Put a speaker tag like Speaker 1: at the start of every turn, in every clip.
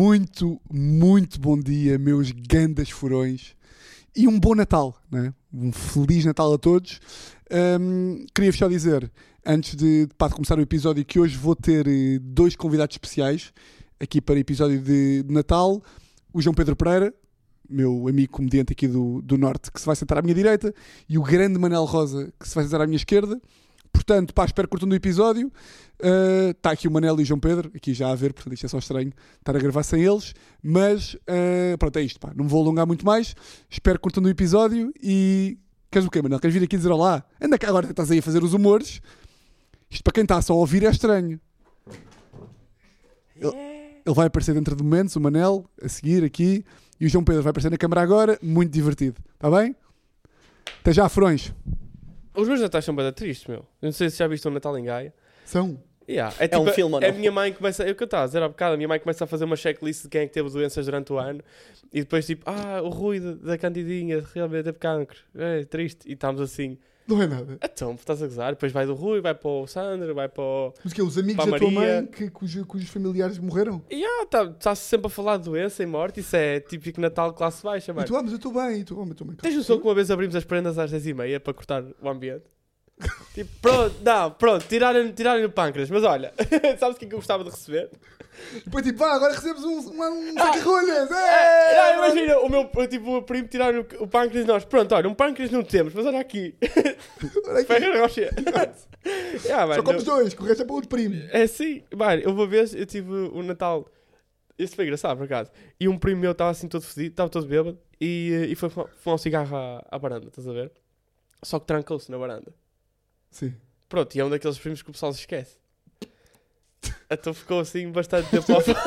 Speaker 1: Muito, muito bom dia, meus gandas furões. E um bom Natal, né? Um feliz Natal a todos. Hum, Queria-vos só dizer, antes de, pá, de começar o episódio, que hoje vou ter eh, dois convidados especiais aqui para o episódio de, de Natal. O João Pedro Pereira, meu amigo comediante aqui do, do Norte, que se vai sentar à minha direita, e o grande Manel Rosa, que se vai sentar à minha esquerda. Portanto, pá, espero que curtam do episódio. Uh, Está aqui o Manel e o João Pedro, aqui já a ver, portanto isto é só estranho estar a gravar sem eles. Mas uh, pronto, é isto, pá. Não me vou alongar muito mais. Espero que curtam do episódio e. Queres o quê, Manel? Queres vir aqui dizer olá? Anda cá agora que estás aí a fazer os humores. Isto para quem está só a ouvir é estranho. Ele, ele vai aparecer dentro de momentos, o Manel, a seguir aqui, e o João Pedro vai aparecer na câmara agora, muito divertido. Está bem? Até já, frões.
Speaker 2: Os meus natais são bem tristes, meu. Eu não sei se já viste o Natal em Gaia.
Speaker 1: São.
Speaker 2: Yeah,
Speaker 3: É um
Speaker 2: tipo,
Speaker 3: filme, ou não?
Speaker 2: A minha mãe começa. Eu que eu estava a dizer há bocado, a minha mãe começa a fazer uma checklist de quem é que teve doenças durante o ano e depois, tipo, ah, o Rui da- da Candidinha realmente teve cancro. É triste. E estamos assim,
Speaker 1: Não é nada.
Speaker 2: então, estás a gozar. Depois vai do Rui, vai para o Sandro, vai para o.
Speaker 1: Mas que é os amigos
Speaker 2: Pá, da tua Maria. mãe
Speaker 1: que, cujos familiares morreram?
Speaker 2: E ah, está-se sempre a falar de doença e morte. Isso é típico Natal de classe baixa, mano.
Speaker 1: ah, mas eu estou bem, estou bem, estou bem.
Speaker 2: Tens noção que uma vez abrimos as prendas às 10h30 para cortar o ambiente? tipo, pronto, não, pronto, tiraram-me tiraram o pâncreas, mas olha, sabes o que é que eu gostava de receber?
Speaker 1: Depois tipo, vá, agora recebemos um, um, um saco de rolhas. é,
Speaker 2: Ah, não, imagina, o meu, tipo, o meu primo tiraram o, o pâncreas e nós, pronto, olha, um pâncreas não temos, mas olha aqui,
Speaker 1: é,
Speaker 2: Ferreira Rocher. yeah, Ah, mano, não-
Speaker 1: dois, que o resto é para outro primo.
Speaker 2: é assim, mano, eu uma vez eu tive o Natal, isso foi engraçado por acaso, e um primo meu estava assim todo fedido, estava todo bêbado, e, eh, e foi fumar fumar um cigarro à, à baranda, estás a ver? Só que trancou-se na baranda.
Speaker 1: Sim.
Speaker 2: Pronto, e é um daqueles filmes que o pessoal se esquece. Então ficou assim bastante tempo lá fora.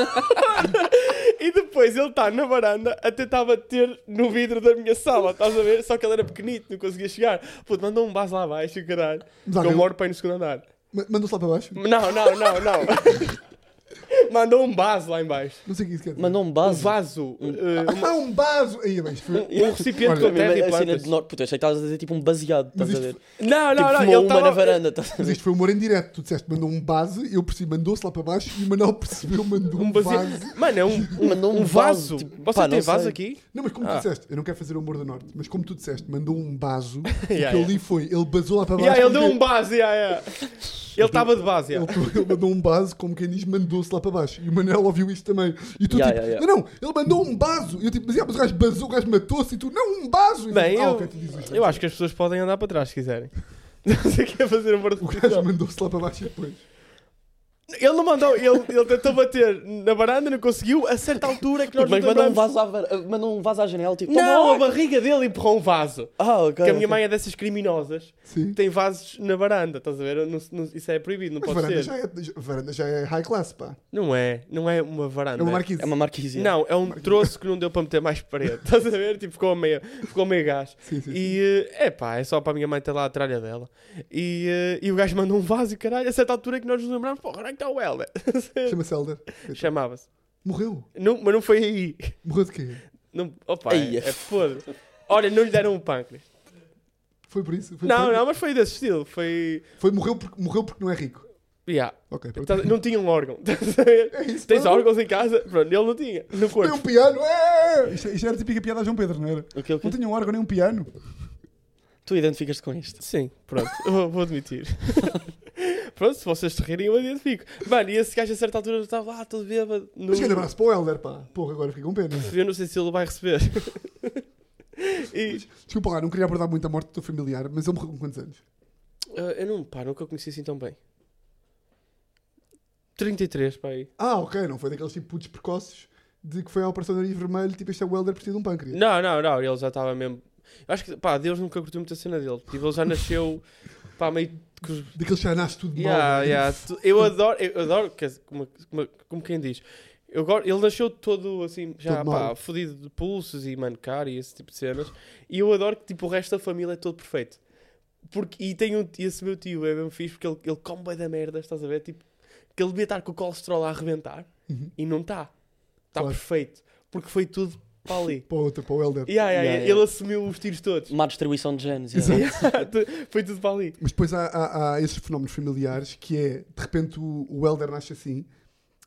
Speaker 2: E depois ele está na varanda a tentar bater no vidro da minha sala, estás a ver? Só que ele era pequenito, não conseguia chegar. Puto, mandou um base lá abaixo, caralho.
Speaker 1: Mas
Speaker 2: Que eu
Speaker 1: alguém-
Speaker 2: moro para ir no segundo andar.
Speaker 1: Ma- um Mandou-se lá para baixo?
Speaker 2: Não, não, não, não. mandou um base lá em baixo.
Speaker 1: Não sei o que isso quer dizer.
Speaker 3: Mandou-me
Speaker 2: Um
Speaker 3: base.
Speaker 2: vaso. eh, uma-
Speaker 1: Ah, um vaso! Aí, mas foi...
Speaker 2: um, um recipiente
Speaker 1: Olha,
Speaker 2: com
Speaker 3: Mesmo
Speaker 2: terra e
Speaker 3: a cena
Speaker 2: plantas.
Speaker 3: de norte. Puta, eu assim, achei que estavas a dizer tipo um baseado,
Speaker 1: Mas
Speaker 3: estás a ver?
Speaker 1: isto-
Speaker 2: Não, não,
Speaker 3: tipo,
Speaker 2: não.
Speaker 3: fumou
Speaker 2: Ele
Speaker 3: uma na
Speaker 2: estava...
Speaker 3: varanda, tá- estás a
Speaker 1: Mas
Speaker 3: ver?
Speaker 1: isto foi humor indireto. Tu disseste mandou um vaso e eu percebi, mandou-se lá para baixo e o Manuel percebeu, mandou um,
Speaker 2: Um vaso.
Speaker 1: vaso.
Speaker 2: Mano, é um,
Speaker 3: Mandou
Speaker 2: um vaso.
Speaker 3: tipo,
Speaker 2: Você
Speaker 3: pá,
Speaker 2: tem
Speaker 3: não
Speaker 2: vaso
Speaker 3: sei.
Speaker 2: aqui?
Speaker 1: Não, mas como tu
Speaker 2: Ah.
Speaker 1: disseste, eu não quero fazer o humor do norte, mas como tu disseste, mandou um vaso, o que
Speaker 2: Yeah,
Speaker 1: eu
Speaker 2: yeah.
Speaker 1: li foi, ele basou lá para baixo.
Speaker 2: Yeah, ele deu
Speaker 1: porque
Speaker 2: um base, yeah, yeah. Ele estava de base, é. yeah.
Speaker 1: Ele, ele mandou um vaso, como quem diz, mandou-se lá para baixo. E o Manel ouviu isso também. E tu
Speaker 3: Yeah,
Speaker 1: tipo,
Speaker 3: yeah, yeah.
Speaker 1: não, não, ele mandou um vaso. E eu tipo, mas, yeah, mas o gajo basou, o gajo matou-se. E tu, não, um vaso. E
Speaker 2: Bem,
Speaker 1: ah,
Speaker 2: eu,
Speaker 1: ok, tu dizes isto.
Speaker 2: eu acho que as pessoas podem andar para trás se quiserem. Não sei o que é fazer um bordo
Speaker 1: O gajo mandou-se lá para baixo e depois.
Speaker 2: Ele não mandou, ele, ele tentou bater na varanda, não conseguiu. A certa altura é que nós
Speaker 3: Mas mandou um
Speaker 2: mandamos-
Speaker 3: vaso à, var- ah, mandou um vaso à janela, tipo.
Speaker 2: Não,
Speaker 3: toma
Speaker 2: a
Speaker 3: lá.
Speaker 2: barriga dele empurrou um vaso.
Speaker 3: Ah, ok.
Speaker 2: Porque a minha
Speaker 3: ok.
Speaker 2: mãe é dessas criminosas
Speaker 1: Sim.
Speaker 2: que tem vasos na varanda, estás a ver? Não- não- isso é proibido, não
Speaker 1: Mas
Speaker 2: pode
Speaker 1: varanda
Speaker 2: ser.
Speaker 1: já, é, já- varanda já é high class, pá.
Speaker 2: Não é, não é uma
Speaker 1: É
Speaker 2: varanda.
Speaker 1: uma marquise.
Speaker 3: É uma marquise.
Speaker 2: Não, é um troço que não deu para meter mais parede. Estás a ver? Tipo, ficou meio, ficou meio gás.
Speaker 1: Sim, sim,
Speaker 2: E é pá, é só para a minha mãe ter lá a tralha dela. E, eh, e o gajo mandou um vaso e caralho. A certa altura é que nós nos lembramos, pô, onde é que está o Helder?
Speaker 1: Chama-se Elder.
Speaker 2: Chamava-se.
Speaker 1: Morreu.
Speaker 2: Não, mas não foi aí.
Speaker 1: Morreu de quê?
Speaker 2: Não, opa, é,
Speaker 3: Aí,
Speaker 2: é podre. Olha, não lhe deram um pâncreas.
Speaker 1: Foi por isso? Foi,
Speaker 2: Não,
Speaker 1: foi,
Speaker 2: não, mas foi desse estilo. Foi.
Speaker 1: Foi, morreu, porque, morreu porque não é rico.
Speaker 2: Yeah.
Speaker 1: Ok, pronto.
Speaker 2: Estás- Não tinha um órgão. Estás a ver?
Speaker 1: É isso,
Speaker 2: Tens
Speaker 1: pá.
Speaker 2: órgãos em casa? Pronto, ele não tinha. No
Speaker 1: Tem
Speaker 2: corpo.
Speaker 1: um piano. é! Isto, isto era típica piada a João Pedro, não era?
Speaker 3: O quê, o quê?
Speaker 1: Não tinha um órgão nem um piano.
Speaker 3: Tu identificas-te com isto.
Speaker 2: Sim, pronto, vou, vou admitir. pronto, se vocês se rirem, eu identifico. Mano, e esse gajo a certa altura estava lá, todo bêbado. No...
Speaker 1: Mas grande abraço para o Elder, pá. Porra, agora fica com pena.
Speaker 2: Eu não sei se ele vai receber. e
Speaker 1: Desculpa lá, não queria abordar muito a morte do teu familiar, mas ele morreu com quantos anos?
Speaker 2: ah, eu não, pá, nunca o conheci assim tão bem. 33, pá, aí.
Speaker 1: Ah, ok, não foi daqueles tipo putos precoces de que foi à operação do nariz vermelho, tipo este é o Elder precisa de um pâncreas.
Speaker 2: Não, não, não, ele já estava mesmo. Eu acho que, pá, Deus nunca curtiu muito a cena dele. Tipo, ele já nasceu, pá, meio. com os-
Speaker 1: Daqueles já nasce tudo mal.
Speaker 2: Yeah,
Speaker 1: né?
Speaker 2: yeah. Tu- Eu adoro, eu adoro quer dizer, como, como, como quem diz. Eu go- ele nasceu todo assim, já
Speaker 1: Todo
Speaker 2: pá,
Speaker 1: mal.
Speaker 2: fodido de pulsos e mancar e esse tipo de cenas. E eu adoro que tipo, o resto da família é todo perfeito. Porque, e tem um, e esse meu tio é mesmo fixe porque ele, ele come bem da merda, estás a ver? Tipo, que ele devia estar com o colesterol a arrebentar
Speaker 1: Uhum.
Speaker 2: e não está. Está
Speaker 1: Claro.
Speaker 2: perfeito. Porque foi tudo para ali.
Speaker 1: Para o outro, para o Elder.
Speaker 2: Yeah, yeah,
Speaker 3: Yeah,
Speaker 2: yeah.
Speaker 3: yeah.
Speaker 2: Ele assumiu os tiros todos.
Speaker 3: Má distribuição de genes. yeah.
Speaker 2: Yeah, foi tudo para ali.
Speaker 1: Mas depois há, há- há esses fenómenos familiares que é, de repente, o, o Elder nasce assim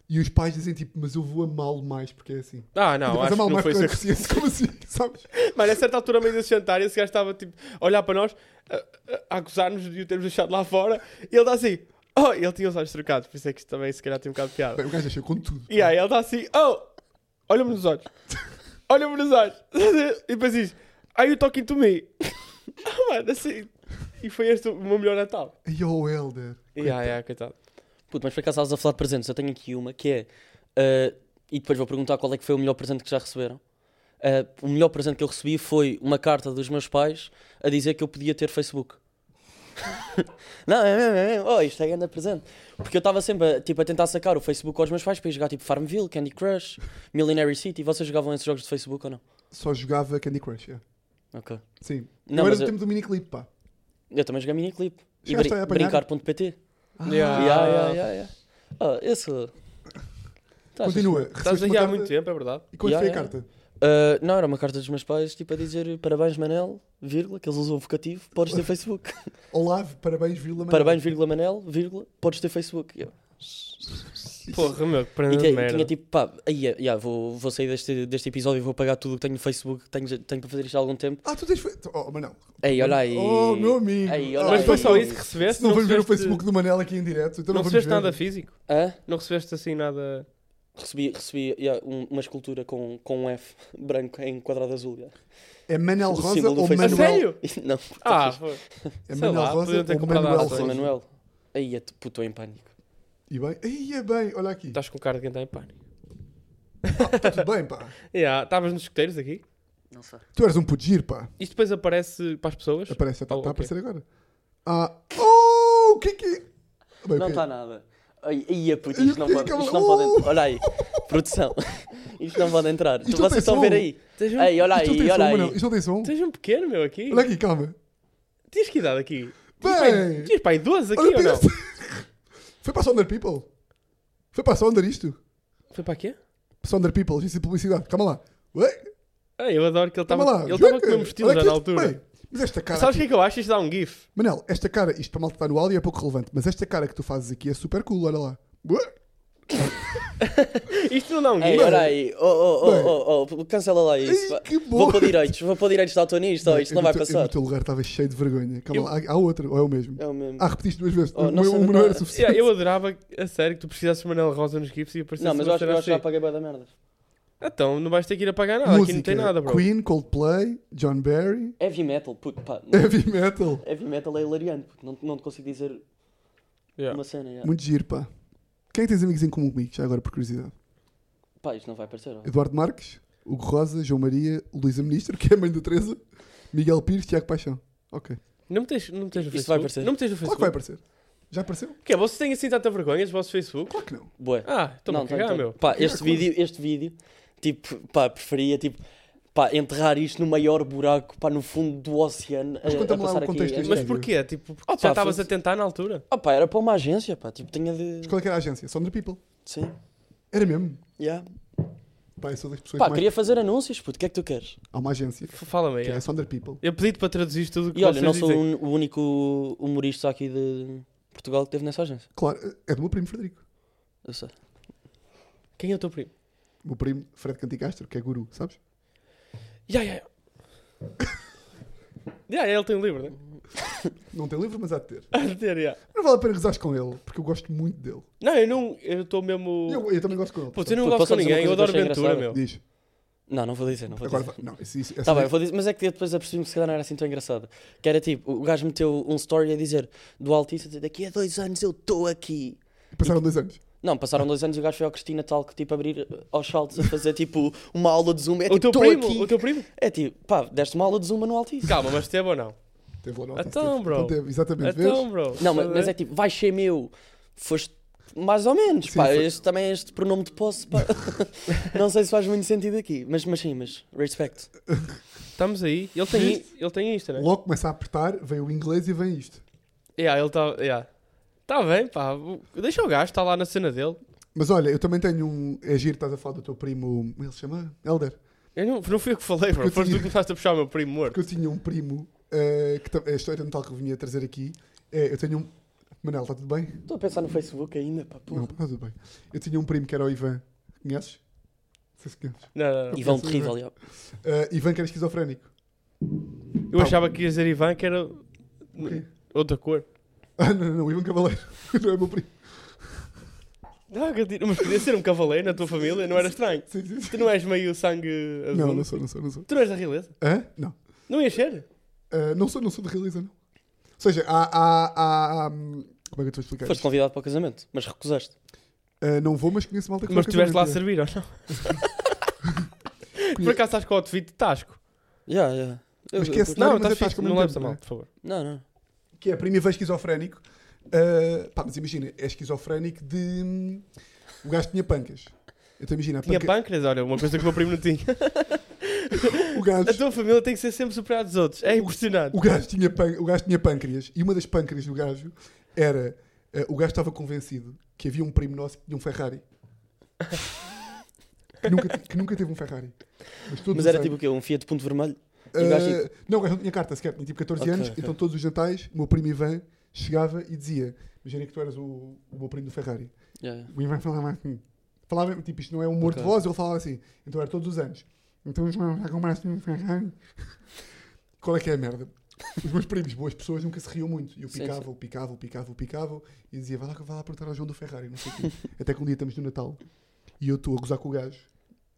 Speaker 1: E os pais dizem tipo, mas eu vou amá-lo mais, porque é assim.
Speaker 2: Ah, não,
Speaker 1: mas
Speaker 2: acho que
Speaker 1: amá-lo
Speaker 2: não
Speaker 1: mais
Speaker 2: foi isso.
Speaker 1: porque é assim, como assim, sabes?
Speaker 2: Mas a certa altura, meio desse jantar, esse gajo estava tipo, a olhar para nós, a, a acusar-nos de o termos deixado lá fora, e ele está assim, oh, ele tinha os olhos trocados, por isso é que isto também se calhar tem um bocado de piada.
Speaker 1: Bem, o gajo achou com tudo.
Speaker 2: E aí ele está assim, oh, olha-me nos olhos, olha-me nos olhos, e depois diz, are you talking to me? Ah, Mano, assim, e foi este o meu melhor Natal.
Speaker 1: E oh, Helder.
Speaker 2: E aí, é, coitado.
Speaker 3: Puto, mas por acaso estavas a falar de presentes. Eu tenho aqui uma que é. ah, e depois vou perguntar qual é que foi o melhor presente que já receberam. Ah, o melhor presente que eu recebi foi uma carta dos meus pais a dizer que eu podia ter Facebook. não, é mesmo, é mesmo. Oh, isto é grande presente. Porque eu estava sempre a, tipo, a tentar sacar o Facebook aos meus pais para ir jogar tipo Farmville, Candy Crush, Millionaire City. Vocês jogavam esses jogos de Facebook ou não?
Speaker 1: Só jogava Candy Crush, é.
Speaker 3: Ok.
Speaker 1: Sim. eu
Speaker 3: Não,
Speaker 1: era
Speaker 3: mas
Speaker 1: do
Speaker 3: eu-
Speaker 1: tempo do miniclip, pá.
Speaker 3: Eu também joguei miniclip. E
Speaker 1: Chegaste
Speaker 3: brin-
Speaker 1: a apanhar?
Speaker 3: brincar.pt.
Speaker 1: Ah.
Speaker 2: Yeah.
Speaker 3: Yeah, yeah, yeah, yeah. Oh, eu sou. Tu achas-
Speaker 1: Continua.
Speaker 2: Estás
Speaker 1: recebeste
Speaker 2: aí
Speaker 1: uma
Speaker 2: há
Speaker 1: carta-
Speaker 2: muito tempo, é verdade.
Speaker 1: E quando
Speaker 3: Yeah,
Speaker 1: foi a
Speaker 3: yeah.
Speaker 1: carta?
Speaker 3: Uh, não, era uma carta dos meus pais, tipo a dizer parabéns Manel, vírgula, que eles usam vocativo, podes ter Facebook.
Speaker 1: Olá, parabéns, Vila Manuel.
Speaker 3: parabéns, vírgula Manel, vírgula, podes ter Facebook. E eu-
Speaker 2: Porra, meu, que prenda
Speaker 3: e
Speaker 2: de
Speaker 3: tinha,
Speaker 2: Ah, merda.
Speaker 3: tinha tipo, pá, aí, é, yeah, vou, vou sair deste, deste episódio e vou pagar tudo o que tenho no Facebook, tenho, já- tenho para fazer isto há algum tempo.
Speaker 1: Ah, tu tens. fe- Oh, Manel.
Speaker 3: Ei, olha aí.
Speaker 1: Oh, meu amigo.
Speaker 3: Ei,
Speaker 1: Ah,
Speaker 3: olha
Speaker 2: Mas foi
Speaker 3: aí.
Speaker 2: só isso que recebeste?
Speaker 1: Se não vamos ver o
Speaker 2: recebeste-
Speaker 1: Facebook do Manel aqui em direto, então
Speaker 2: Não
Speaker 1: não, vamos
Speaker 2: recebeste
Speaker 1: ver.
Speaker 2: nada físico?
Speaker 3: Hã?
Speaker 2: Não recebeste assim nada.
Speaker 3: Recebi, recebi yeah, um- uma escultura com, com um F branco em quadrado azul. yeah.
Speaker 1: É Manel
Speaker 3: O
Speaker 1: Rosa
Speaker 3: símbolo do
Speaker 1: ou
Speaker 3: Facebook.
Speaker 2: A
Speaker 1: Manuel?
Speaker 2: sério?
Speaker 3: não,
Speaker 2: Ah,
Speaker 3: tá fixe.
Speaker 2: foi.
Speaker 1: É
Speaker 2: Sei
Speaker 1: Manuel
Speaker 2: lá, podiam
Speaker 1: Rosa
Speaker 2: ter
Speaker 1: ou
Speaker 2: comprado
Speaker 1: Manuel
Speaker 2: a
Speaker 3: José
Speaker 2: Rosa.
Speaker 1: Rosa?
Speaker 3: Manuel. Aí, é, puto, estou em pânico.
Speaker 1: E bem, aí é bem, olha aqui.
Speaker 2: Estás com cara de quem está em pânico.
Speaker 1: Está tudo bem, pá.
Speaker 2: Yeah, Estavas nos escuteiros aqui?
Speaker 3: Não sei.
Speaker 1: Tu eras um puto giro, pá.
Speaker 2: Isto depois aparece para as pessoas?
Speaker 1: Aparece, está
Speaker 2: Oh,
Speaker 1: tá
Speaker 2: ok.
Speaker 1: a aparecer agora. Ah, oh, o que é que é? Bem,
Speaker 3: Não tá
Speaker 1: ok.
Speaker 3: está nada. Ai, Ia, puto,
Speaker 1: Ai,
Speaker 3: isto não
Speaker 1: eu
Speaker 3: pode.
Speaker 1: fico-
Speaker 3: Isto não
Speaker 1: Uh!
Speaker 3: pode entrar. Olha aí, produção. Isto não pode entrar.
Speaker 1: Isto não
Speaker 3: Vocês
Speaker 1: tem
Speaker 3: estão a ver
Speaker 1: som.
Speaker 3: aí.
Speaker 2: Tens um,
Speaker 3: Ei, olha
Speaker 1: Isto não
Speaker 3: aí,
Speaker 1: tem
Speaker 3: olha
Speaker 1: som, Manel.
Speaker 3: aí.
Speaker 1: Isto não tem som.
Speaker 2: tens um pequeno, meu, aqui.
Speaker 1: Olha aqui, calma.
Speaker 2: Tens que idade aqui?
Speaker 1: Bem.
Speaker 2: Tens pai 12 aqui
Speaker 1: Olha
Speaker 2: ou não?
Speaker 1: para isto. Foi para Sonder People. Foi para Sonder isto.
Speaker 2: Foi para quê?
Speaker 1: Sonder People, agência de publicidade. Calma lá. Ué?
Speaker 2: Ah, eu adoro que ele
Speaker 1: Calma
Speaker 2: estava
Speaker 1: lá.
Speaker 2: ele estava com o
Speaker 1: Joca.
Speaker 2: mesmo estilo
Speaker 1: Olha
Speaker 2: já
Speaker 1: aqui
Speaker 2: na
Speaker 1: isto.
Speaker 2: altura.
Speaker 1: Bem, Mas esta cara.
Speaker 2: Sabes o que é que eu acho? Isto dá um gif.
Speaker 1: Manel, esta cara, isto para malta estar no áudio é pouco relevante, mas esta cara que tu fazes aqui é super cool, olha lá. Ué?
Speaker 2: Isto não dá um
Speaker 3: Ei,
Speaker 2: gif.
Speaker 3: olha aí. Oh, oh,
Speaker 1: é Bem.
Speaker 3: oh, oh, oh, cancela lá isso.
Speaker 1: Ai,
Speaker 3: vá.
Speaker 1: que É
Speaker 3: Vou
Speaker 1: bom.
Speaker 3: para direitos, vou para direitos de autor nisto. ó, Isto
Speaker 1: Eu
Speaker 3: não
Speaker 1: no
Speaker 3: vai
Speaker 1: teu- Eu
Speaker 3: passar.
Speaker 1: no teu lugar estava cheio de vergonha. Calma lá, há, há outra, ou é o mesmo?
Speaker 3: É o mesmo.
Speaker 1: Ah, repetiste duas vezes.
Speaker 3: Oh,
Speaker 1: o
Speaker 3: não
Speaker 1: meu,
Speaker 3: sei,
Speaker 1: o meu
Speaker 3: não-
Speaker 1: não era suficiente.
Speaker 2: Yeah, eu adorava, a sério, que tu precisasses de Manel Rosa nos gifs e aparecesse
Speaker 3: Não, mas eu
Speaker 2: uma
Speaker 3: acho que eu
Speaker 2: cena
Speaker 3: acho que já
Speaker 2: assim.
Speaker 3: paguei bué da merda.
Speaker 2: Então, não vais ter que ir apagar nada. Aqui não tem nada, bro.
Speaker 1: Queen, Coldplay, John Barry,
Speaker 3: Heavy metal, puto,
Speaker 1: É
Speaker 3: pá. não-
Speaker 1: heavy metal.
Speaker 3: Heavy metal é hilariante, puto. Não, não te consigo dizer
Speaker 2: Yeah.
Speaker 3: uma cena. yeah.
Speaker 1: Muito giro, pá. Quem é que tens amigos em comum comigo, já agora por curiosidade?
Speaker 3: Pá, isto não vai aparecer. ó.
Speaker 1: Eduardo Marques, Hugo Rosa, João Maria, Luísa Ministro, que é a mãe da Teresa, Miguel Pires, Tiago Paixão. Ok.
Speaker 2: Não me tens, não me tens no
Speaker 3: Isto vai
Speaker 2: Facebook?
Speaker 3: aparecer.
Speaker 2: Não me tens no
Speaker 1: Claro que
Speaker 2: Facebook?
Speaker 1: vai aparecer. Já apareceu?
Speaker 2: O quê? Vocês têm assim tanta vergonha dos vossos Facebook?
Speaker 1: Claro que não.
Speaker 3: Bué.
Speaker 2: Ah, estou-me a
Speaker 3: Não,
Speaker 2: cagar,
Speaker 3: tem-
Speaker 2: meu.
Speaker 3: Pá,
Speaker 1: Cagar
Speaker 3: este
Speaker 1: quase.
Speaker 3: vídeo, este vídeo, tipo, pá, preferia, tipo, pá, enterrar isto no maior buraco, pá, no fundo do oceano.
Speaker 1: Mas
Speaker 3: a- a
Speaker 1: conta-me lá
Speaker 3: passar
Speaker 1: o contexto
Speaker 3: aqui.
Speaker 1: disto.
Speaker 2: Mas porquê? Tipo, porque
Speaker 3: Ah,
Speaker 2: já
Speaker 3: pá,
Speaker 2: estavas
Speaker 3: foi-
Speaker 2: a tentar na altura.
Speaker 3: Ah, pá, era para uma agência, pá, tipo, tinha de...
Speaker 1: Mas qual é que era a agência? Sonder People.
Speaker 3: Sim,
Speaker 1: Era mesmo.
Speaker 3: yeah.
Speaker 1: Pá, eu sou das pessoas é
Speaker 3: Pá,
Speaker 1: que mais...
Speaker 3: queria fazer anúncios, puto, o que é que tu queres?
Speaker 1: Há uma agência
Speaker 2: F- Fala-me aí.
Speaker 1: que é
Speaker 2: é.
Speaker 1: a Sonder People.
Speaker 2: Eu pedi-te para traduzir tudo o que
Speaker 3: E olha, não
Speaker 2: vocês
Speaker 3: sou um-
Speaker 2: dizem.
Speaker 3: o o único humorista aqui de Portugal que teve nessa agência,
Speaker 1: Claro, é do meu primo Frederico.
Speaker 3: eu sei.
Speaker 2: Quem é o teu primo?
Speaker 1: O meu primo Fred Canticastro, que é guru, sabes?
Speaker 2: Ya, ya, ya. Ya, ya, ele tem um livro, né?
Speaker 1: Não tem livro, mas há de ter.
Speaker 2: Há de ter, ya.
Speaker 1: Não vale a pena gozares com ele, porque eu gosto muito dele.
Speaker 2: Não, eu não. Eu estou mesmo.
Speaker 1: E Eu, eu também gosto com ele.
Speaker 2: Putz, eu não
Speaker 3: Puto,
Speaker 2: gosto
Speaker 3: posso
Speaker 2: com
Speaker 3: dizer
Speaker 2: ninguém.
Speaker 3: uma
Speaker 2: Eu
Speaker 3: coisa que
Speaker 2: adoro
Speaker 3: eu achei
Speaker 2: aventura, meu.
Speaker 3: engraçada?
Speaker 1: Diz.
Speaker 3: Não, não vou dizer, não vou
Speaker 1: Agora
Speaker 3: dizer.
Speaker 1: vai. Não, isso, isso,
Speaker 3: Tá
Speaker 1: essa-
Speaker 3: bem, vou dizer, mas é que depois apercebi-me que se calhar não era assim tão engraçado. Que era tipo, o gajo meteu um story a dizer do Altice, a dizer, daqui a dois anos eu estou aqui.
Speaker 1: Passaram dois anos.
Speaker 3: Não, passaram dois anos e o gajo foi ao Cristina tal que tipo abrir eh, aos saltos a fazer tipo uma aula de Zoom.
Speaker 2: O
Speaker 3: É tipo,
Speaker 2: teu
Speaker 3: "Tô
Speaker 2: primo?
Speaker 3: aqui."
Speaker 2: O teu primo?
Speaker 3: É tipo, pá, deste uma aula de Zuma no Altice.
Speaker 2: Calma, mas teve ou não?
Speaker 1: Teve lá no Altice,
Speaker 2: Então,
Speaker 1: teve.
Speaker 2: bro.
Speaker 1: Então teve, exatamente.
Speaker 2: Então,
Speaker 1: vês?
Speaker 2: bro.
Speaker 3: Não, mas, mas é tipo, vai ser meu. Foste mais ou menos,
Speaker 1: Sim,
Speaker 3: pá.
Speaker 1: foi-
Speaker 3: Este, também é este pronome de posse, pá. não sei se faz muito sentido aqui, mas, mas sim, mas respect.
Speaker 2: Estamos aí. Ele tem, ele tem isto, né?
Speaker 1: Logo começa a apertar, vem o inglês e vem isto.
Speaker 2: Yeah, ele está. Yeah. Tá bem, pá. O- Deixa o gajo, está lá na cena dele.
Speaker 1: Mas olha, eu também tenho um. É giro, estás a falar do teu primo. Ele se chama Elder.
Speaker 2: Eu não, não fui eu que falei, bro.
Speaker 1: Porque eu
Speaker 2: Foste tu
Speaker 1: tinha-
Speaker 2: que começaste a puxar o meu primo morto.
Speaker 1: Porque eu tinha um primo. eh, que tam- a história de Natal que eu vinha trazer aqui. é, eu tenho um. Manel, está tudo bem?
Speaker 2: Estou a pensar no Facebook ainda, pá,
Speaker 1: Não,
Speaker 2: porra.
Speaker 1: está tudo bem. Eu tinha um primo que era o Ivan. Conheces? Não sei se conheces.
Speaker 2: Não, não, não.
Speaker 3: Ivan
Speaker 1: penso
Speaker 3: terrível, já.
Speaker 1: Ah, Ivan que era esquizofrénico.
Speaker 2: Eu achava que ia dizer Ivan, que era
Speaker 1: quê?
Speaker 2: outra cor.
Speaker 1: Ah, não, não, não, Ivan Cavaleiro. Não é meu primo.
Speaker 2: Não, Ah, que eu digo, mas podia ser um cavaleiro na tua família, não era estranho.
Speaker 1: Sim, sim, sim.
Speaker 2: Tu não és meio sangue azul.
Speaker 1: Não, não sou, não sou, não sou.
Speaker 2: Tu não és da realeza.
Speaker 1: Hã? Não.
Speaker 2: Não ias ser?
Speaker 1: Ah, não sou, não sou de realiza, não. Ou seja, há. há, há, há, hum, como é que eu estou a explicar?
Speaker 3: Foste
Speaker 1: isto?
Speaker 3: convidado para o casamento, mas recusaste.
Speaker 1: Ah, não vou, mas conheço malta que
Speaker 2: Mas
Speaker 1: faz
Speaker 2: estiveste lá a
Speaker 1: casamento,
Speaker 2: servir ou não? Por acaso estás com o outfit de Tasco?
Speaker 3: Já, já. Eu-
Speaker 1: Mas que
Speaker 3: eu
Speaker 1: é
Speaker 3: curto.
Speaker 1: Não,
Speaker 2: Não,
Speaker 1: mas é
Speaker 2: estás
Speaker 1: Tasco
Speaker 2: fixe,
Speaker 1: ao mesmo
Speaker 2: não leves a
Speaker 1: tempo,
Speaker 2: mal,
Speaker 1: não é?
Speaker 2: por favor.
Speaker 3: Não, não.
Speaker 1: é. Que é primo Ivan esquizofrénico. Ah, pá, mas imagina, é esquizofrénico de. hum, O gajo tinha pancas. Então imagina, a
Speaker 2: Tinha
Speaker 1: panca-
Speaker 2: pâncreas, olha, uma coisa que o meu primo não tinha.
Speaker 1: o gajo.
Speaker 2: A tua família tem que ser sempre superada dos outros. É impressionante.
Speaker 1: O gajo, tinha pân- o gajo tinha pâncreas e uma das pâncreas do gajo era. eh, o gajo estava convencido que havia um primo nosso que tinha um Ferrari. que, nunca, te- que nunca teve um Ferrari. todos
Speaker 3: Mas
Speaker 1: os
Speaker 3: era
Speaker 1: anos-
Speaker 3: tipo o quê? Um Fiat Punto Vermelho?
Speaker 1: Eh,
Speaker 3: o gajo-
Speaker 1: Não, o gajo não tinha carta sequer, tinha tipo 14
Speaker 3: Ok,
Speaker 1: anos.
Speaker 3: ok.
Speaker 1: Então todos os jantais, o meu primo Ivan chegava e dizia: Imagina que tu eras o, o meu primo do Ferrari.
Speaker 3: Já, já.
Speaker 1: O Ivan falava assim. Falava mesmo, tipo, isto não é humor de
Speaker 3: Ok.
Speaker 1: voz, ele falava assim. Então era todos os anos. Então os meus já compraste um Ferrari. Qual é que é a merda? Os meus primos, boas pessoas, nunca se riam muito. E eu
Speaker 3: Sim,
Speaker 1: picava, o picava, o picava, o picava. E dizia, vai lá, vai lá perguntar ao João do Ferrari, não sei o quê. Até que um dia estamos no Natal. E eu estou a gozar com o gajo.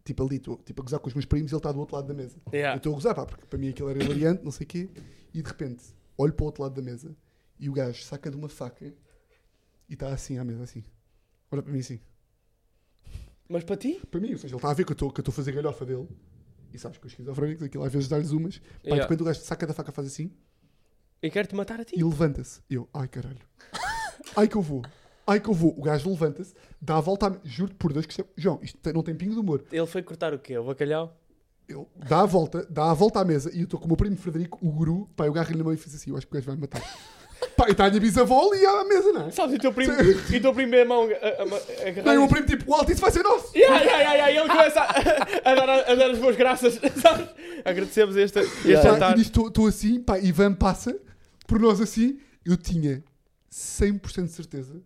Speaker 1: Tipo ali, estou tipo, a gozar com os meus primos e ele está do outro lado da mesa. Eu
Speaker 2: Yeah.
Speaker 1: estou a gozar, pá, porque para mim aquilo era hilariante, não sei o quê. E de repente, olho para o outro lado da mesa e o gajo saca de uma faca e está assim à mesa, assim. Olha para mim assim.
Speaker 2: Mas para ti?
Speaker 1: Para mim, ou seja, ele está a ver que eu estou- que eu estou a fazer galhofa dele. E sabes que os esquizofrénicos, aquilo às vezes dá-lhes umas. Pá, e de
Speaker 2: Yeah.
Speaker 1: repente o gajo saca da faca, faz assim
Speaker 2: Eu quero-te matar a ti.
Speaker 1: e levanta-se. Eu, ai caralho. Ai que eu vou. Ai que eu vou. O gajo levanta-se, dá a volta à mesa. Juro-te por Deus que isto é... João, isto tem- não tem pingo de humor.
Speaker 2: Ele foi cortar o quê? O bacalhau?
Speaker 1: Ele dá a volta, dá a volta à mesa e eu estou com o meu primo Frederico, o guru, pá, eu agarro-lhe na mão e fiz assim, eu acho que o gajo vai me matar. pá, e está a minha bisavó ali à mesa, não é?
Speaker 2: Sabes, e o teu primo,
Speaker 1: Sim.
Speaker 2: e o teu primo é a mão a- a-
Speaker 1: Não,
Speaker 2: a-
Speaker 1: e o meu
Speaker 2: agarrado.
Speaker 1: primo tipo, o alto, isso vai ser nosso!
Speaker 2: Yeah, yeah, yeah, yeah. E ele começa a, a dar, a dar as boas graças, sabes? Agradecemos este, este
Speaker 1: Pá,
Speaker 2: jantar.
Speaker 1: e nisto estou assim, pá, Ivan passa por nós assim, eu tinha 100% de certeza,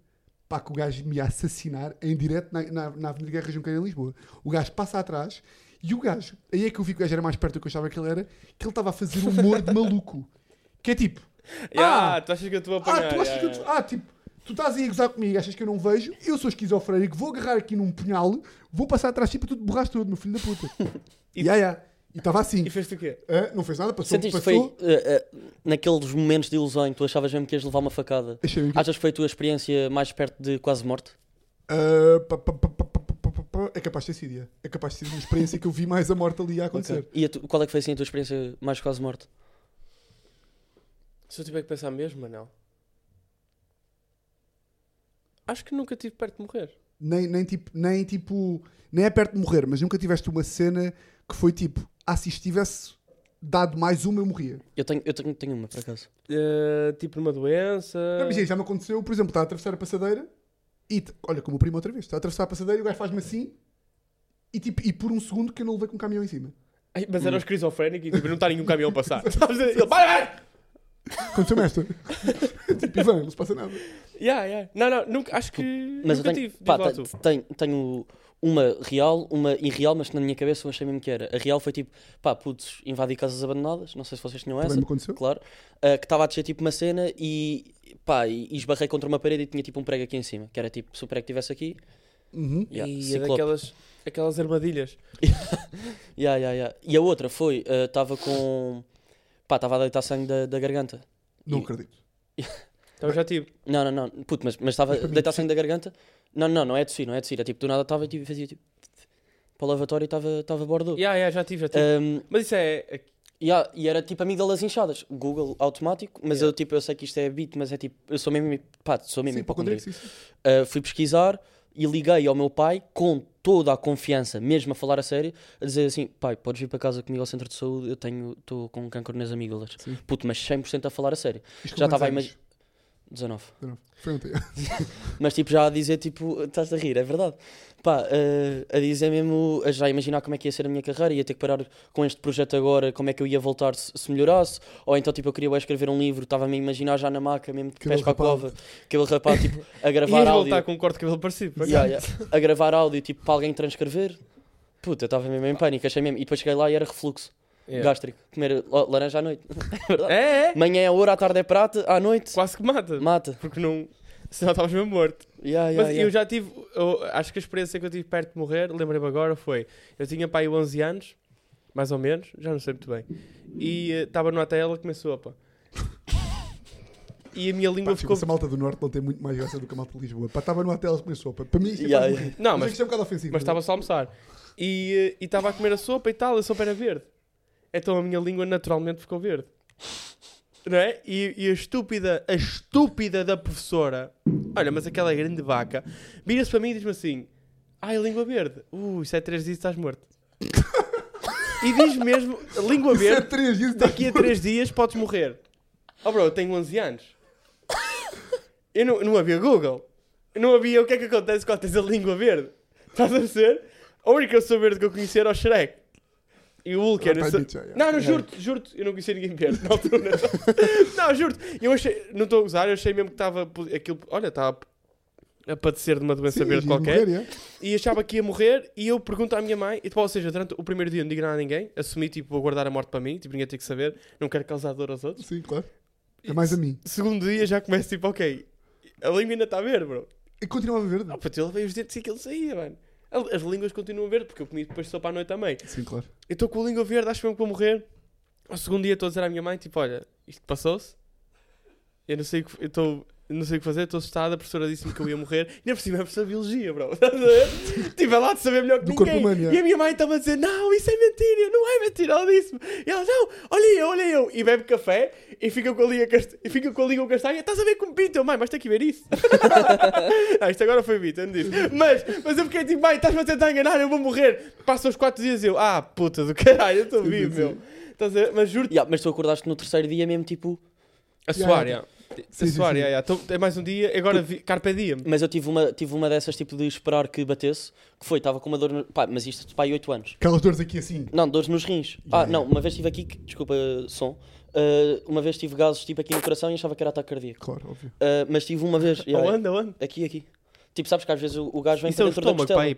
Speaker 1: pá, que o gajo me ia assassinar em direto na, na, na Avenida Guerra Junqueira em Lisboa. O gajo passa atrás e o gajo, aí é que eu vi que o gajo era mais perto do que eu achava que ele era, que ele estava a fazer um humor de maluco. Que é tipo,
Speaker 2: Yeah,
Speaker 1: Ah!
Speaker 2: tu achas que eu estou a apanhar?
Speaker 1: Ah, tu achas
Speaker 2: yeah,
Speaker 1: que eu te...
Speaker 2: yeah.
Speaker 1: Ah, tipo, tu estás aí a gozar comigo, achas que eu não vejo? Eu sou esquizofrénico, vou agarrar aqui num punhal, vou passar atrás de ti para tu te borraste todo, meu filho da puta. e ya, ya. E estava assim.
Speaker 2: E fez-te o quê?
Speaker 1: Ah, não fez nada, passou.
Speaker 3: Sentiste que foi
Speaker 1: passou.
Speaker 3: eh, eh, naqueles momentos de ilusão em que tu achavas mesmo que ias levar uma facada?
Speaker 2: Uhum.
Speaker 1: Achei que...
Speaker 3: Achas que foi a tua experiência mais perto de quase morte?
Speaker 1: Ah, pa, pa, pa, pa, pa, pa, pa, pa. É capaz de ter sido, ya. é capaz de ser uma experiência que eu vi mais a morte ali a acontecer.
Speaker 3: Ok. E a tu- qual é que foi assim a tua experiência mais quase morte?
Speaker 2: Se eu tiver que pensar mesmo, não. Acho que nunca tive perto de morrer.
Speaker 1: Nem, nem, tipo, nem tipo, nem é perto de morrer, mas nunca tiveste uma cena que foi tipo, ah, se isto tivesse dado mais uma, eu morria.
Speaker 3: Eu tenho, eu tenho, tenho uma, por acaso.
Speaker 2: Eh, tipo numa doença.
Speaker 1: Não, mas já me aconteceu, por exemplo, está a atravessar a passadeira e t- olha, como o primo outra vez, está a atravessar a passadeira e o gajo faz-me assim e, tipo, e por um segundo que eu não levei com um caminhão em cima.
Speaker 2: Ai, mas era esquizofrénico e tipo, não está nenhum caminhão a passar. Sabes? Ele, vai, vai!
Speaker 1: Aconteceu-me esta. tipo, Ivan, não se passa nada.
Speaker 2: Yeah, yeah. Não, não, nunca, acho que
Speaker 3: Mas
Speaker 2: nunca
Speaker 3: eu tenho,
Speaker 2: tive.
Speaker 3: pá,
Speaker 2: Diz lá
Speaker 3: te-
Speaker 2: tu.
Speaker 3: tenho, tenho uma real, uma irreal, mas que na minha cabeça eu achei mesmo que era. A real foi tipo, pá, putos, invadi casas abandonadas, não sei se vocês tinham
Speaker 1: Também
Speaker 3: essa,
Speaker 1: me aconteceu.
Speaker 3: claro, ah, que estava a descer tipo uma cena e, pá, e, e esbarrei contra uma parede e tinha tipo um prego aqui em cima, que era tipo, se o prego estivesse aqui,
Speaker 1: Uhum.
Speaker 3: yeah,
Speaker 2: e é
Speaker 3: ciclope.
Speaker 2: daquelas aquelas armadilhas.
Speaker 3: Yeah, yeah, yeah. E a outra foi, estava com, pá, estava a deitar sangue da, da garganta.
Speaker 1: Não
Speaker 3: E-
Speaker 1: acredito.
Speaker 2: Então já tive.
Speaker 3: Não, não, não, puto, mas mas estava a deitar sangue da garganta. Não, não, não é de si, não é de si, era tipo, do nada estava e tipo, fazia tipo, para o lavatório e estava- estava bordo.
Speaker 2: Yeah, yeah, já tive, já
Speaker 1: Eh,
Speaker 2: tive.
Speaker 3: Um,
Speaker 2: Mas isso é.
Speaker 3: yeah, e era tipo amígdalas inchadas, Google automático, mas
Speaker 2: Yeah.
Speaker 3: eu tipo, eu sei que isto é bit, mas é tipo, eu sou mesmo, pá, sou mesmo
Speaker 1: Sim, para o contrário,
Speaker 3: hipocondríaco.
Speaker 1: sim, sim.
Speaker 3: Uh, fui pesquisar e liguei ao meu pai com toda a confiança, mesmo a falar a sério, a dizer assim: pai, podes vir para casa comigo ao centro de saúde, eu tenho, estou com câncer um nas amígdalas.
Speaker 1: Sim.
Speaker 3: Puto, mas 100% a falar a sério.
Speaker 1: Isto
Speaker 3: Já
Speaker 1: com
Speaker 3: estava a
Speaker 1: quantos anos?
Speaker 3: 19.
Speaker 1: Foi um ontem.
Speaker 3: Mas tipo, já a dizer, tipo, estás a rir, é verdade. Pá, eh, a dizer mesmo, a já imaginar como é que ia ser a minha carreira, ia ter que parar com este projeto agora, como é que eu ia voltar se, se melhorasse, ou então tipo, eu queria bué escrever um livro, estava-me a imaginar já na maca, mesmo de
Speaker 1: Cabelo
Speaker 3: pés para a
Speaker 1: rapado.
Speaker 3: cova, aquele rapaz, tipo, a gravar
Speaker 2: Ias
Speaker 3: áudio,
Speaker 2: voltar com um corte de cabelo parecido. por
Speaker 3: Yeah,
Speaker 2: acaso.
Speaker 3: yeah. a gravar áudio, tipo, para alguém transcrever. Puta, eu estava mesmo em pânico, achei mesmo, e depois cheguei lá e era refluxo,
Speaker 2: Yeah.
Speaker 3: gástrico, comer la- laranja à noite. é verdade.
Speaker 2: É, é.
Speaker 3: Manhã é ouro, à tarde é prata, à noite,
Speaker 2: Quase que mata.
Speaker 3: mata.
Speaker 2: Porque não. Senão estavas mesmo morto.
Speaker 3: Yeah, yeah,
Speaker 2: Mas
Speaker 3: yeah.
Speaker 2: eu já tive. eu- acho que a experiência que eu tive perto de morrer, lembrei-me agora, foi. Eu tinha pai 11 anos, mais ou menos, já não sei muito bem. E eh, estava no hotel e começou sopa. E a minha
Speaker 1: Pá,
Speaker 2: língua
Speaker 1: tipo,
Speaker 2: ficou.
Speaker 1: essa malta do Norte não tem muito mais graça do que a malta de Lisboa. Pá, estava no hotel e começou. Pá, para mim isto é
Speaker 3: Yeah,
Speaker 1: quase
Speaker 3: yeah.
Speaker 1: morrer.
Speaker 2: Não,
Speaker 1: Mas é que
Speaker 2: mas
Speaker 1: isto é um bocado ofensivo.
Speaker 2: mas estava só a almoçar. E eh, e estava a comer a sopa e tal, a sopa era verde. Então a minha língua naturalmente ficou verde. Não é? E, e a estúpida, a estúpida da professora, olha, mas aquela grande vaca, vira-se para mim e diz-me assim: Ai, língua verde. Uh, isso é três dias e estás morto. e diz mesmo: Língua
Speaker 1: Isso é
Speaker 2: verde,
Speaker 1: três dias.
Speaker 2: daqui a três dias podes morrer. Oh, bro, eu tenho 11 anos. Eu não, não havia Google. Eu Não havia o que é que acontece quando tens a língua verde. Estás a perceber? A única pessoa verde que eu conhecia era o Shrek. E o Hulk era...
Speaker 1: Ah, pá,
Speaker 2: só-
Speaker 1: dito já, já.
Speaker 2: Não, não, juro-te, juro-te. Eu não conhecia ninguém verde na altura. não, juro-te. Eu achei... Não estou a gozar, eu achei mesmo que estava... po- Aquilo... Olha, estava a padecer de uma doença verde qualquer e achava que ia morrer e eu pergunto à minha mãe e tipo, ou seja, durante o primeiro dia não digo nada a ninguém, assumi tipo, vou guardar a morte para mim, tipo, ninguém tem que saber, não quero causar dor aos outros.
Speaker 1: Sim, claro. É mais a mim.
Speaker 2: Segundo dia já começo tipo, ok, a língua ainda está verde, bro.
Speaker 1: E continuava verde.
Speaker 2: Ah, pá, eu levei os dentes e aquilo saía, mano. A- As línguas continuam verde porque eu comi depois sopa à noite também.
Speaker 1: Sim, claro.
Speaker 2: Eu estou com a língua verde, acho mesmo que vou morrer. Ao segundo dia estou a dizer à minha mãe, tipo, olha, isto passou-se. Eu não sei o que, eu estou- não sei o que fazer, estou assustada, a professora disse-me que eu ia morrer. E ainda por cima é a professora de biologia, bro. Estás a ver? Estive lá de saber melhor que
Speaker 1: Do corpo
Speaker 2: ninguém.
Speaker 1: humano, é.
Speaker 2: e a minha mãe estava a dizer, não, isso é mentira, eu, não é mentira. Ela disse-me. E ela, não, olha eu, olha eu. E bebe café e fica com a língua, cast... e fica com a língua castanha. Estás a ver como pinta? Eu, mãe, mas tem que ver isso. Ah, isto agora foi Vitor, não disse. Mas, mas eu fiquei tipo, mãe, estás-me a tentar enganar, eu vou morrer. Passam os 4 dias e eu, ah, puta do caralho, eu estou
Speaker 1: Sim,
Speaker 2: vivo,
Speaker 1: sim,
Speaker 2: meu. Estás a ver? Mas juro-te.
Speaker 3: Yeah, mas tu acordaste no terceiro dia mesmo, tipo.
Speaker 2: A
Speaker 1: Yeah,
Speaker 2: suar,
Speaker 1: yeah.
Speaker 2: yeah.
Speaker 1: Sim,
Speaker 2: A
Speaker 1: sim,
Speaker 2: suar,
Speaker 1: sim.
Speaker 2: yeah, yeah. Então, é mais um dia, agora vi, carpe diem.
Speaker 3: Mas eu tive uma, tive uma dessas, tipo, de esperar que batesse, que foi, estava com uma dor. No... Pá, mas isto, pá, 8 anos.
Speaker 1: Aquelas dores aqui assim.
Speaker 3: Não, dores nos rins. Ah, não, uma vez tive aqui, que- desculpa, som. Ah, uma vez tive gases, tipo, aqui no coração e achava que era ataque cardíaco.
Speaker 1: Claro, óbvio.
Speaker 3: Ah, mas tive uma vez. yeah, yeah.
Speaker 2: Aonde, aonde?
Speaker 3: aqui, aqui. Tipo, sabes que às vezes o, o gajo vem
Speaker 2: Oh, Isso é
Speaker 3: para
Speaker 2: o
Speaker 3: dentro
Speaker 2: estômago,
Speaker 3: da costela.
Speaker 2: pá, aí,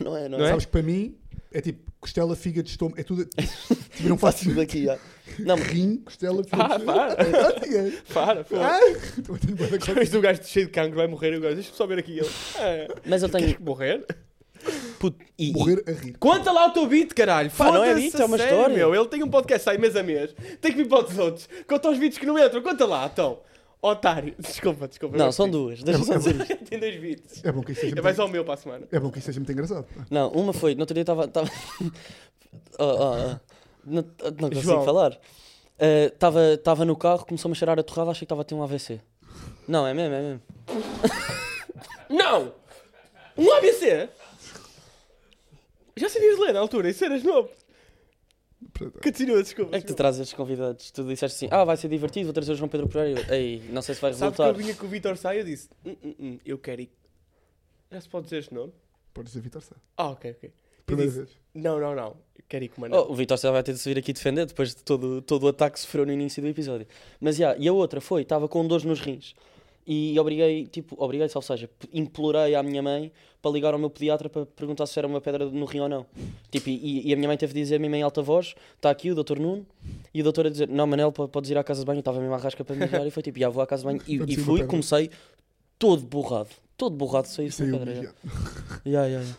Speaker 2: pá.
Speaker 3: Não é, não,
Speaker 2: Não
Speaker 3: é?
Speaker 2: é?
Speaker 1: Sabes que para mim é tipo costela, fígado, estômago. É tudo. tipo, não
Speaker 3: Faço
Speaker 1: faço
Speaker 3: tudo aqui, yeah. Não, mas-
Speaker 1: rim, costela,
Speaker 2: Ah,
Speaker 1: fígado.
Speaker 2: para,
Speaker 1: Assim é.
Speaker 2: para, pô.
Speaker 1: Ah, estou a ter bué da coisa.
Speaker 2: Mas o gajo cheio de cancro vai morrer, o gajo, deixa-me só ver aqui ele. Ah,
Speaker 3: mas eu tenho.
Speaker 2: queres morrer?
Speaker 3: Puto, e, e-
Speaker 1: Morrer a rir.
Speaker 2: Conta lá o teu beat, caralho.
Speaker 3: Pá, não é
Speaker 2: Foda-se,
Speaker 3: beat,
Speaker 2: a
Speaker 3: é uma
Speaker 2: sério,
Speaker 3: história.
Speaker 2: Meu. Ele tem um podcast aí mês a mês. Tem que vir para os outros. Conta os beats que não entram. Conta lá, então. Otário. Desculpa, desculpa.
Speaker 3: Não,
Speaker 2: eu
Speaker 3: são
Speaker 2: sei.
Speaker 3: duas. Deixa só dizer isto.
Speaker 2: tem dois beats.
Speaker 1: É bom que isto seja
Speaker 2: É mais
Speaker 1: muito,
Speaker 2: ao meu para a semana.
Speaker 1: é bom que isto seja muito engraçado. pá.
Speaker 3: Não, uma foi, no outro dia estava. Tava... Oh, oh, oh. Não, não consigo
Speaker 2: João.
Speaker 3: falar. Estava tava no carro, começou-me a cheirar a torrada, achei que estava a ter um AVC. Não, é mesmo, é mesmo.
Speaker 2: Não! Um ABC? Já sabias ler na altura. Isso eras novo.
Speaker 1: Pronto.
Speaker 2: Continua, desculpa.
Speaker 3: É que tu
Speaker 2: desculpa.
Speaker 3: trazes estes convidados. Tu disseste assim: ah, vai ser divertido, vou trazer o João Pedro Pereira. Eu, Ei, não sei se vai
Speaker 2: Sabe que eu
Speaker 3: resultar.
Speaker 2: vinha com o Vitor Sai e eu disse: "Hum, hum, hum, Eu quero ir. Já se pode dizer este nome?
Speaker 1: Podes evitar-se.
Speaker 2: Ah, ok, ok. Eu
Speaker 1: Primeira
Speaker 2: disse:
Speaker 1: vez.
Speaker 2: Não, não, não. Eu quero ir com o Manel.
Speaker 3: Oh, o Vitor já vai ter de se vir aqui defender depois de todo, todo o ataque que sofreu no início do episódio. Mas já, e a outra foi: estava com dores nos rins. E obriguei, tipo, obriguei, ou seja, p- implorei à minha mãe para ligar ao meu pediatra para perguntar se era uma pedra no rim ou não. Tipo, e, e a minha mãe teve de dizer mesmo em alta voz: está aqui o doutor Nuno. E o doutor a dizer: não, Manel, po- podes ir à casa de banho. Eu Estava mesmo à rasca para me mijar e foi tipo: já vou à casa de banho.
Speaker 1: Vamos
Speaker 3: E, e
Speaker 1: sair uma
Speaker 3: fui,
Speaker 1: pedra.
Speaker 3: comecei todo borrado. Todo borrado, saí
Speaker 1: Isso
Speaker 3: sem
Speaker 1: aí eu
Speaker 2: um
Speaker 3: pedra. já.
Speaker 1: já.
Speaker 3: Ya, ya, ya.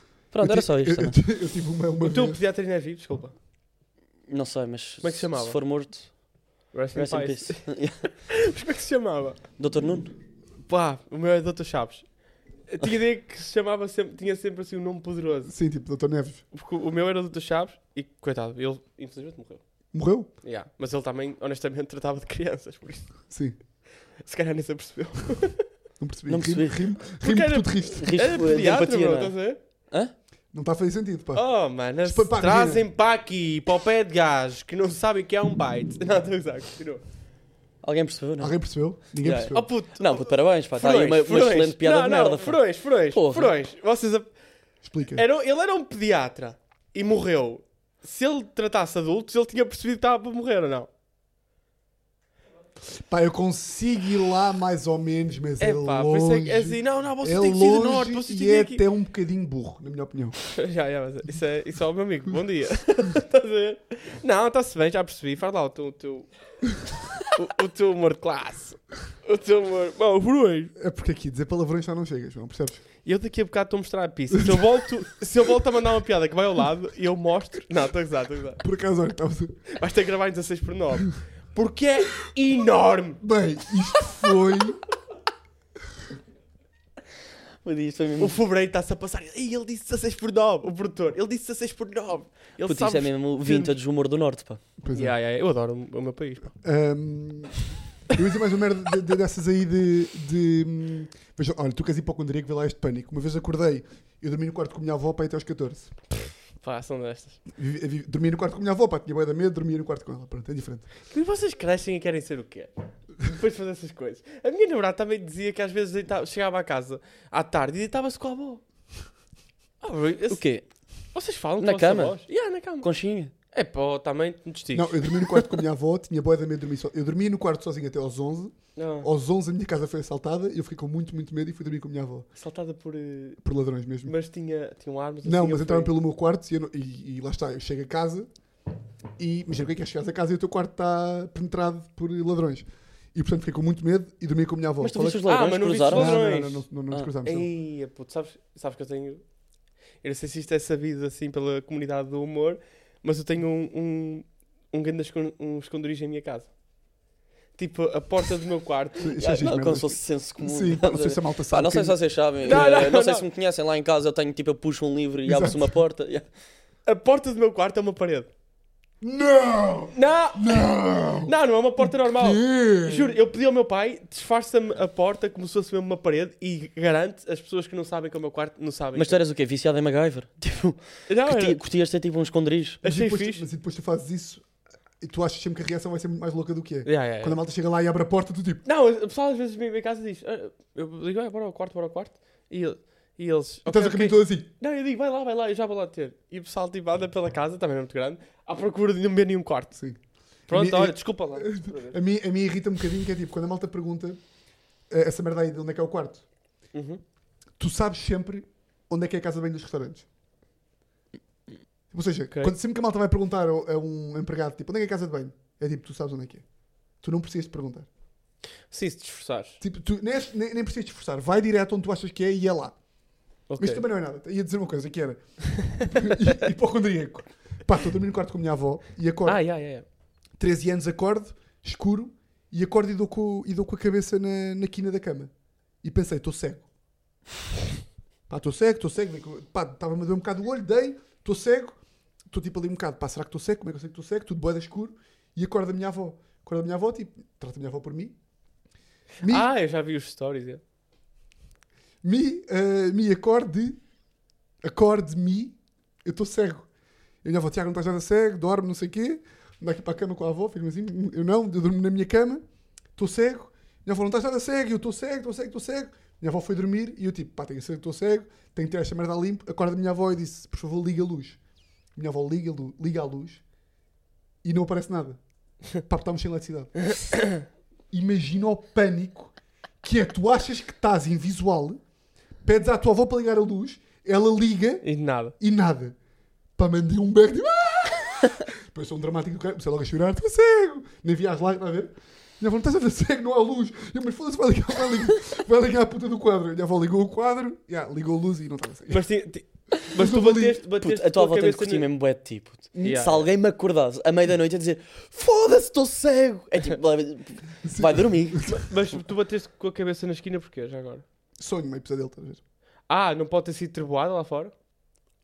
Speaker 1: um
Speaker 3: Pronto,
Speaker 1: Eu
Speaker 3: era
Speaker 1: ti-
Speaker 3: só isto
Speaker 1: eu-
Speaker 3: também.
Speaker 1: Eu, eu tive uma, uma
Speaker 2: o teu
Speaker 1: vez-
Speaker 2: pediatra ainda é vivo, desculpa.
Speaker 3: Não sei, mas
Speaker 2: Como é que se chamava?
Speaker 3: se for morto,
Speaker 2: Rest,
Speaker 3: rest in
Speaker 2: in peace.
Speaker 3: peace.
Speaker 2: Mas como é que se chamava?
Speaker 3: Doutor Nuno?
Speaker 2: Pá, o meu é Dr. Chaves. Eu tinha ideia que se chamava sempre, tinha sempre assim um nome poderoso.
Speaker 1: Sim, tipo, Dr. Neves.
Speaker 2: Porque o meu era Dr. Chaves e, coitado, ele infelizmente morreu.
Speaker 1: Morreu?
Speaker 2: Yeah. Mas ele também, honestamente, tratava de crianças, por isso
Speaker 1: Sim.
Speaker 2: se calhar nem se apercebeu.
Speaker 1: Não percebi.
Speaker 3: Não percebi.
Speaker 1: Rimo, rimo,
Speaker 2: Porque era-
Speaker 1: rimo tu te riste.
Speaker 3: Risco
Speaker 2: Era
Speaker 3: de
Speaker 2: pediatra,
Speaker 3: empatia,
Speaker 2: bro,
Speaker 3: não é?
Speaker 2: estás a ver?
Speaker 1: Não está a fazer sentido, pá.
Speaker 2: Oh, mano,
Speaker 1: Mas para- para-
Speaker 2: trazem para aqui, para o pé de gajos que não sabem o que é um bite. Não, estou a gozar, continua.
Speaker 3: Alguém percebeu, não?
Speaker 1: Alguém percebeu? Ninguém
Speaker 3: Yeah.
Speaker 1: percebeu.
Speaker 2: Oh puto.
Speaker 3: Não, puto, parabéns, pá. Está aí uma, uma excelente piada
Speaker 2: não,
Speaker 3: de
Speaker 2: não,
Speaker 3: merda. pá.
Speaker 2: Furões, furões,
Speaker 3: Porra.
Speaker 2: furões. Vocês a-
Speaker 1: Explica.
Speaker 2: Oh. Era, ele era um pediatra e morreu. Se ele tratasse adultos, ele tinha percebido que estava para morrer ou não?
Speaker 1: Pá, eu consigo ir lá mais ou menos, mas é,
Speaker 2: É pá, por isso é,
Speaker 1: longe.
Speaker 2: que- é assim, não, não,
Speaker 1: é
Speaker 2: vocês têm que ir do norte,
Speaker 1: longe
Speaker 2: vocês
Speaker 1: e é
Speaker 2: têm que ir
Speaker 1: até um bocadinho burro, na minha opinião.
Speaker 2: aqui. já, já, mas isso é, isso é o meu amigo, bom dia. Estás a ver? Não, está-se bem, já percebi, faz lá o teu, o teu, o, o teu humor de classe. O teu humor, bom, furões.
Speaker 1: É porque aqui dizer palavrões já não chega, João, percebes?
Speaker 2: E eu daqui a bocado estou a mostrar a pizza. Se eu volto, se eu volto a mandar uma piada que vai ao lado, e eu mostro... Não, estou a gozar, estou a gozar.
Speaker 1: Por acaso, olha, tá estava...
Speaker 2: Vais ter que gravar em 16 por 9. Porque é enorme.
Speaker 1: Bem, isto foi...
Speaker 3: Mas isto foi mesmo-
Speaker 2: O Fubreiro está-se a passar. Ei, ele disse 16 por 9, o produtor. Ele disse 16 por 9. Ele
Speaker 3: Puto,
Speaker 2: sabe...
Speaker 3: isto é mesmo o vintage humor do norte, pá.
Speaker 1: Pois é.
Speaker 2: Yeah, yeah, eu adoro o o meu país. pá.
Speaker 1: Ahm, eu ia dizer mais uma merda de- de- dessas aí de. de, hum, veja, olha, tu queres hipocondríaco, vê lá este pânico. Uma vez acordei, eu dormi no quarto com a minha avó para até aos 14.
Speaker 2: Pá, são destas.
Speaker 1: Vi- vi- dormi no quarto com a minha avó, pá, tinha boia da medo, dormia no quarto com ela. Pronto, é diferente.
Speaker 2: E vocês crescem e querem ser o quê? Depois de fazer essas coisas. A minha namorada também dizia que às vezes deitava- chegava à casa à tarde e deitava-se com a avó. Ah, bro, esse-
Speaker 3: O quê?
Speaker 2: Vocês falam com
Speaker 3: Na
Speaker 2: a vossa
Speaker 3: cama?
Speaker 2: voz? Yeah, na cama.
Speaker 3: Conchinha?
Speaker 2: É pá, também me testigo.
Speaker 1: Não, eu dormi no quarto com a minha avó, tinha boia da medo, dormi só. Eu dormi no quarto sozinho até aos 11.
Speaker 2: Não.
Speaker 1: Aos 11 a minha casa foi assaltada e eu fiquei com muito, muito medo e fui dormir com a minha avó.
Speaker 2: Saltada por... eh,
Speaker 1: Por ladrões mesmo.
Speaker 2: Mas tinha, tinham armas
Speaker 1: Não,
Speaker 2: assim,
Speaker 1: mas
Speaker 2: eu
Speaker 1: entraram
Speaker 2: fui-
Speaker 1: pelo meu quarto e, eu não- e- e lá está, eu chego a casa e imagina o que é que é chegares a casa e o teu quarto está penetrado por ladrões. E portanto fiquei com muito medo e dormi com a minha avó.
Speaker 3: Mas tu
Speaker 1: Qual é
Speaker 3: viste os
Speaker 1: que-
Speaker 2: Ah,
Speaker 3: ladrões
Speaker 2: mas não viste
Speaker 3: cruzaram?
Speaker 1: não,
Speaker 2: ladrões?
Speaker 1: não, não, não, não, não nos
Speaker 3: Ah.
Speaker 1: cruzámos. não.
Speaker 2: Ei, puto, sabes, sabes que eu tenho. Eu não sei se isto é sabido assim pela comunidade do humor, mas eu tenho um, um, um grande escon- um esconderijo em minha casa. Tipo, a porta do meu quarto.
Speaker 1: Isso- isso
Speaker 3: Ah,
Speaker 1: é giz
Speaker 3: não,
Speaker 1: merda.
Speaker 3: como se fosse um- senso comum.
Speaker 1: Sim, pá, não sei se a malta
Speaker 3: Pá,
Speaker 1: sabe.
Speaker 3: não sei se
Speaker 1: quem-
Speaker 3: vocês sabem, eh,
Speaker 2: Não,
Speaker 3: não,
Speaker 2: não,
Speaker 3: sei
Speaker 2: não.
Speaker 3: se me conhecem, lá em casa eu tenho tipo, eu puxo um livro e
Speaker 1: Exato.
Speaker 3: abro-se uma porta. yeah.
Speaker 2: A porta do meu quarto é uma parede.
Speaker 1: é tipo, Não!
Speaker 2: Não! Não, não é uma porta normal.
Speaker 1: Quê?
Speaker 2: Juro, eu pedi ao meu pai, disfarça-me a porta como se fosse mesmo uma parede e garante as pessoas que não sabem que é o meu quarto não sabem.
Speaker 3: Mas tu eras o quê? Viciado em MacGyver? Tipo,
Speaker 2: Não, era-
Speaker 3: curti- curtias ter tipo um esconderijo?
Speaker 1: Mas
Speaker 2: achei
Speaker 1: depois, tu-
Speaker 2: fixe.
Speaker 1: mas e depois tu fazes isso e tu achas sempre que a reação vai ser muito mais louca do que é.
Speaker 2: Yeah, yeah, yeah.
Speaker 1: Quando a malta chega lá e abre a porta, tu tipo,
Speaker 2: Não, o pessoal às vezes vem em casa e diz: "Ah, Eu digo, "Ah, bora ao quarto, bora ao quarto. E, ele- e eles.
Speaker 1: tu estás
Speaker 2: "Ok,
Speaker 1: a caminho
Speaker 2: ok."
Speaker 1: todo assim.
Speaker 2: Não, eu digo: Vai lá, vai lá, eu já vou lá ter. E o pessoal tipo, anda pela casa, também não é muito grande, à procura de não ver nenhum quarto.
Speaker 1: Sim.
Speaker 2: Pronto,
Speaker 1: Mi-
Speaker 2: olha,
Speaker 1: eu-
Speaker 2: desculpa lá.
Speaker 1: A mim, a mim irrita um bocadinho que é tipo, quando a malta pergunta eh, essa merda aí de onde é que é o quarto,
Speaker 2: Uhum.
Speaker 1: tu sabes sempre onde é que é a casa de banho dos restaurantes. Ou seja,
Speaker 2: Ok.
Speaker 1: quando sempre que a malta vai perguntar ao- a um empregado, tipo, onde é que é a casa de banho? É tipo, tu sabes onde é que é. Tu não precisas de perguntar.
Speaker 2: Sim, se te esforçares.
Speaker 1: Tipo, tu nem, és- nem, nem precisas de esforçar. Vai direto onde tu achas que é e é lá.
Speaker 2: Ok.
Speaker 1: Mas isto também não é nada. Ia dizer uma coisa, que era... hi- Hipocondríaco. Pá, estou a dormir no quarto com a minha avó e acordo.
Speaker 2: Ah, yeah, yeah, yeah.
Speaker 1: 13 anos acordo, escuro, e acordo e dou com, e dou com a cabeça na, na quina da cama. E pensei, estou cego. Pá, estou cego, estou cego. dei com- Pá, estava-me a doer um bocado o olho, dei, estou cego. Estou tipo ali um bocado, pá, será que estou cego? Como é que eu sei que estou cego? Tudo boeda escuro. E acordo a minha avó. Acordo a minha avó, tipo, trata a minha avó por mim. Mi,
Speaker 2: Ah, eu já vi os stories. yeah.
Speaker 1: mi, ah, mi, acorde, acorde, mi, eu estou cego. E a minha avó, Tiago, não estás nada cego, dorme, não sei o quê. Anda aqui para a cama com a avó, fica assim, eu não, eu durmo na minha cama, estou cego. Minha avó, não estás nada cego, eu estou cego, estou cego, estou cego. Minha avó foi dormir e eu tipo, pá, tenho que ser que estou cego, tenho que tirar esta merda a limpo. Acorda a minha avó e disse, por favor, liga a luz. Minha avó liga, a lu- liga a luz e não aparece nada. Pá, estamos sem eletricidade. Imagina o pânico que é, tu achas que estás invisual, pedes à tua avó para ligar a luz, ela liga
Speaker 2: E nada.
Speaker 1: e nada. Pá, mandei um berro. tipo, "Ah!" Depois sou um dramático do cara. Comecei logo a chorar. Estou cego. Nem vi as lágrimas, está a ver? Minha avó, não estás a ver cego, não há luz. Eu, mas foda-se, vai ligar, vai ligar, vai ligar a puta do quadro. Minha avó ligou o quadro, já, ligou a luz e não estava cego.
Speaker 2: Mas, ti- ti- mas tu
Speaker 1: Eu li-
Speaker 2: bateste, bateste
Speaker 3: Puto, a tua
Speaker 2: com
Speaker 3: avó tem de
Speaker 2: cabeça
Speaker 3: curtir
Speaker 2: na-
Speaker 3: mesmo bué de ti, puto.
Speaker 2: Yeah,
Speaker 3: Se
Speaker 2: yeah.
Speaker 3: alguém me acordasse à meia da noite a dizer Foda-se, estou cego! É tipo, vai dormir.
Speaker 2: Mas tu bateste com a cabeça na esquina porquê, já agora?
Speaker 1: Sonho, meio pesadelo, estás a ver?
Speaker 2: Ah, não pode ter sido treboada lá fora?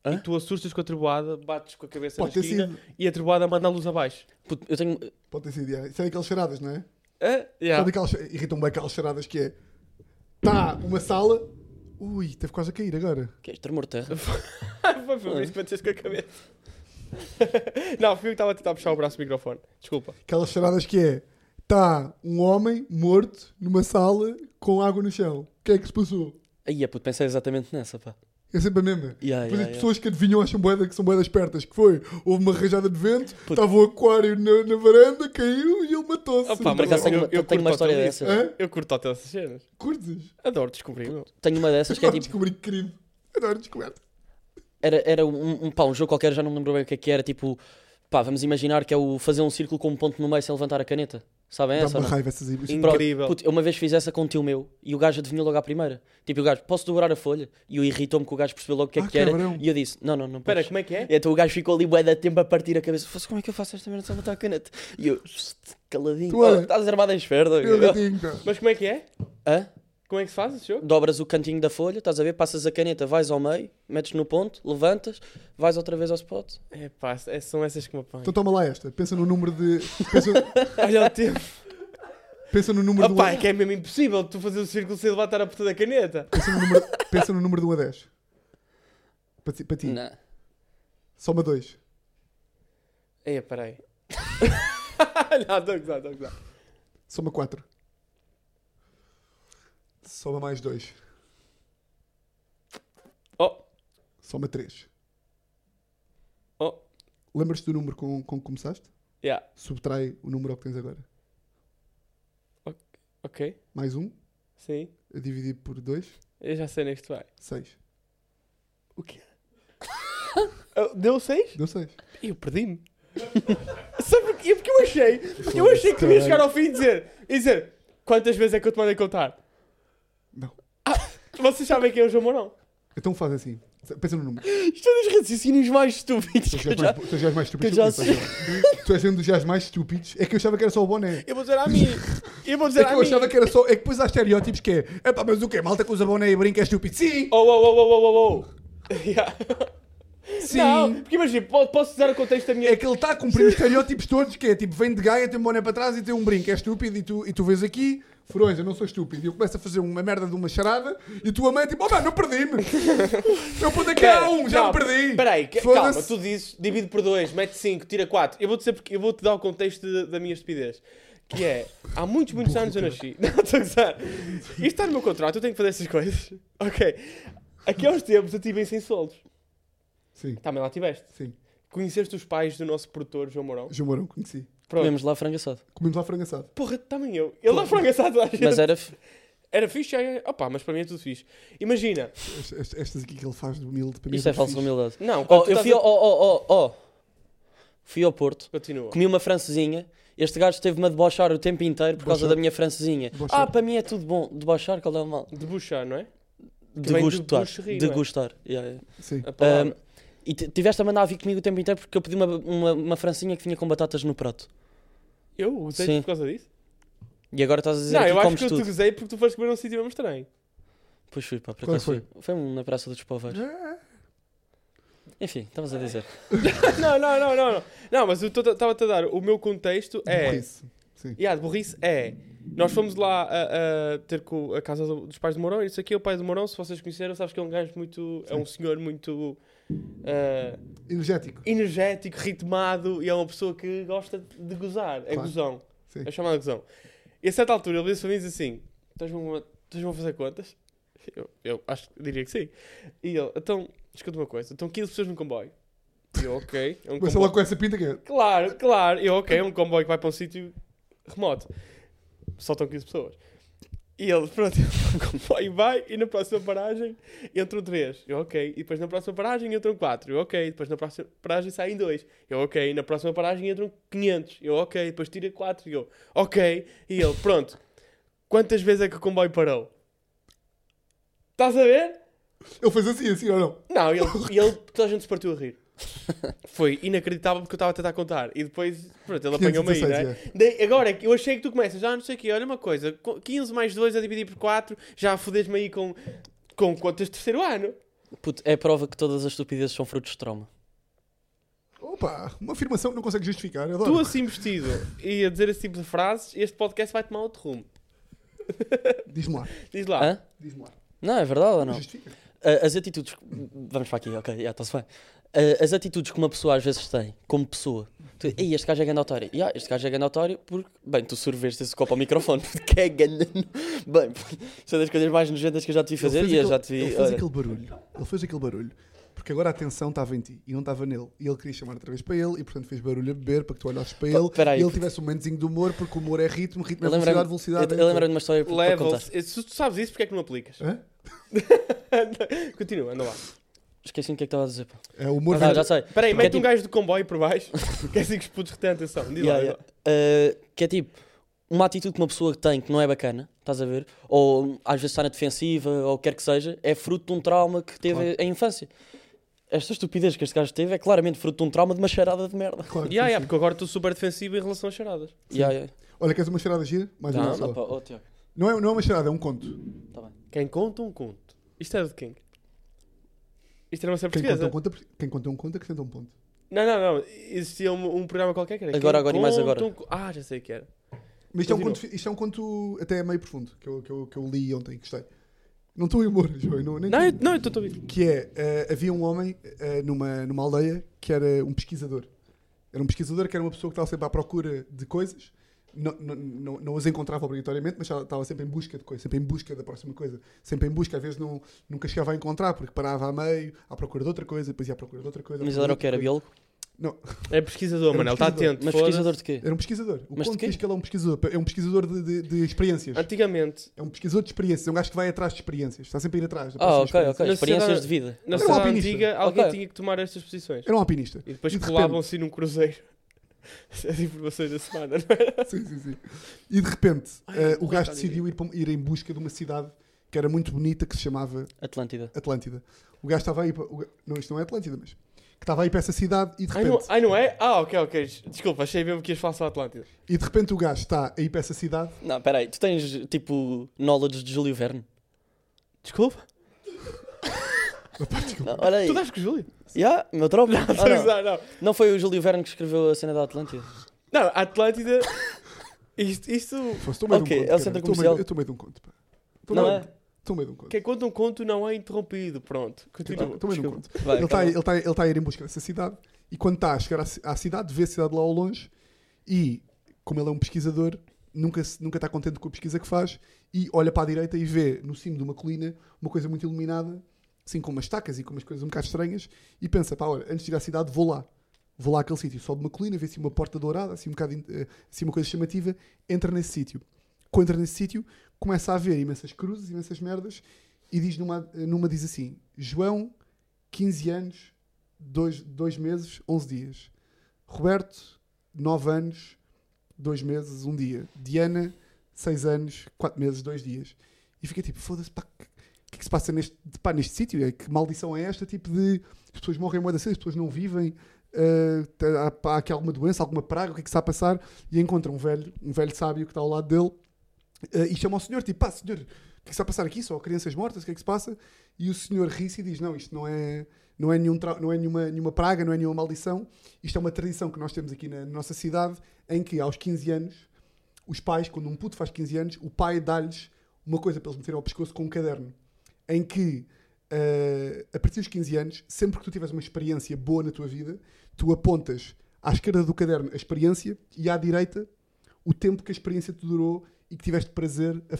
Speaker 3: Hã?
Speaker 2: E tu assustas com a treboada, bates com a cabeça
Speaker 1: Pode
Speaker 2: na
Speaker 1: ter
Speaker 2: esquina
Speaker 1: sido.
Speaker 2: e a treboada manda a luz abaixo.
Speaker 3: Puto, eu tenho.
Speaker 1: Pode ter sido, já. Isso é daquelas charadas, não é?
Speaker 2: Hã?
Speaker 1: Yeah.
Speaker 2: Yeah.
Speaker 1: Irritam-me bem aquelas charadas que é. Tá, uma sala. Ui, teve quase a cair agora.
Speaker 3: Que é tremor de terra.
Speaker 2: Foi por isso que bateste com a cabeça. não, fui eu que estava a tentar puxar o braço do microfone. Desculpa.
Speaker 1: Aquelas charadas que é. Está um homem morto numa sala com água no chão. O que é que se passou?
Speaker 3: Aí, é puto, pensei exatamente nessa, pá.
Speaker 1: É sempre a mesma.
Speaker 3: Yeah,
Speaker 1: Depois
Speaker 3: yeah,
Speaker 1: as
Speaker 3: yeah.
Speaker 1: pessoas que adivinham acham boeda que são boedas espertas. Que foi? Houve uma rajada de vento,
Speaker 3: Puto.
Speaker 1: estava o aquário na, na varanda, caiu e ele matou-se.
Speaker 2: Ah, pá,
Speaker 3: Por
Speaker 2: mas
Speaker 3: acaso
Speaker 2: eu-
Speaker 3: tenho,
Speaker 2: eu-
Speaker 3: uma-
Speaker 2: eu
Speaker 3: tenho uma
Speaker 2: curto
Speaker 3: história
Speaker 2: hotel
Speaker 3: dessas.
Speaker 1: Hã?
Speaker 2: Eu curto até essas cenas.
Speaker 1: Curtes?
Speaker 2: Adoro descobrir, meu.
Speaker 3: Tenho uma dessas que é
Speaker 1: Adoro
Speaker 3: tipo.
Speaker 1: descobrir crime. Adoro descoberta.
Speaker 3: Era, era um, um, pá, um jogo qualquer, já não me lembro bem o que é que era. Tipo, pá, vamos imaginar que é o fazer um círculo com um ponto no meio sem levantar a caneta. Sabem
Speaker 1: Dá
Speaker 3: essa? ou
Speaker 1: uma
Speaker 3: É, não?
Speaker 1: raiva essas aí.
Speaker 3: Pronto,
Speaker 2: Incrível.
Speaker 3: puto, eu uma vez fiz essa com um tio meu e o gajo adivinhou logo à primeira. Tipo, o gajo, posso dobrar a folha? E eu irritou-me que o gajo percebeu logo o que é
Speaker 1: Ah,
Speaker 3: que era.
Speaker 1: cabrão.
Speaker 3: E eu disse, não, não, não
Speaker 2: Espera,
Speaker 3: podes.
Speaker 2: como é que é?
Speaker 3: Então o gajo ficou ali bué de tempo a partir a cabeça. Fosse como é que eu faço esta merda sem levantar a caneta? E eu, caladinho.
Speaker 1: Tu olha.
Speaker 3: Oh, estás armado em esferda.
Speaker 1: Eu não digo, pá.
Speaker 2: Mas como é que é?
Speaker 3: Hã?
Speaker 2: Como é que se faz esse jogo?
Speaker 3: dobras o cantinho da folha, estás a ver, passas a caneta, vais ao meio, metes no ponto, levantas, vais outra vez ao spot.
Speaker 2: É pá, é- são essas que me apanham.
Speaker 1: Então toma lá esta. Pensa no número de. Pensa,
Speaker 2: Olha o tempo.
Speaker 1: pensa no número
Speaker 2: Ah
Speaker 1: de um
Speaker 2: pá,
Speaker 1: a-
Speaker 2: é que é mesmo impossível tu fazer o círculo sem levantar a puta da caneta.
Speaker 1: Pensa no número, pensa no número de 1 a 10. Para ti. Para ti.
Speaker 3: Não.
Speaker 1: Soma 2.
Speaker 2: É, peraí. Não, estou a gozar, estou a gozar.
Speaker 1: Soma 4. Soma mais 2.
Speaker 2: Oh,
Speaker 1: Soma 3.
Speaker 2: oh,
Speaker 1: Lembras-te do número com, com que começaste?
Speaker 2: yeah,
Speaker 1: Subtrai o número ao que tens agora.
Speaker 2: ok,
Speaker 1: Mais 1,
Speaker 2: sim,
Speaker 1: a dividir por 2,
Speaker 2: eu já sei onde é que tu vai.
Speaker 1: 6.
Speaker 2: O quê? Ah, Deu 6?
Speaker 1: Deu 6.
Speaker 2: Eu perdi-me. Sabe porquê? Porque eu achei, porque eu achei que tu ia chegar ao fim e dizer, e dizer, quantas vezes é que eu te mandei contar?
Speaker 1: Não.
Speaker 2: Vocês sabem quem é o João Mourão?
Speaker 1: Então faz assim. Pensa no número.
Speaker 2: Isto é dos raciocínios mais estúpidos
Speaker 1: Tu
Speaker 2: que
Speaker 1: és
Speaker 2: eu já...
Speaker 1: mais- tu és mais
Speaker 3: que eu
Speaker 1: estúpido.
Speaker 3: já
Speaker 1: que eu, pá. Tu és um dos gajos mais estúpidos. É que eu achava que era só o boné.
Speaker 2: Eu vou dizer a mim. Eu vou
Speaker 1: É
Speaker 2: dizer
Speaker 1: que
Speaker 2: Então a
Speaker 1: eu
Speaker 2: mim.
Speaker 1: achava que era só. É que depois há estereótipos que é. É pá, mas o quê? Malta que usa boné e brinca é estúpido. Sim!
Speaker 2: Oh, oh, oh, oh, oh, oh, oh. Yeah.
Speaker 1: Sim!
Speaker 2: Não, porque imagina, po- posso usar o contexto da minha.
Speaker 1: É que ele está a cumprir os estereótipos todos, que é tipo, vem de Gaia, tem um boné para trás e tem um brinco, é estúpido, e tu, e tu vês aqui, furões, eu não sou estúpido, e eu começo a fazer uma merda de uma charada, e tu a mãe é tipo, oh mano, eu perdi-me! Eu puto aqui há um, já me perdi!
Speaker 2: Espera aí,
Speaker 1: Foda-se.
Speaker 2: calma, tu dizes, divide por 2, mete 5, tira 4. Eu vou dizer porque eu vou te dar o contexto de- da minha estupidez. Que é, há muitos, muitos anos eu nasci. Não, estou a gozar. Isto está no meu contrato, eu tenho que fazer essas coisas. Ok. Aqui há uns tempos eu tive em 100 soldos.
Speaker 1: Sim,
Speaker 2: Também lá tiveste.
Speaker 1: sim.
Speaker 2: Conheceste os pais do nosso produtor, João Mourão?
Speaker 1: João Mourão, conheci.
Speaker 2: Pronto.
Speaker 3: Comemos lá frango assado.
Speaker 1: Comemos lá frango assado.
Speaker 2: Porra, também eu. Ele lá frango assado toda a gente.
Speaker 3: Mas é- era. f-
Speaker 2: Era fixe, é, é. Opá, mas para mim é tudo fixe. Imagina.
Speaker 1: Est- est- Estas aqui que ele faz de humilde para mim.
Speaker 3: Isto é
Speaker 1: muito
Speaker 3: falsa
Speaker 1: fixe.
Speaker 3: humildade.
Speaker 2: Não, quando
Speaker 3: Oh,
Speaker 2: tu
Speaker 3: eu
Speaker 2: estás
Speaker 3: fui
Speaker 2: a-
Speaker 3: ao. Oh, oh, oh, oh. Fui ao Porto,
Speaker 2: Continua.
Speaker 3: comi uma francesinha. Este gajo esteve-me a debochar o tempo inteiro por causa
Speaker 1: Debochar.
Speaker 3: da minha francesinha.
Speaker 1: Debochar.
Speaker 3: Ah, para mim é tudo bom. Debochar, qual é o mal?
Speaker 2: Debuchar, não é? Também
Speaker 3: Degustar.
Speaker 2: debocheria, não é?
Speaker 3: Degustar. Yeah, yeah.
Speaker 1: Sim.
Speaker 2: A palavra.
Speaker 3: Ahm, e t- tiveste a mandar vir comigo o tempo inteiro porque eu pedi uma, uma, uma francinha que vinha com batatas no prato.
Speaker 2: eu usei
Speaker 3: sim.
Speaker 2: por causa disso?
Speaker 3: E agora estás a dizer
Speaker 2: Não,
Speaker 3: aqui
Speaker 2: eu acho
Speaker 3: comes
Speaker 2: que eu
Speaker 3: tudo.
Speaker 2: te gozei porque tu foste comer num sítio mesmo estranho.
Speaker 3: Pois fui, pá, por
Speaker 1: Qual é
Speaker 3: acaso
Speaker 1: que
Speaker 3: foi? Foi um na Praça dos Poveiros.
Speaker 1: Ah.
Speaker 3: Enfim, estavas a dizer.
Speaker 2: não, não, não, não, não. Não, mas eu estava-te a dar. O meu contexto é.
Speaker 1: Burrice. Sim.
Speaker 2: Yeah, de burrice é. Nós fomos lá a, a ter com a casa do- dos pais do Mourão. e Isso aqui é o pai do Mourão. Se vocês conheceram, sabes que é um gajo muito. É um senhor muito. ah,
Speaker 1: Energético.
Speaker 2: energético, ritmado e é uma pessoa que gosta de gozar. É
Speaker 1: Claro.
Speaker 2: gozão.
Speaker 1: Sim.
Speaker 2: É chamada gozão. E a certa altura ele disse para mim diz assim: Estás-me a fazer contas? Eu, eu acho que diria que sim. E ele, então, escuta uma coisa: estão 15 pessoas num comboio. E eu, ok. É
Speaker 1: Começa
Speaker 2: um comboio-
Speaker 1: logo com essa pinta que é.
Speaker 2: Claro, claro. Eu, ok, é um comboio que vai para um sítio remoto. Só estão 15 pessoas. E ele, pronto, o comboio vai e na próxima paragem entram 3. Eu, ok. E depois na próxima paragem entram 4. Eu, ok. E depois na próxima paragem saem 2. Eu, ok. E na próxima paragem entram 500. Eu, ok. E depois tira 4. Eu, ok. E ele, pronto. Quantas vezes é que o comboio parou? Estás a ver?
Speaker 1: Ele fez assim, assim, ou não?
Speaker 2: Não, ele, ele, toda a gente se partiu a rir. Foi inacreditável porque eu estava a tentar contar. E depois, pronto, ele apanhou-me aí,
Speaker 1: 516,
Speaker 2: né? Daí- Agora, é que eu achei que tu começas, ah, não sei o quê, olha uma coisa, co- 15 mais 2 a dividir por 4, já fodes-me aí com, com contas de terceiro ano.
Speaker 3: Puto, é a prova que todas as estupidezes são frutos de trauma.
Speaker 1: Opa, uma afirmação que não consegue justificar. Adoro.
Speaker 2: Tu assim vestido e a dizer esse tipo de frases, este podcast vai tomar outro rumo.
Speaker 1: Diz-me lá.
Speaker 2: Diz lá.
Speaker 3: Hã?
Speaker 1: Diz-me lá.
Speaker 3: Não, é verdade ou não?
Speaker 1: Justifica.
Speaker 3: Ah, As atitudes. Vamos para aqui, ok, já está-se bem. Ah, As atitudes que uma pessoa às vezes tem, como pessoa, Tu, Ei, este gajo é grande otário. Ya, este gajo é grande otário porque, bem, tu sorveste esse copo ao microfone. Porque é grande. Bem, isso é das coisas mais nojentas que eu já te vi fazer
Speaker 1: Ele
Speaker 3: e eu
Speaker 1: fez
Speaker 3: já
Speaker 1: aquele-
Speaker 3: te vi.
Speaker 1: Ele fez
Speaker 3: olha.
Speaker 1: aquele barulho. Ele fez aquele barulho. Porque agora a atenção estava em ti e não estava nele. E ele queria chamar outra vez para ele e, portanto, fez barulho a beber para que tu olhasses para ele e
Speaker 3: peraí,
Speaker 1: ele
Speaker 3: Oh, porque-
Speaker 1: tivesse um momentozinho de humor, porque o humor é ritmo, ritmo é
Speaker 3: Eu lembrei-me-
Speaker 1: velocidade, velocidade.
Speaker 3: eu-
Speaker 1: é-
Speaker 3: Eu lembro-me de uma história para- para contar.
Speaker 2: Levels. Se tu sabes isso, porque é que não aplicas?
Speaker 1: Hã?
Speaker 2: Continua, anda lá.
Speaker 3: Esqueci-me o que é que estava a dizer. pá.
Speaker 1: É o humor.
Speaker 3: Ah, já sei.
Speaker 2: Espera aí,
Speaker 3: Porque é
Speaker 2: mete um
Speaker 3: tipo-
Speaker 2: gajo do comboio por baixo. que é assim que os putos retêm a atenção. Diz lá,
Speaker 3: Yeah,
Speaker 2: diz lá.
Speaker 3: yeah. Uh, que é tipo uma atitude que uma pessoa tem que não é bacana, estás a ver? Ou às vezes está na defensiva, ou o que quer que seja, é fruto de um trauma que teve
Speaker 1: Claro.
Speaker 3: em infância. Esta estupidez que este gajo teve é claramente fruto de um trauma de uma charada de merda.
Speaker 1: Claro, sim,
Speaker 2: Yeah, yeah,
Speaker 1: sim.
Speaker 2: porque agora estou super defensivo em relação a charadas.
Speaker 3: Yeah, yeah.
Speaker 1: Olha, queres uma cheirada gira? Mais
Speaker 3: Não,
Speaker 1: uma
Speaker 3: não,
Speaker 1: só.
Speaker 3: pá, oh, Tiago.
Speaker 1: Não é, não é uma cheirada, é um conto.
Speaker 3: Tá bem.
Speaker 2: Quem conta um conto. Isto é de quem? Isto era uma série
Speaker 1: Quem conta,
Speaker 2: portuguesa.
Speaker 1: um conto, quem conta um conto acrescenta um ponto.
Speaker 2: Não, não, não. Existia um, um programa qualquer que era.
Speaker 3: Agora,
Speaker 2: Quem
Speaker 3: agora e mais
Speaker 2: Conta
Speaker 3: agora.
Speaker 2: um co- Ah, já sei o que era.
Speaker 1: Mas isto é, um
Speaker 2: Continua.
Speaker 1: conto, isto é um conto até meio profundo, que eu, que eu, que eu li ontem e gostei. Não estou em humor, João. Não, nem
Speaker 2: Não, eu-
Speaker 1: estou-
Speaker 2: não, eu estou a ouvir.
Speaker 1: Que é, eh, havia um homem eh, numa, numa aldeia que era um pesquisador. Era um pesquisador que era uma pessoa que estava sempre à procura de coisas, não, não, não, não as encontrava obrigatoriamente, mas estava- estava sempre em busca de coisas, sempre em busca da próxima coisa, sempre em busca. Às vezes não, nunca chegava a encontrar, porque parava a meio, à procura de outra coisa, depois ia à procura de outra coisa. à
Speaker 3: Mas
Speaker 1: procura
Speaker 3: ele
Speaker 1: de
Speaker 3: era o que era
Speaker 1: outra
Speaker 3: biólogo,
Speaker 2: É
Speaker 1: Era
Speaker 2: pesquisador,
Speaker 1: um
Speaker 2: mano. Ele está
Speaker 1: pesquisador.
Speaker 2: atento.
Speaker 3: mas
Speaker 2: foda-se.
Speaker 3: pesquisador de quê?
Speaker 1: coisa. Era um pesquisador. O
Speaker 3: Mas de
Speaker 1: conto
Speaker 3: quê?
Speaker 1: diz que ele é um pesquisador. É um pesquisador de, de- de experiências.
Speaker 2: Antigamente,
Speaker 1: É um pesquisador de experiências. É um gajo que vai atrás de experiências. Está sempre a ir atrás. da
Speaker 3: Ah,
Speaker 1: próxima
Speaker 3: ok,
Speaker 1: experiência.
Speaker 3: ok.
Speaker 2: Na
Speaker 3: Experiências
Speaker 2: sociedade-
Speaker 3: de vida.
Speaker 2: na
Speaker 1: um
Speaker 2: sociedade
Speaker 1: alpinista.
Speaker 2: antiga, alguém
Speaker 3: Ok.
Speaker 2: tinha que tomar estas posições.
Speaker 1: Era um alpinista.
Speaker 2: E depois
Speaker 1: E de
Speaker 2: colavam-se num cruzeiro. As informações da semana, não é?
Speaker 1: Sim, sim, sim. E de repente, eh, o gajo
Speaker 2: coitadinho.
Speaker 1: decidiu ir, para- ir em busca de uma cidade que era muito bonita, que se chamava
Speaker 3: Atlântida.
Speaker 1: é
Speaker 2: é? Ah,
Speaker 3: tipo, Ah,
Speaker 1: um um
Speaker 2: é um tipo,
Speaker 3: é? Ah,
Speaker 1: tá é um tá assim, um assim um eh, eh, assim, um tipo, é tipo ah, é um ah, tipo, é é,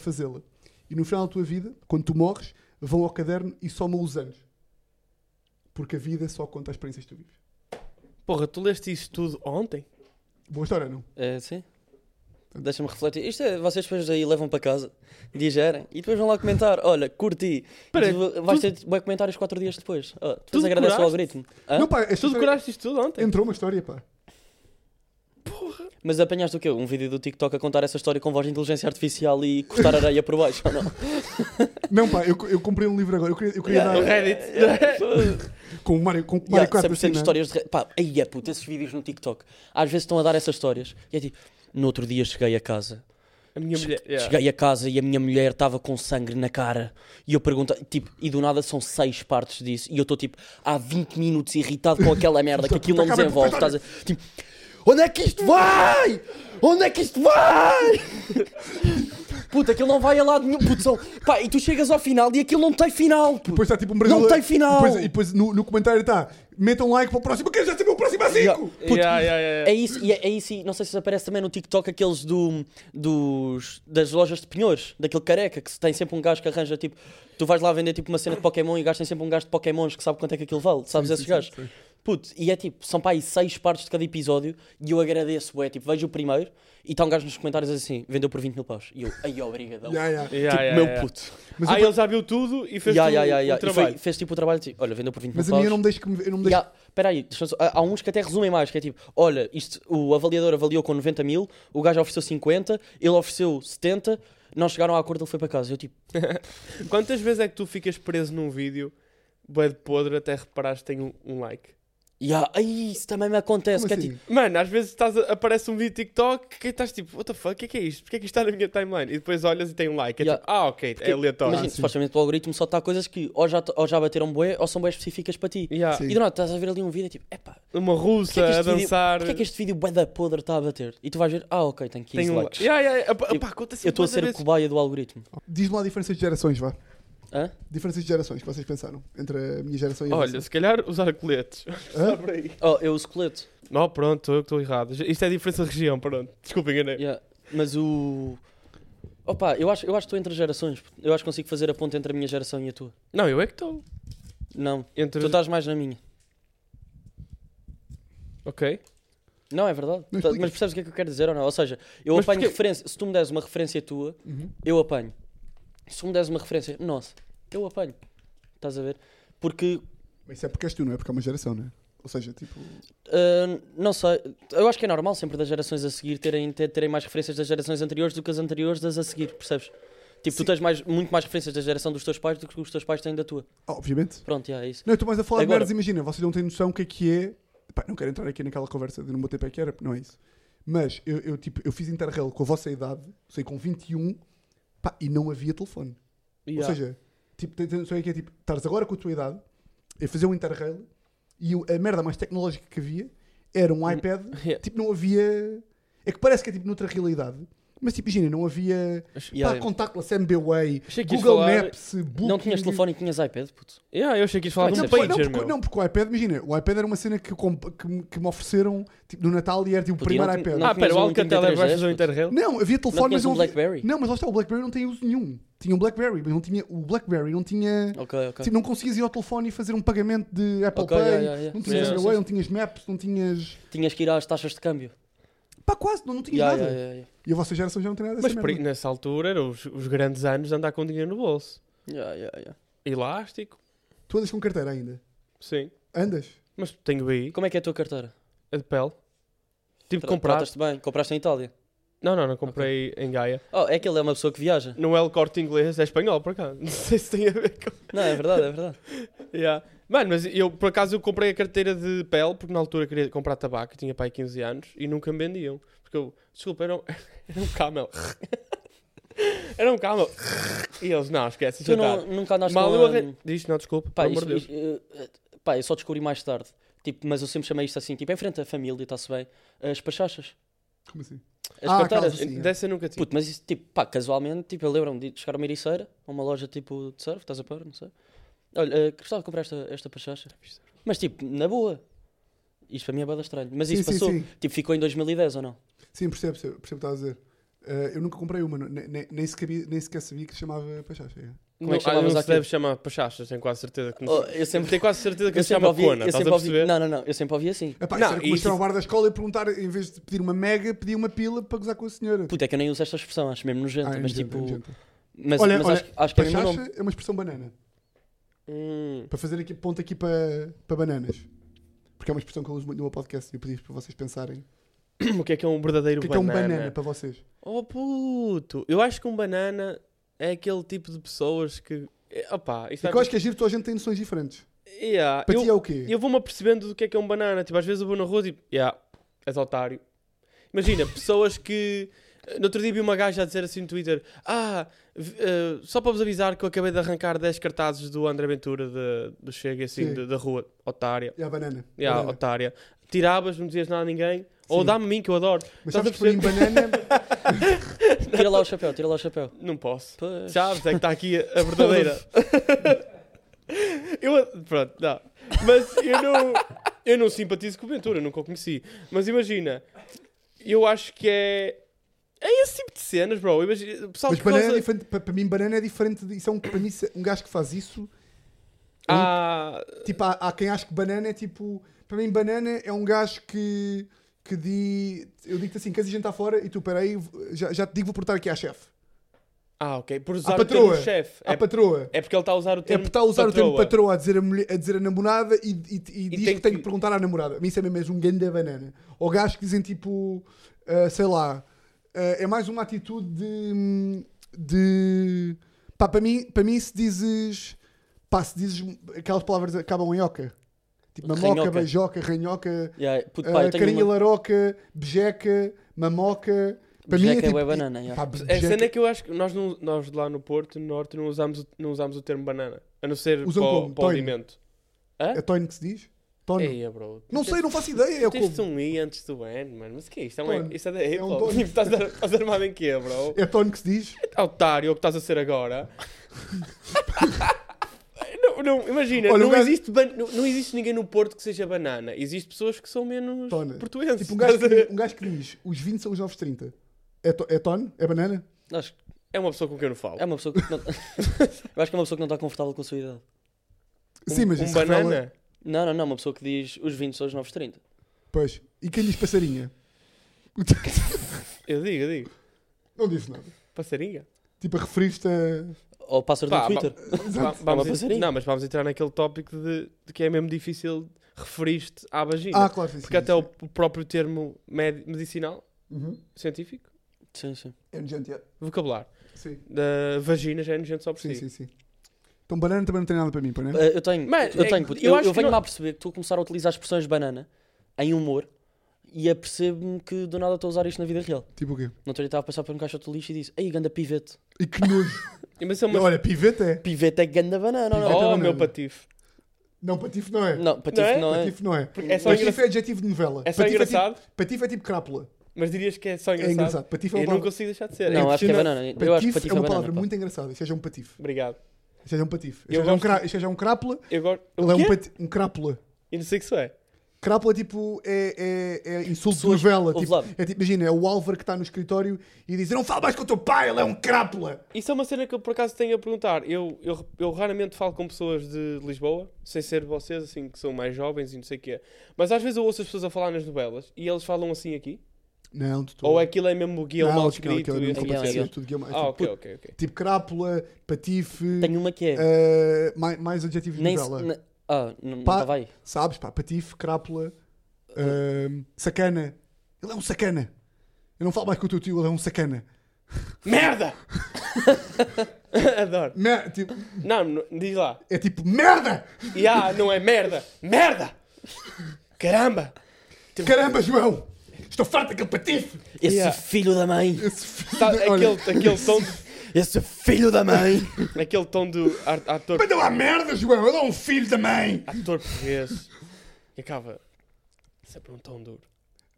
Speaker 1: é um um eh, um tá, tipo, um cima 5!
Speaker 2: Yeah, yeah, yeah.
Speaker 3: Eh, é, Tipo, Oh, Um é tipo, tipo, tipo, é Puto, É isso, e é, é isso, e não sei se aparece também no TikTok aqueles do, dos, das lojas de penhores, daquele careca que se tem sempre um gajo que arranja tipo. Tu vais lá vender tipo uma cena de Pokémon e o gajo tem sempre um gajo de Pokémons que sabe quanto é que aquilo vale, sabes esses gajos? Puto, e é tipo, são pá aí seis partes de cada episódio e eu agradeço, é tipo, vejo o primeiro e está um gajo nos comentários assim, vendeu por 20 mil paus. E eu, ai, obrigadão.
Speaker 1: Yeah, yeah.
Speaker 2: Yeah,
Speaker 3: Tipo,
Speaker 2: yeah,
Speaker 3: meu
Speaker 2: yeah.
Speaker 3: puto.
Speaker 1: Mas,
Speaker 2: ah,
Speaker 1: eu-
Speaker 2: ele já viu tudo e fez
Speaker 3: Yeah,
Speaker 2: tudo
Speaker 3: yeah, yeah, yeah.
Speaker 2: o
Speaker 3: E foi-
Speaker 2: trabalho.
Speaker 3: fez tipo o trabalho de, olha, vendeu por 20
Speaker 1: um mas a
Speaker 3: mil paus.
Speaker 1: minha não me deixa que me. eu Não me deixa...
Speaker 3: Yeah, peraí, deixa eu só- há, há uns que até resumem mais, que é tipo, olha, isto, o avaliador avaliou com 90 mil, o gajo ofereceu 50, ele ofereceu 70, não chegaram a acordo, ele foi para casa. Eu tipo,
Speaker 2: Quantas vezes é que tu ficas preso num vídeo, bué de podre, até reparares que tem um, um like?
Speaker 3: yeah, ai, isso também me acontece.
Speaker 1: Como
Speaker 3: que é
Speaker 1: assim?
Speaker 3: tipo,
Speaker 2: Mano, às vezes estás a- aparece um vídeo TikTok que estás tipo, what the fuck, o que é que é isto? Porquê é que isto está na minha timeline? E depois olhas e tem um like. É
Speaker 3: Yeah.
Speaker 2: tipo, ah, ok, é aleatório.
Speaker 3: imagina, supostamente o algoritmo só está coisas que ou já, ou já bateram bué ou são bué específicas para ti.
Speaker 2: Yeah.
Speaker 1: Sim.
Speaker 3: E do nada estás a ver ali um vídeo e tipo, epá,
Speaker 2: Uma russa
Speaker 3: Porquê que
Speaker 2: a
Speaker 3: este vídeo-
Speaker 2: dançar.
Speaker 3: porquê é que este vídeo bué da podre está a bater? E tu vais ver, ah ok, tem 15
Speaker 2: Tem um
Speaker 3: likes.
Speaker 2: like. Yeah, yeah, yeah. Epá,
Speaker 3: Eu-
Speaker 2: epá, acontece
Speaker 3: Eu estou a
Speaker 2: bué de
Speaker 3: ser a
Speaker 2: vezes.
Speaker 3: cobaia do algoritmo.
Speaker 1: Diz-me lá a diferença de gerações, vá.
Speaker 3: Hã?
Speaker 1: Diferenças de gerações que vocês pensaram entre a minha geração e a
Speaker 2: Olha,
Speaker 3: assim.
Speaker 1: vossa.
Speaker 2: se calhar usar coletes.
Speaker 1: Hã?
Speaker 3: Oh, eu uso colete.
Speaker 2: Não, pronto, eu que estou errado. Isto é a diferença de região, pronto. Desculpa, enganei.
Speaker 3: Yeah, Mas o. Opa, eu acho, eu acho que estou entre gerações. Eu acho que consigo fazer a ponte entre a minha geração e a tua.
Speaker 2: Não, eu é que estou.
Speaker 3: Não,
Speaker 2: Entre...
Speaker 3: tu estás mais na minha.
Speaker 2: Ok.
Speaker 3: Não, é verdade.
Speaker 1: Mas
Speaker 3: Tá-
Speaker 1: explica.
Speaker 3: Mas percebes o que é que eu quero dizer ou não? Ou seja, eu
Speaker 2: Mas
Speaker 3: apanho
Speaker 2: porquê?
Speaker 3: referência. Se tu me des uma referência tua,
Speaker 1: Uhum.
Speaker 3: eu apanho. Se tu me des uma referência, nossa, eu apanho. Estás a ver? Porque,
Speaker 1: Mas isso é porque és tu, não é? Porque é uma geração, não é? Ou seja, tipo.
Speaker 3: ah, não sei, eu acho que é normal sempre das gerações a seguir terem, ter- terem mais referências das gerações anteriores do que as anteriores das a seguir, percebes? Tipo, tu
Speaker 1: Sim.
Speaker 3: tens mais, muito mais referências da geração dos teus pais do que os teus pais têm da tua.
Speaker 1: Ah, obviamente.
Speaker 3: Pronto, já, é isso.
Speaker 1: Não, eu estou mais a falar de
Speaker 3: Agora-
Speaker 1: merdas, imagina, vocês não têm noção o que é que é. Pá, não quero entrar aqui naquela conversa de não bater pé que era, porque não é isso. Mas eu, eu, tipo, eu fiz interrail com a vossa idade, sei, com 21, pá, e não havia telefone. Ou
Speaker 3: Yeah.
Speaker 1: seja, tipo, tens a noção é que é tipo, estares agora com a tua idade, a fazer um interrail, e o- a merda mais tecnológica que havia era um iPad,
Speaker 2: Yeah.
Speaker 1: tipo, não havia. É que parece que é tipo noutra realidade, mas tipo, imagina, não havia.
Speaker 3: Yeah,
Speaker 1: pá,
Speaker 3: yeah.
Speaker 1: contactless MBWay,
Speaker 3: é
Speaker 2: Achei que ias
Speaker 1: Google
Speaker 2: falar-
Speaker 1: Maps, Booking. tipo,
Speaker 3: Não tinhas telefone e tinhas iPad, puto.
Speaker 2: Yeah, eu achei que ias falar
Speaker 3: Mas
Speaker 2: de um
Speaker 1: Não, porque-
Speaker 2: pager,
Speaker 1: não,
Speaker 2: meu.
Speaker 1: porque, não, porque o iPad, imagina, o iPad era uma cena que, eu comp- que, me- que me ofereceram tipo, no Natal e era tipo o
Speaker 3: Podiam-
Speaker 1: primeiro iPad.
Speaker 3: não.
Speaker 2: ah, pera, o
Speaker 3: tinhas um
Speaker 2: Alcatel é
Speaker 3: 3310,
Speaker 2: baixo do
Speaker 3: puto.
Speaker 2: Interrail?
Speaker 1: Não, havia
Speaker 3: Não
Speaker 1: telefone,
Speaker 3: tinhas
Speaker 1: mas não
Speaker 3: um
Speaker 1: havia-
Speaker 3: Blackberry?
Speaker 1: Não, mas lá está, o Blackberry não tem uso nenhum. Tinha um Blackberry, mas não tinha. O Blackberry não tinha.
Speaker 3: Ok, ok.
Speaker 1: Tipo, não conseguias ir ao telefone e fazer um pagamento de Apple
Speaker 3: Ok,
Speaker 1: Pay,
Speaker 3: yeah, yeah, yeah.
Speaker 1: não tinhas
Speaker 2: Sim, sim,
Speaker 1: Huawei,
Speaker 3: sim.
Speaker 1: não tinhas Maps, não tinhas.
Speaker 3: Tinhas que ir às taxas de câmbio.
Speaker 1: Pá, quase, não, não tinhas
Speaker 3: Yeah,
Speaker 1: nada.
Speaker 3: yeah, yeah, yeah.
Speaker 1: E a vossa geração já não tem
Speaker 3: é
Speaker 1: nada dessa
Speaker 2: Mas por aí,
Speaker 1: merda.
Speaker 2: nessa altura eram os, os grandes anos de andar com dinheiro no bolso.
Speaker 3: Yeah, yeah, yeah.
Speaker 2: Elástico,
Speaker 1: Tu andas com carteira ainda?
Speaker 2: sim.
Speaker 1: Andas?
Speaker 2: Mas tenho
Speaker 3: E
Speaker 2: BI,
Speaker 3: como é que é a tua carteira?
Speaker 2: é de pele. Tive de
Speaker 3: Tra-
Speaker 2: comprar.
Speaker 3: Tratas-te bem? Compraste em Itália?
Speaker 2: Não, não, não comprei em Gaia.
Speaker 3: Oh, é que ele é uma pessoa que viaja.
Speaker 2: Não é o corte inglês, é espanhol, por acaso. Não sei se tem a ver com...
Speaker 3: Não, é verdade, é verdade.
Speaker 2: Yeah. Mano, mas eu por acaso eu comprei a carteira de pele porque na altura queria comprar tabaco, eu tinha pai 15 anos e nunca me vendiam. Porque eu, desculpa, era um, era um camel. era um camel. e eles, não, esquece, isso
Speaker 3: tu
Speaker 2: é
Speaker 3: não,
Speaker 2: tarde.
Speaker 3: nunca andaste
Speaker 2: Mal
Speaker 3: com
Speaker 2: eu
Speaker 3: a-
Speaker 2: arranjei. Diz, não, desculpa,
Speaker 3: Pá,
Speaker 2: pelo amor
Speaker 3: isto,
Speaker 2: de Deus.
Speaker 3: isto, eh, eh, pá, eu só descobri mais tarde. Tipo, mas eu sempre chamei isto assim, tipo, em frente à família, está-se bem, as pachachas,
Speaker 1: Como assim?
Speaker 3: as
Speaker 1: Ah,
Speaker 3: carteiras.
Speaker 1: calça, sim. isto-
Speaker 2: Dessa eu nunca tive.
Speaker 3: Puto, mas isso, tipo, pá, casualmente, tipo, eu lembro-me de chegar a uma ericeira, a uma loja tipo de surf, estás a par, não sei. Olha, eh, gostava de comprar esta, esta pachacha. Mas, tipo, na boa. Isto para mim é bada estranho. Mas
Speaker 1: Sim,
Speaker 3: isso
Speaker 1: sim,
Speaker 3: passou,
Speaker 1: sim.
Speaker 3: tipo, ficou em 2010 ou não?
Speaker 1: Sim, percebo, percebo, percebo o que estás a dizer. Eh, eu nunca comprei uma, ne- ne- nem, sequer, nem sequer sabia que se chamava Pachacha. é.
Speaker 3: Como é que
Speaker 2: Não, ah,
Speaker 3: chamavas
Speaker 2: não se
Speaker 3: aquilo?
Speaker 2: deve chamar pachachas, tenho quase certeza que não
Speaker 3: Oh,
Speaker 2: se-
Speaker 3: eu sempre-
Speaker 2: Tenho quase certeza que
Speaker 3: eu
Speaker 2: se chama
Speaker 3: ouvi-
Speaker 2: é cona,
Speaker 3: eu
Speaker 2: estás a
Speaker 3: sempre ouvi-
Speaker 2: perceber?
Speaker 3: Não, não, não, eu sempre ouvi assim.
Speaker 1: Epá, isso
Speaker 2: Não, tipo-
Speaker 1: era como
Speaker 2: isso-
Speaker 1: isso... ao bar da escola e perguntar, em vez de pedir uma mega, pedi uma pila para gozar com a senhora.
Speaker 3: Puta, é que eu nem uso esta expressão, acho mesmo nojenta,
Speaker 1: Ah, é
Speaker 3: mas
Speaker 1: nojento,
Speaker 3: tipo.
Speaker 1: é nojento.
Speaker 3: Mas,
Speaker 1: Olha,
Speaker 3: mas
Speaker 1: olha,
Speaker 3: acho, acho que é mesmo
Speaker 2: um
Speaker 3: nome.
Speaker 1: Pachacha é uma expressão banana.
Speaker 2: Hum,
Speaker 1: Para fazer aqui, ponto aqui para, para bananas. Porque é uma expressão que eu uso muito no meu podcast e eu pedi para vocês pensarem.
Speaker 2: o que é que é um verdadeiro
Speaker 1: O que é, que é um
Speaker 2: banana?
Speaker 1: banana para vocês?
Speaker 2: Oh puto, eu acho que um banana é aquele tipo de pessoas que. é, Opá,
Speaker 1: E
Speaker 2: isto vai-
Speaker 1: que eu acho que é giro, toda a gente tem noções diferentes.
Speaker 2: Yeah,
Speaker 1: Para
Speaker 2: eu,
Speaker 1: ti é o quê?
Speaker 2: eu vou-me apercebendo do que é que é um banana. Tipo, às vezes eu vou na rua e tipo, yeah, és otário. Imagina, pessoas que. eh, No outro dia vi uma gaja a dizer assim no Twitter: Ah, vi- eh, só para vos avisar que eu acabei de arrancar 10 cartazes do André Ventura de- do Chega, e assim,
Speaker 1: Sim.
Speaker 2: de- da rua, otária.
Speaker 1: É a banana.
Speaker 2: Yeah,
Speaker 1: banana.
Speaker 2: otária. Tiravas, não dizias nada a ninguém. Ou
Speaker 1: Sim.
Speaker 2: dá-me a mim que eu adoro.
Speaker 1: Mas
Speaker 2: Estás
Speaker 1: sabes
Speaker 2: a
Speaker 1: que para mim banana...
Speaker 3: Tira lá o chapéu, tira lá o chapéu.
Speaker 2: Não posso.
Speaker 3: Pois.
Speaker 2: Chaves é que está aqui a a verdadeira. eu, pronto, não. Mas eu não. Eu não simpatizo com o Ventura, nunca o conheci. Mas imagina, eu acho que é. É esse tipo de cenas, bro. Imagina, o pessoal
Speaker 1: Mas
Speaker 2: que
Speaker 1: banana
Speaker 2: causa-
Speaker 1: é diferente. Para, para mim, banana é diferente. De, isso é um, para mim, isso é- um gajo que faz isso.
Speaker 2: Ah,
Speaker 1: Tipo, há, há quem acha que banana é tipo. Para mim, banana é um gajo que. que diz. Eu digo-te assim: queres ir jantar fora? E tu, peraí, já, já te digo, vou portar aqui à chefe.
Speaker 2: ah, ok. Por usar
Speaker 1: À
Speaker 2: o termo
Speaker 1: patroa.
Speaker 2: chefe.
Speaker 1: À
Speaker 2: É,
Speaker 1: patroa.
Speaker 2: é porque ele está a usar o
Speaker 1: É
Speaker 2: termo
Speaker 1: porque está a usar o termo patroa a dizer a, mulher, a, dizer a namorada e, e, e diz
Speaker 2: tem
Speaker 1: que tem que
Speaker 2: que-
Speaker 1: perguntar à namorada. A mim, isso é mesmo és um ganda banana. Ou gajos que dizem tipo. ah, sei lá. ah, é mais uma atitude de. de pá, para mim, para mim, se dizes. Pá, se dizes. Aquelas palavras acabam em oca. Tipo mamoca,
Speaker 3: Ranhoca.
Speaker 1: beijoca, ranhoca.
Speaker 3: Yeah, puto,
Speaker 1: ah,
Speaker 3: pá, eu tenho
Speaker 1: carinha
Speaker 3: uma...
Speaker 1: laroca, bejeca, mamoca. Para mim é,
Speaker 3: Bejeca é
Speaker 1: tipo,
Speaker 3: bué banana, yeah.
Speaker 1: pá,
Speaker 2: A
Speaker 1: bejeca-
Speaker 2: cena é que eu acho que nós, não- nós lá no Porto, no Norte, não usámos, o- não usámos o termo banana. A não ser
Speaker 1: Usam
Speaker 2: para, o-
Speaker 1: como?
Speaker 2: para o
Speaker 1: Toino.
Speaker 2: alimento.
Speaker 1: É tono que se diz? Tono.
Speaker 3: É.
Speaker 2: Eia, bro.
Speaker 1: Não sei, não faço ideia. É como.
Speaker 2: Tens um I antes do N, mano. Mas o que é isto? É um,
Speaker 1: Toino.
Speaker 2: isto é da Apple.
Speaker 1: um toino.
Speaker 2: estás, a- estás armado em quê, bro?
Speaker 1: É tono que se diz?
Speaker 2: Otário, é o que estás a ser agora. não, não, imagina,
Speaker 1: Olha,
Speaker 2: não,
Speaker 1: o gajo-
Speaker 2: existe ban- não, não existe ninguém no Porto que seja banana. Existem pessoas que são menos
Speaker 1: Tona.
Speaker 2: portuenses.
Speaker 1: Tipo, um gajo, que, um gajo que diz os 20 são os novos 30. É, to, é ton? É banana?
Speaker 3: Acho que
Speaker 2: É uma pessoa com quem eu não falo.
Speaker 3: é uma pessoa que não... eu acho que é uma pessoa que não está confortável com a sua idade.
Speaker 2: Um-
Speaker 1: Sim, mas
Speaker 2: um
Speaker 1: isso é
Speaker 2: banana.
Speaker 1: revela-
Speaker 3: Não, não, não. Uma pessoa que diz os 20 são os novos 30.
Speaker 1: Pois. E quem diz passarinha?
Speaker 2: Eu digo, eu digo.
Speaker 1: Não disse nada.
Speaker 2: Passarinha.
Speaker 1: Tipo, a referir-te a...
Speaker 3: Ou pássaro
Speaker 2: Pá,
Speaker 3: do Twitter.
Speaker 2: Va-
Speaker 1: Exato. É
Speaker 2: Vamos
Speaker 3: uma
Speaker 2: en-
Speaker 3: passarinha.
Speaker 2: Não, mas vamos entrar naquele tópico de, de que é mesmo difícil referir-te à vagina.
Speaker 1: Ah, claro. Sim,
Speaker 2: porque
Speaker 1: sim,
Speaker 2: até
Speaker 1: sim.
Speaker 2: o p- próprio termo med- medicinal,
Speaker 1: Uhum.
Speaker 2: científico,
Speaker 3: Sim, sim.
Speaker 1: É nojento, é.
Speaker 2: vocabular,
Speaker 1: Sim.
Speaker 2: da vagina já é nojento só por
Speaker 1: Sim, sim,
Speaker 2: si.
Speaker 1: sim. Então banana também não tem nada para mim, para não? é?
Speaker 3: Eh, Eu tenho,
Speaker 2: Mas,
Speaker 3: eu
Speaker 2: é,
Speaker 3: tenho, puto.
Speaker 2: eu
Speaker 3: Eu,
Speaker 2: acho
Speaker 3: eu
Speaker 2: que
Speaker 3: venho-me
Speaker 2: não-
Speaker 3: a perceber que estou a começar a utilizar expressões banana em humor e apercebo-me que do nada estou a usar isto na vida real.
Speaker 1: Tipo o quê?
Speaker 3: Não estou estava a passar por um caixote de lixo e disse, ei, ganda pivete.
Speaker 1: E que nojo.
Speaker 2: Mas isso é
Speaker 1: Não,
Speaker 2: uma...
Speaker 1: Olha, pivete é.
Speaker 3: Pivete é ganda banana, ou
Speaker 1: Pivete
Speaker 3: não?
Speaker 1: é
Speaker 2: Oh,
Speaker 1: banana.
Speaker 2: meu patife.
Speaker 1: Não, patife não é.
Speaker 3: Não,
Speaker 2: Não é?
Speaker 3: patife não é.
Speaker 1: Patife não é.
Speaker 2: Porque é só,
Speaker 1: patife
Speaker 2: engra-
Speaker 1: é adjetivo de novela.
Speaker 2: é só
Speaker 1: Patife
Speaker 2: engraçado,
Speaker 1: tipo- patife é tipo crápula.
Speaker 2: mas dirias que é só
Speaker 1: É
Speaker 2: engraçado.
Speaker 1: engraçado. Patife é uma
Speaker 2: Eu não
Speaker 1: palavra...
Speaker 2: consigo deixar de ser.
Speaker 3: Não, acho que é
Speaker 1: Cristina,
Speaker 3: banana. Eu acho que
Speaker 1: Patife
Speaker 3: patife
Speaker 1: é uma
Speaker 3: banana,
Speaker 1: palavra
Speaker 3: pá.
Speaker 1: muito engraçada. Isto é já um patife.
Speaker 2: Obrigado.
Speaker 1: Isto é já um patife.
Speaker 2: Eu
Speaker 1: Isto é já um
Speaker 2: gosto-
Speaker 1: cra- isto é já um crápula.
Speaker 2: Eu gosto.
Speaker 1: Ele é um,
Speaker 2: Quê?
Speaker 1: pati- um crápula.
Speaker 2: Eu não sei o que isso é.
Speaker 1: Crápula tipo, é, é, é insulto
Speaker 3: Pessoas-
Speaker 1: de novela.
Speaker 3: ouve
Speaker 1: Tipo,
Speaker 3: lá.
Speaker 1: é tipo, imagina, é o Álvaro que está no escritório e diz: "Eu Não fala mais com o teu pai, ele é um crápula.
Speaker 2: Isso é uma cena que eu por acaso tenho a perguntar. Eu, eu, eu raramente falo com pessoas de Lisboa, sem ser vocês, assim, que são mais jovens e não sei o que é. Mas às vezes eu ouço as pessoas a falar nas novelas e eles falam assim aqui.
Speaker 1: Não, de
Speaker 2: Ou aquilo é mesmo o guião
Speaker 1: Hum. não,
Speaker 2: mal
Speaker 1: aquilo- aquilo é
Speaker 2: escrito. e
Speaker 1: mesmo
Speaker 2: essa
Speaker 3: guião,
Speaker 1: completamente
Speaker 2: coisa.
Speaker 3: guião.
Speaker 1: tudo guião. É
Speaker 2: ah,
Speaker 1: tipo,
Speaker 2: ok,
Speaker 1: puto,
Speaker 2: ok, ok.
Speaker 1: Tipo crápula, patife,
Speaker 3: Tenho uma que é.
Speaker 1: eh, mais, mais adjetivos de
Speaker 3: nem se-
Speaker 1: novela.
Speaker 3: na- Ah, não não
Speaker 1: Pá.
Speaker 2: tá,
Speaker 3: estava aí.
Speaker 1: Sabes, pá, patife, crápula, eh, sacana. Ele é um sacana. Eu não falo mais com o teu tio, ele é um sacana.
Speaker 2: Merda! Adoro.
Speaker 1: Mer- tipo,
Speaker 2: Não, não, diz lá.
Speaker 1: é tipo, merda!
Speaker 2: E ah, não é merda! Merda! Caramba!
Speaker 1: Caramba, João! Estou farto daquele patife!
Speaker 3: Esse
Speaker 2: Yeah.
Speaker 3: filho da mãe!
Speaker 1: Esse filho
Speaker 2: Tá,
Speaker 1: da- olha,
Speaker 2: aquele, aquele tom,
Speaker 3: Esse filho da mãe!
Speaker 2: aquele tom do ar- ator,
Speaker 1: Manda lá merda, João! Eu dou um filho da mãe!
Speaker 2: ator português que acaba sempre um tom duro.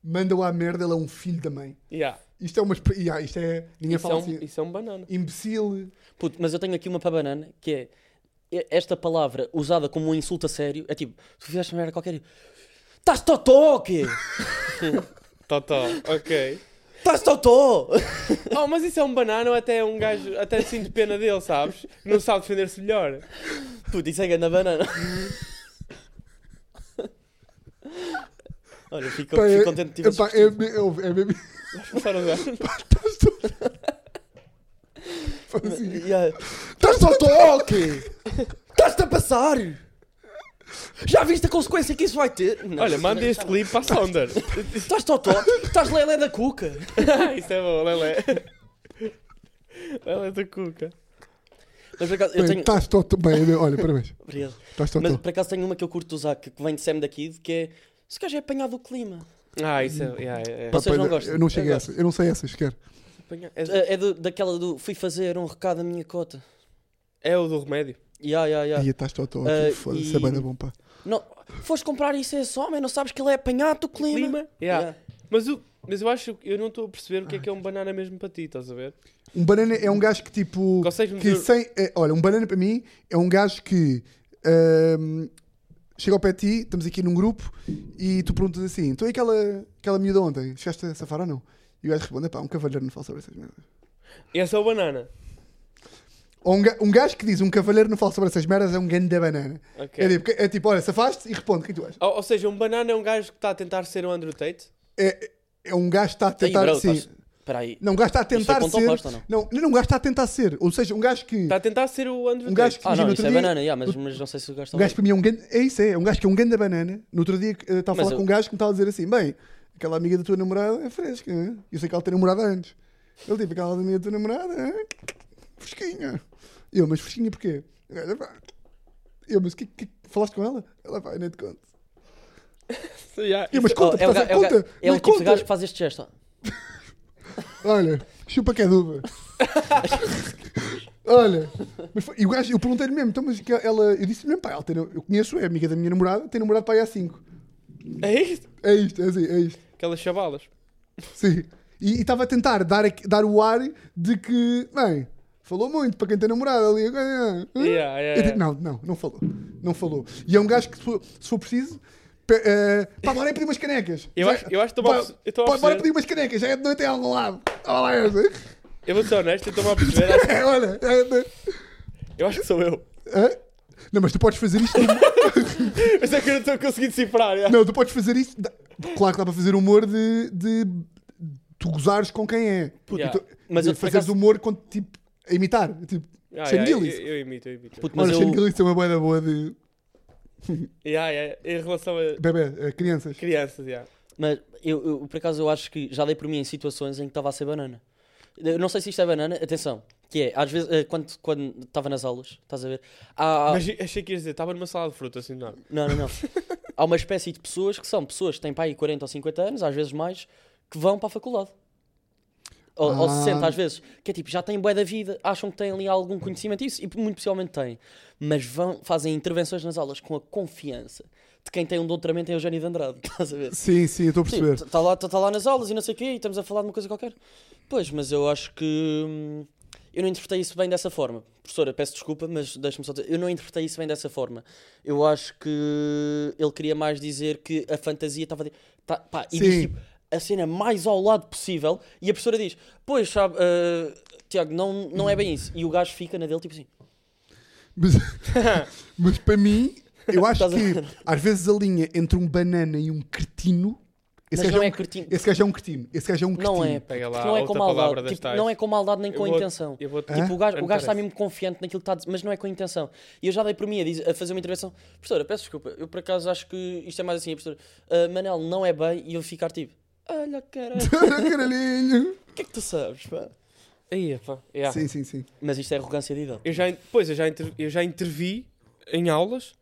Speaker 1: Manda lá merda, ele é um filho da mãe.
Speaker 2: Yeah.
Speaker 1: Isto é uma. expre- Ya, isto é. Ninguém
Speaker 2: Isso, é
Speaker 1: fala
Speaker 2: um,
Speaker 1: assim.
Speaker 2: isso é um banana.
Speaker 1: Imbecil.
Speaker 3: Puto, mas eu tenho aqui uma para banana que é e- esta palavra usada como um insulto a sério. É tipo, tu fizeste merda qualquer. Estás totó, quê?
Speaker 2: Totó, ok.
Speaker 3: Estás totó!
Speaker 2: Oh, mas isso é um banana ou até é um gajo, até sinto pena dele, sabes? Não sabe defender-se melhor.
Speaker 3: Puto, isso é ganda banana. Olha, fico,
Speaker 1: Pá,
Speaker 3: fico
Speaker 1: é-
Speaker 3: contente que tivesse
Speaker 1: epá, é, me- é- é mesmo.
Speaker 2: Vais começar a usar.
Speaker 1: Fala assim.
Speaker 3: Yeah.
Speaker 1: Estás só toque!
Speaker 3: Estás-te a passar! Já viste a consequência que isso vai ter? Não,
Speaker 2: Olha, manda este clipe para a Sonder.
Speaker 3: Estás totó, estás lelé da cuca.
Speaker 2: isso é bom, Lelé. Lelé do Cuca.
Speaker 3: Mas por acaso, eu tenho...
Speaker 1: Estás só toque. Bem, é olha, parabéns.
Speaker 3: Obrigado.
Speaker 1: Estás só
Speaker 3: Mas
Speaker 1: toque.
Speaker 3: por acaso tenho uma que eu curto usar, que que vem de Sam da Kid, que é... Se gajo é apanhado o clima.
Speaker 2: Ah, isso é. yeah, yeah, yeah.
Speaker 1: Pá,
Speaker 3: vocês
Speaker 1: pá,
Speaker 3: não gostam?
Speaker 1: Eu não cheguei
Speaker 3: Eu
Speaker 1: a essa. Eu não sei essa sequer.
Speaker 3: É, é do- daquela do fui fazer um recado à minha cota.
Speaker 2: É o do remédio.
Speaker 3: Ya, ya, ya.
Speaker 1: Ia, estás só toque.
Speaker 3: Ah,
Speaker 1: Foda-se,
Speaker 3: e-
Speaker 1: é bem da bom, pá.
Speaker 3: Não, foste comprar isso a esse homem, não sabes que ele é apanhado do clima?
Speaker 2: Clima. Yeah.
Speaker 3: Ya.
Speaker 2: Mas, eu, mas eu acho eu não estou a perceber o que é que é um banana mesmo para ti, estás a ver?
Speaker 1: Um banana é um gajo que tipo.
Speaker 2: Consegues-me
Speaker 1: que
Speaker 2: dizer-
Speaker 1: sem, é, olha, um banana para mim é um gajo que ahm, chego ao pé de ti, estamos aqui num grupo e tu perguntas assim: então e aquela, aquela miúda ontem? Chegaste a safar ou não? E o gajo responde: pá, um cavalheiro não fala sobre essas merdas.
Speaker 2: Esse é o banana.
Speaker 1: Ou um, ga- um gajo que diz: um cavalheiro não fala sobre essas merdas é um ganda banana.
Speaker 2: Ok.
Speaker 1: É, tipo, é tipo: olha, safaste e responde: o que é que tu achas?
Speaker 2: Ou, ou seja, um banana é um gajo que está a tentar ser o Andrew Tate.
Speaker 1: É, é um gajo que está a
Speaker 3: Ei,
Speaker 1: tentar.
Speaker 3: bro,
Speaker 1: sim.
Speaker 3: estás- Espera aí.
Speaker 1: Não, um gajo está a
Speaker 3: Isto é
Speaker 1: tentar
Speaker 3: ponto
Speaker 1: ser.
Speaker 3: oposto, ou não?
Speaker 1: Não, não, um gajo está a tentar ser. Ou seja, um gajo que.
Speaker 2: Está a tentar ser o Andrew
Speaker 1: Um
Speaker 2: Tate.
Speaker 1: gajo que.
Speaker 3: Ah,
Speaker 1: imagina,
Speaker 3: não,
Speaker 1: no
Speaker 3: isso
Speaker 1: outro
Speaker 3: é
Speaker 1: dia-
Speaker 3: banana, yeah, mas, mas não sei se o gajo está
Speaker 1: Um gajo
Speaker 3: bem.
Speaker 1: para mim é um grande. É isso, é. é Um gajo que é um grande banana. No outro dia eh, estava a
Speaker 3: Mas
Speaker 1: falar
Speaker 3: eu-
Speaker 1: com um gajo que me estava a dizer assim: bem, aquela amiga da tua namorada é fresca. hein? Eu sei que ela tem namorada antes. Ele tipo, aquela amiga da tua namorada hein? fresquinha. Eu, mas fresquinha porquê? O gajo, "Epá." Eu, mas que, que falaste com ela? Ela vai, nem te conto.
Speaker 2: Ah, Yeah,
Speaker 1: Eu, mas
Speaker 2: isso-
Speaker 1: conta,
Speaker 3: Oh, é o,
Speaker 1: portanto,
Speaker 3: ga- é o ga-
Speaker 1: conta.
Speaker 3: é o
Speaker 1: mas
Speaker 3: tipo de
Speaker 1: conta.
Speaker 3: gajo que faz este gesto. ó.
Speaker 1: Olha, chupa que é duva. Olha, mas foi- e o gajo, eu perguntei-lhe mesmo, então, mas que ela, eu disse-lhe mesmo, pá, ela tem, eu conheço, é amiga da minha namorada, tem namorado para aí há 5.
Speaker 2: É isto?
Speaker 1: É isto, é assim, é isto.
Speaker 2: Aquelas chavalas.
Speaker 1: Sim. E e estava a tentar dar, aqui- dar o ar de que, bem, falou muito para quem tem namorado ali. agora, ah, ah.
Speaker 2: Yeah, yeah,
Speaker 1: Eu digo,
Speaker 2: yeah.
Speaker 1: Não, não, não falou. Não falou. E é um gajo que, se for, se for preciso, pe- eh, pá, bora aí pedir umas canecas.
Speaker 2: Eu acho- eu acho que estou-me a
Speaker 1: Bora-
Speaker 2: obs- eu estou a
Speaker 1: bora- Bora
Speaker 2: observar.
Speaker 1: pedir umas canecas, já é de noite em algum lado. Olha lá essa.
Speaker 2: Eu vou ser honesto, eu estou-me a perceber. acho-
Speaker 1: É, olha, já é de noite.
Speaker 2: Eu acho que sou eu.
Speaker 1: Hã? Não, mas tu podes fazer isto.
Speaker 2: Mas é que eu não estou a conseguir decifrar. yeah.
Speaker 1: não, tu podes fazer isto. dá- Claro que dá para fazer humor de. de tu gozares com quem é.
Speaker 3: Yeah.
Speaker 1: E tu-
Speaker 3: Mas
Speaker 1: e
Speaker 3: eu, por
Speaker 1: fazeres
Speaker 3: acaso-
Speaker 1: humor com, tipo, a imitar. Tipo,
Speaker 3: é
Speaker 2: Yeah,
Speaker 1: Shane
Speaker 2: yeah,
Speaker 1: Gillis.
Speaker 2: Eu, eu imito, eu imito.
Speaker 3: Puto, mas
Speaker 1: olha, Shane
Speaker 3: eu,
Speaker 1: Gillis é uma boa boa de.
Speaker 2: Yeah, yeah, Em relação a
Speaker 1: Bebê, a crianças.
Speaker 2: crianças, yeah.
Speaker 3: mas eu, eu, por acaso, eu acho que já dei por mim em situações em que estava a ser banana. Eu não sei se isto é banana, atenção, que é, às vezes, eh, quando quando estava nas aulas, estás a ver? Há, há-
Speaker 2: Mas achei que ias dizer, estava numa sala de fruta, assim, não.
Speaker 3: Não, não, não. Há uma espécie de pessoas que são pessoas que têm pai 40 ou 50 anos, às vezes mais, que vão para a faculdade. Ou, ou
Speaker 1: Ah.
Speaker 3: 60 às vezes. Que é tipo, já têm bué da vida, acham que têm ali algum conhecimento isso, e muito possivelmente têm. Mas vão, fazem intervenções nas aulas com a confiança de quem tem um doutoramento em Eugênio de Andrade. Estás a ver?
Speaker 1: Sim, sim, eu estou a perceber.
Speaker 3: Está lá, tá, tá lá nas aulas e não sei o quê, e estamos a falar de uma coisa qualquer. Pois, mas eu acho que. hum, Eu não interpretei isso bem dessa forma. Professora, peço desculpa, mas deixa-me só dizer. Eu não interpretei isso bem dessa forma. Eu acho que ele queria mais dizer que a fantasia estava. de- tá- pá, e diz
Speaker 1: Sim.
Speaker 3: tipo, a cena mais ao lado possível. E a professora diz: Pois, sabe, ah, Tiago, não, não é bem isso. E o gajo fica na dele, tipo assim.
Speaker 1: Mas, mas para mim, eu acho
Speaker 3: Estás a
Speaker 1: que às vezes a linha entre um banana e um cretino. Esse
Speaker 3: Mas
Speaker 1: gajo,
Speaker 3: não
Speaker 1: é
Speaker 3: é
Speaker 1: um,
Speaker 3: cretino.
Speaker 1: esse gajo é um cretino. Esse gajo é um cretino.
Speaker 3: Não é,
Speaker 2: Pega lá
Speaker 3: porque não é com
Speaker 2: outra palavra
Speaker 3: maldade.
Speaker 2: das
Speaker 3: Tipo,
Speaker 2: tais.
Speaker 3: não é com maldade nem
Speaker 2: Eu
Speaker 3: com
Speaker 2: vou-
Speaker 3: intenção.
Speaker 2: eu vou-
Speaker 1: É?
Speaker 2: Ah,
Speaker 3: Tipo, o gajo, o
Speaker 2: Não
Speaker 3: gajo está
Speaker 2: parece.
Speaker 3: mesmo confiante naquilo que está a dizer, mas não é com intenção. E eu já dei por mim a, dizer- a fazer uma intervenção. Professora, peço desculpa, eu por acaso acho que isto é mais assim. A professora, "Ah, Manel, não é bem, e eu ficar tipo, olha, caralho,
Speaker 1: Caralhinho.
Speaker 3: o que é que tu sabes, pá?
Speaker 2: Aí, pá. Yeah.
Speaker 1: Sim, sim, sim.
Speaker 3: Mas isto é arrogância de idade.
Speaker 2: Eu já, in- pois, eu já, inter- eu já intervi em aulas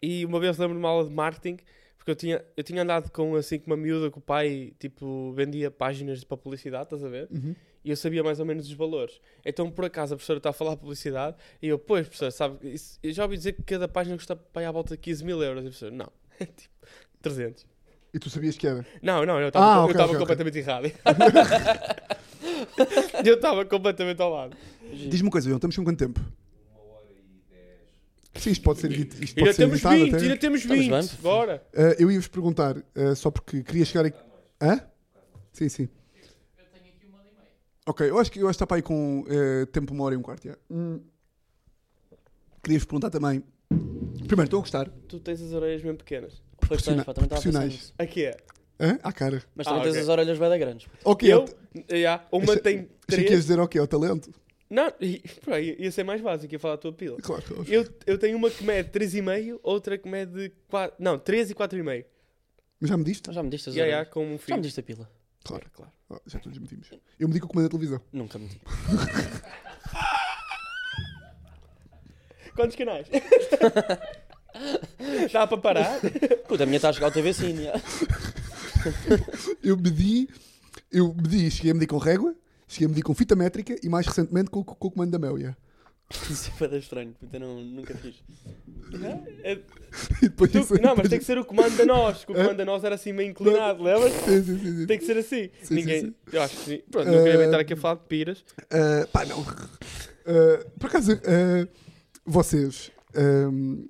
Speaker 2: e uma vez lembro-me de uma aula de marketing porque eu tinha, eu tinha andado com, assim, com uma miúda que o pai, tipo, vendia páginas para publicidade, estás a ver?
Speaker 1: Uhum.
Speaker 2: E eu sabia mais ou menos os valores. Então, por acaso, a professora está a falar de publicidade e eu, pois, professora, sabe, isso- eu já ouvi dizer que cada página custa para aí à volta de 15 mil euros. E a professora, não, é tipo, 300.
Speaker 1: E tu sabias que era?
Speaker 2: Não, não, eu estava
Speaker 1: Ah,
Speaker 2: eu
Speaker 1: ok,
Speaker 2: estava
Speaker 1: ok, ok.
Speaker 2: completamente errado. eu estava completamente ao lado.
Speaker 1: Diz-me uma coisa, João, estamos com quanto tempo? Sim, isto pode ser, edit- isto
Speaker 2: Ainda
Speaker 1: pode ser
Speaker 2: temos
Speaker 1: editado
Speaker 2: 20,
Speaker 1: até.
Speaker 2: ainda temos
Speaker 3: Estamos
Speaker 2: 20.
Speaker 3: bem?
Speaker 2: Bora.
Speaker 1: Ah, eu ia-vos perguntar, ah, só porque queria chegar aqui. Hã? Sim, sim. Ok, eu acho que, eu acho que está para aí com eh, tempo uma hora e um quarto. já. Hum. Queria-vos perguntar também. Primeiro, estão a gostar?
Speaker 2: Tu tens as orelhas mesmo pequenas.
Speaker 3: Pois tens, pá, também estava a pensar
Speaker 1: profissionais.
Speaker 3: nisso.
Speaker 2: Aqui é.
Speaker 1: Hã? À cara.
Speaker 3: Mas também
Speaker 2: Ah,
Speaker 3: tens
Speaker 2: ok.
Speaker 3: as orelhas bem da grandes.
Speaker 1: Ok,
Speaker 2: eu,
Speaker 1: é o-
Speaker 2: yeah, uma
Speaker 1: achei-
Speaker 2: tem
Speaker 1: Achei que ias
Speaker 2: três.
Speaker 1: dizer ok, é o talento.
Speaker 2: Não, e- pô, ia ia ser mais básico, ia falar a tua pila.
Speaker 1: Claro, claro.
Speaker 2: Eu, eu tenho uma que mede 3,5, outra que mede 4. Não, 3 e 4,5.
Speaker 1: Mas já me diste?
Speaker 3: Mas Então já me diste as
Speaker 2: Yeah,
Speaker 3: orelhas.
Speaker 2: yeah, com um
Speaker 3: Já me
Speaker 2: filho.
Speaker 3: diste a pila.
Speaker 1: Claro.
Speaker 2: Claro.
Speaker 1: Ah, já todos mentimos. Eu me digo o comando da televisão.
Speaker 3: Nunca me diste.
Speaker 2: Quantos canais? Dá para parar?
Speaker 3: Puta, a minha está a chegar ao TV Cine. yeah.
Speaker 1: Eu medi, eu medi, cheguei a medir com régua, cheguei a medir com fita métrica e mais recentemente com, com o comando da Mel, yeah.
Speaker 3: Isso é bué da estranho, puta, não, nunca fiz.
Speaker 2: É,
Speaker 1: E depois
Speaker 2: tu-
Speaker 1: isso- é
Speaker 2: não, mas tem que ser o comando da nós. Que o comando da nós era assim meio inclinado, lembras?
Speaker 1: Sim, sim, sim, sim.
Speaker 2: Tem que ser assim.
Speaker 1: Sim,
Speaker 2: Ninguém.
Speaker 1: sim,
Speaker 2: Eu acho que sim. Pronto, não queria
Speaker 1: Eh,
Speaker 2: bem estar aqui a falar de piras.
Speaker 1: Ah, pá, não. Ah, por acaso, ah, vocês ahm,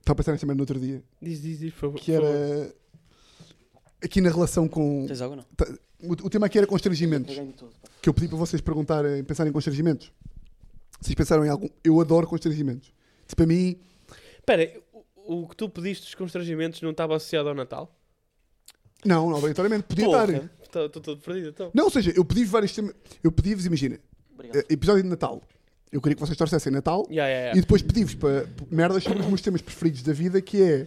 Speaker 1: Estava a pensar nisso também no outro dia.
Speaker 2: Diz, diz, diz, por favor.
Speaker 1: Que
Speaker 2: por favor.
Speaker 1: era. Aqui na relação com.
Speaker 3: Tens água não?
Speaker 1: O, o tema aqui era constrangimentos.
Speaker 3: Caguei-me todo, pá.
Speaker 1: que eu pedi para vocês perguntarem, pensarem em constrangimentos. Vocês pensaram em algum? Eu adoro constrangimentos. Tipo, para mim,
Speaker 2: Espera, o, o que tu pediste dos constrangimentos não estava associado ao Natal?
Speaker 1: não, não obrigatoriamente, podia
Speaker 3: Porra.
Speaker 1: estar.
Speaker 2: Estou todo perdido, então.
Speaker 1: Não, ou seja, eu pedi vários temas. Eu pedi-vos, imagina,
Speaker 3: Obrigado.
Speaker 1: eh, episódio de Natal. Eu queria que vocês trouxessem Natal
Speaker 2: Yeah, yeah,
Speaker 1: e
Speaker 2: yeah.
Speaker 1: depois pedi-vos para p- merdas sobre os meus temas preferidos da vida, que é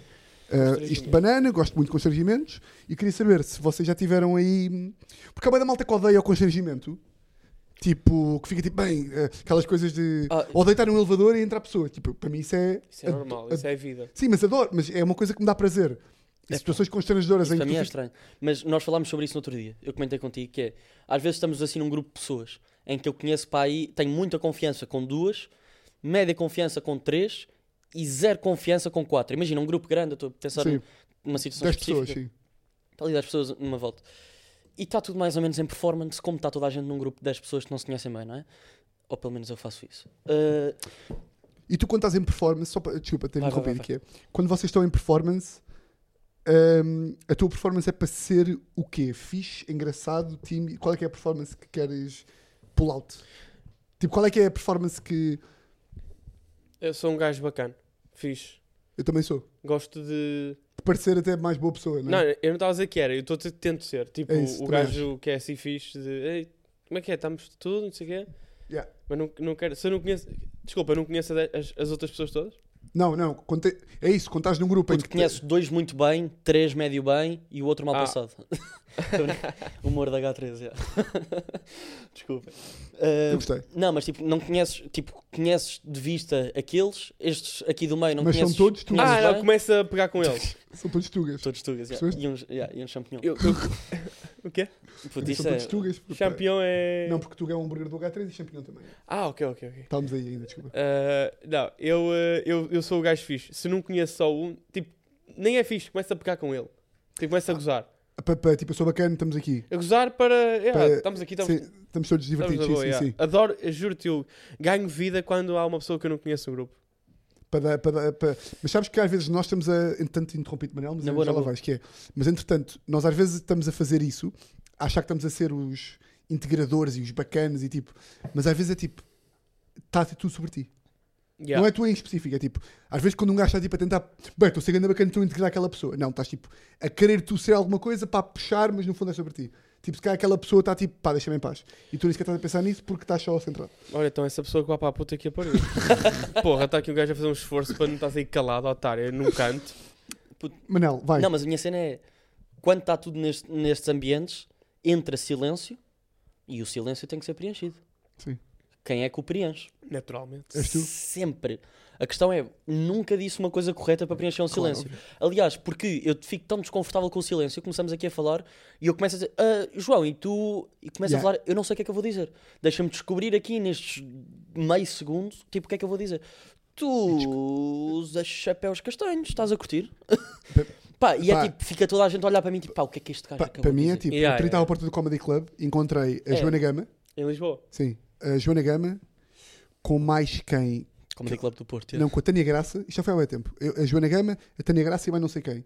Speaker 1: eh, isto de banana, gosto muito de constrangimentos e queria saber se vocês já tiveram aí. Porque a da malta que odeia o constrangimento. Tipo, que fica tipo, bem, eh, aquelas coisas de.
Speaker 3: Ah.
Speaker 1: Ou deitar num elevador e entrar a pessoa. Tipo, para mim isso é.
Speaker 2: Isso é normal,
Speaker 1: a-
Speaker 2: isso é vida.
Speaker 1: Sim, mas adoro, mas é uma coisa que me dá prazer.
Speaker 3: É,
Speaker 1: situações constrangedoras
Speaker 3: Isso
Speaker 1: em
Speaker 3: para
Speaker 1: que
Speaker 3: mim
Speaker 1: tu
Speaker 3: é
Speaker 1: ficas-
Speaker 3: estranho. Mas nós falámos sobre isso no outro dia. Eu comentei contigo que é. Às vezes estamos assim num grupo de pessoas em que eu conheço para aí, tenho muita confiança com duas, média confiança com três e zero confiança com quatro. Imagina um grupo grande, eu estou a pensar
Speaker 1: Sim.
Speaker 3: numa situação
Speaker 1: 10
Speaker 3: específica.
Speaker 1: pessoas, sim.
Speaker 3: Está ali 10 pessoas numa volta. E está tudo mais ou menos em performance, como está toda a gente num grupo de 10 pessoas que não se conhecem bem, não é? Ou pelo menos eu faço isso. Ah,
Speaker 1: E tu quando estás em performance, só para, desculpa ter
Speaker 3: Vai, vai,
Speaker 1: interrompido,
Speaker 3: vai,
Speaker 1: que é quando vocês estão em performance, hum, a tua performance é para ser o quê? Fixe, engraçado, tímido? Qual é que é a performance que queres pull out? Tipo, qual é que é a performance que
Speaker 2: Eu sou um gajo bacana, fixe.
Speaker 1: eu também sou?
Speaker 2: Gosto de.
Speaker 1: De parecer até mais boa pessoa, não
Speaker 2: Não,
Speaker 1: é?
Speaker 2: eu não estava a dizer que era, eu estou tento ser. Tipo,
Speaker 1: É isso,
Speaker 2: o
Speaker 1: também
Speaker 2: gajo que é assim fixe de. Ei, como é que é? Estamos tudo, não sei o quê.
Speaker 1: Yeah.
Speaker 2: Mas não, não quero. Se eu não conheço. Desculpa, eu não conheço a- as, as outras pessoas todas?
Speaker 1: Não, não. quando te- é isso, quando estás num grupo em
Speaker 3: Puto,
Speaker 1: que... te-
Speaker 3: conheço dois muito bem, três médio bem e o outro mal
Speaker 2: Ah.
Speaker 3: passado. Humor da H13, já. Desculpa.
Speaker 1: Eu gostei.
Speaker 3: não, mas tipo, não conheces, tipo, conheces de vista aqueles, estes aqui do meio não
Speaker 1: Mas são
Speaker 3: conheces.
Speaker 1: todos tu.
Speaker 3: conheces
Speaker 2: ah, não,
Speaker 3: bem.
Speaker 2: começa a pegar com eles.
Speaker 1: São todos tugas.
Speaker 3: Todos tugas, já.
Speaker 1: Percebeste?
Speaker 3: E uns, já, e uns champignon.
Speaker 2: Eu- eu- o quê?
Speaker 3: Puto,
Speaker 1: São
Speaker 3: isso é-
Speaker 1: todos tugas. porque-
Speaker 2: Champion é.
Speaker 1: Não, porque tu é um hambúrguer do H3 e champignon também.
Speaker 2: Ah, ok, ok, ok.
Speaker 1: Estamos aí ainda, desculpa.
Speaker 2: Ah, não, eu, ah, eu, eu sou o gajo fixe. Se não conheço só um, tipo, nem é fixe, começa a pegar com ele. Tipo, começa a gozar.
Speaker 1: Pa- pa- tipo, eu sou bacana, estamos aqui.
Speaker 2: A gozar para. é,
Speaker 1: Para-
Speaker 2: estamos
Speaker 3: Então,
Speaker 2: aqui, estamos,
Speaker 1: Sim, estamos todos
Speaker 2: estamos
Speaker 1: divertidos,
Speaker 2: na
Speaker 1: sim,
Speaker 2: boa.
Speaker 1: sim,
Speaker 2: yeah.
Speaker 1: sim.
Speaker 2: Adoro, eu juro-te, eu ganho vida quando há uma pessoa que eu não conheço no grupo.
Speaker 1: Para dar- para dar- para- Mas sabes que às vezes nós estamos a. Entretanto, interrompido, Manel, mas
Speaker 3: Na
Speaker 1: eu
Speaker 3: boa,
Speaker 1: já
Speaker 3: na
Speaker 1: lá
Speaker 3: boa.
Speaker 1: vais, que é. Mas entretanto, nós às vezes estamos a fazer isso, a achar que estamos a ser os integradores e os bacanas e tipo. Mas às vezes é tipo. Está tudo sobre ti.
Speaker 2: Yeah.
Speaker 1: Não é tu em específico, é tipo. Às vezes quando um gajo está tipo a tentar. Bem, estou a ser grande bacana, estou a integrar aquela pessoa. Não, estás tipo a querer tu ser alguma coisa para puxar, mas no fundo é sobre ti. Tipo, se calhar aquela pessoa está tipo, pá, deixa-me em paz. E tu nem sequer estás a pensar nisso porque estás só centrado.
Speaker 2: Olha, então essa pessoa que vai para a puta aqui a parir. Porra, está aqui um gajo a fazer um esforço para não estar aí calado, otário, num canto.
Speaker 1: Manel, vai.
Speaker 3: Não, mas a minha cena é quando está tudo neste- nestes ambientes, entra silêncio e o silêncio tem que ser preenchido.
Speaker 1: Sim.
Speaker 3: Quem é que o preenche?
Speaker 2: Naturalmente.
Speaker 1: És tu?
Speaker 3: Sempre. A questão é, nunca disse uma coisa correta para preencher um
Speaker 1: Claro,
Speaker 3: silêncio. Aliás, porque eu fico tão desconfortável com o silêncio, começamos aqui a falar e eu começo a dizer, "Ah, João, e tu. E começo
Speaker 1: Yeah.
Speaker 3: a falar, eu não sei o que é que eu vou dizer. Deixa-me descobrir aqui nestes meio segundo, tipo, o que é que eu vou dizer. Tu usas chapéus castanhos, estás a curtir? pá, e
Speaker 1: Pá.
Speaker 3: é tipo, fica toda a gente a olhar para mim, tipo, pá, o que é que este gajo
Speaker 1: Pa-
Speaker 3: acabou
Speaker 1: para
Speaker 3: de
Speaker 1: mim é
Speaker 3: dizer?"
Speaker 1: tipo,
Speaker 2: Yeah,
Speaker 1: eu entrei
Speaker 2: yeah.
Speaker 1: à porta do Comedy Club, encontrei a
Speaker 3: É.
Speaker 1: Joana Gama,
Speaker 2: Em Lisboa.
Speaker 1: sim, a Joana Gama, com mais quem?
Speaker 3: Comedy Club do Porto. é.
Speaker 1: Não, com a Tânia Graça, isto já foi há bem tempo. Eu- a Joana Gama, a Tânia Graça e mais não sei quem.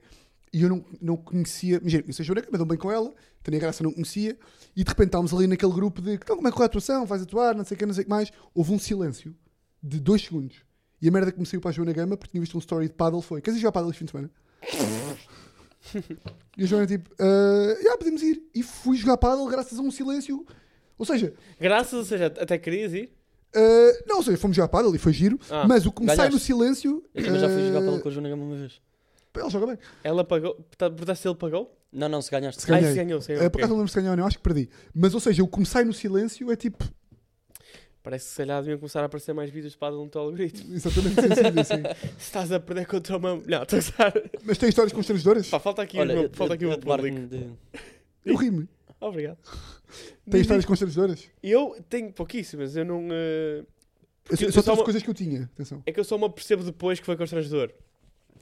Speaker 1: E eu não, não conhecia, imagina, eu sei a Joana Gama, dou bem com ela, a Tânia Graça não conhecia, e de repente estávamos ali naquele grupo de então, como é que corre a atuação, vais atuar, não sei o que, não sei o que mais. Houve um silêncio de dois segundos. E a merda que me saiu para a Joana Gama, porque tinha visto um story de paddle, foi: Queres ir jogar paddle este fim de semana? e a Joana, tipo, ah, já podemos ir. E fui jogar paddle graças a um silêncio. Ou seja,
Speaker 2: Graças, ou seja, até querias ir.
Speaker 1: ah, não, ou seja, fomos jogar paddle e foi giro,
Speaker 2: Ah,
Speaker 1: mas o que me sai
Speaker 3: ganhaste.
Speaker 1: no silêncio.
Speaker 3: Eu também já fui jogar
Speaker 1: ah,
Speaker 3: pela com a Joana Gama uma vez.
Speaker 1: Ele joga bem.
Speaker 2: Ela pagou. tá- Portanto, se ele pagou?
Speaker 3: Não, não, se ganhaste.
Speaker 1: Se
Speaker 2: Ah,
Speaker 1: Ganhei.
Speaker 2: isso ganhou, se ganhou.
Speaker 1: Ah, por acaso não lembro se ganhou ou não, acho que perdi. Mas, ou seja, o que me sai no silêncio é tipo.
Speaker 2: Parece que se calhar deviam começar a aparecer mais vídeos de paddle no teu algoritmo.
Speaker 1: Exatamente sensível, assim.
Speaker 2: Se estás a perder contra uma. Não, estou a usar.
Speaker 1: Mas tem histórias constrangedoras?
Speaker 2: Pá, falta aqui
Speaker 3: Olha,
Speaker 2: o meu,
Speaker 3: eu-
Speaker 2: falta aqui
Speaker 3: eu-
Speaker 2: o meu
Speaker 3: eu te marco
Speaker 2: público.
Speaker 3: de-
Speaker 1: Eu ri-me.
Speaker 2: Obrigado.
Speaker 1: Tem
Speaker 2: Diz-
Speaker 1: histórias constrangedoras?
Speaker 2: Eu tenho pouquíssimas, eu não. eh,
Speaker 1: Eu só- só
Speaker 2: eu sou
Speaker 1: trouxe
Speaker 2: uma-
Speaker 1: coisas que eu tinha, atenção.
Speaker 2: É que eu só me apercebo depois que foi constrangedor.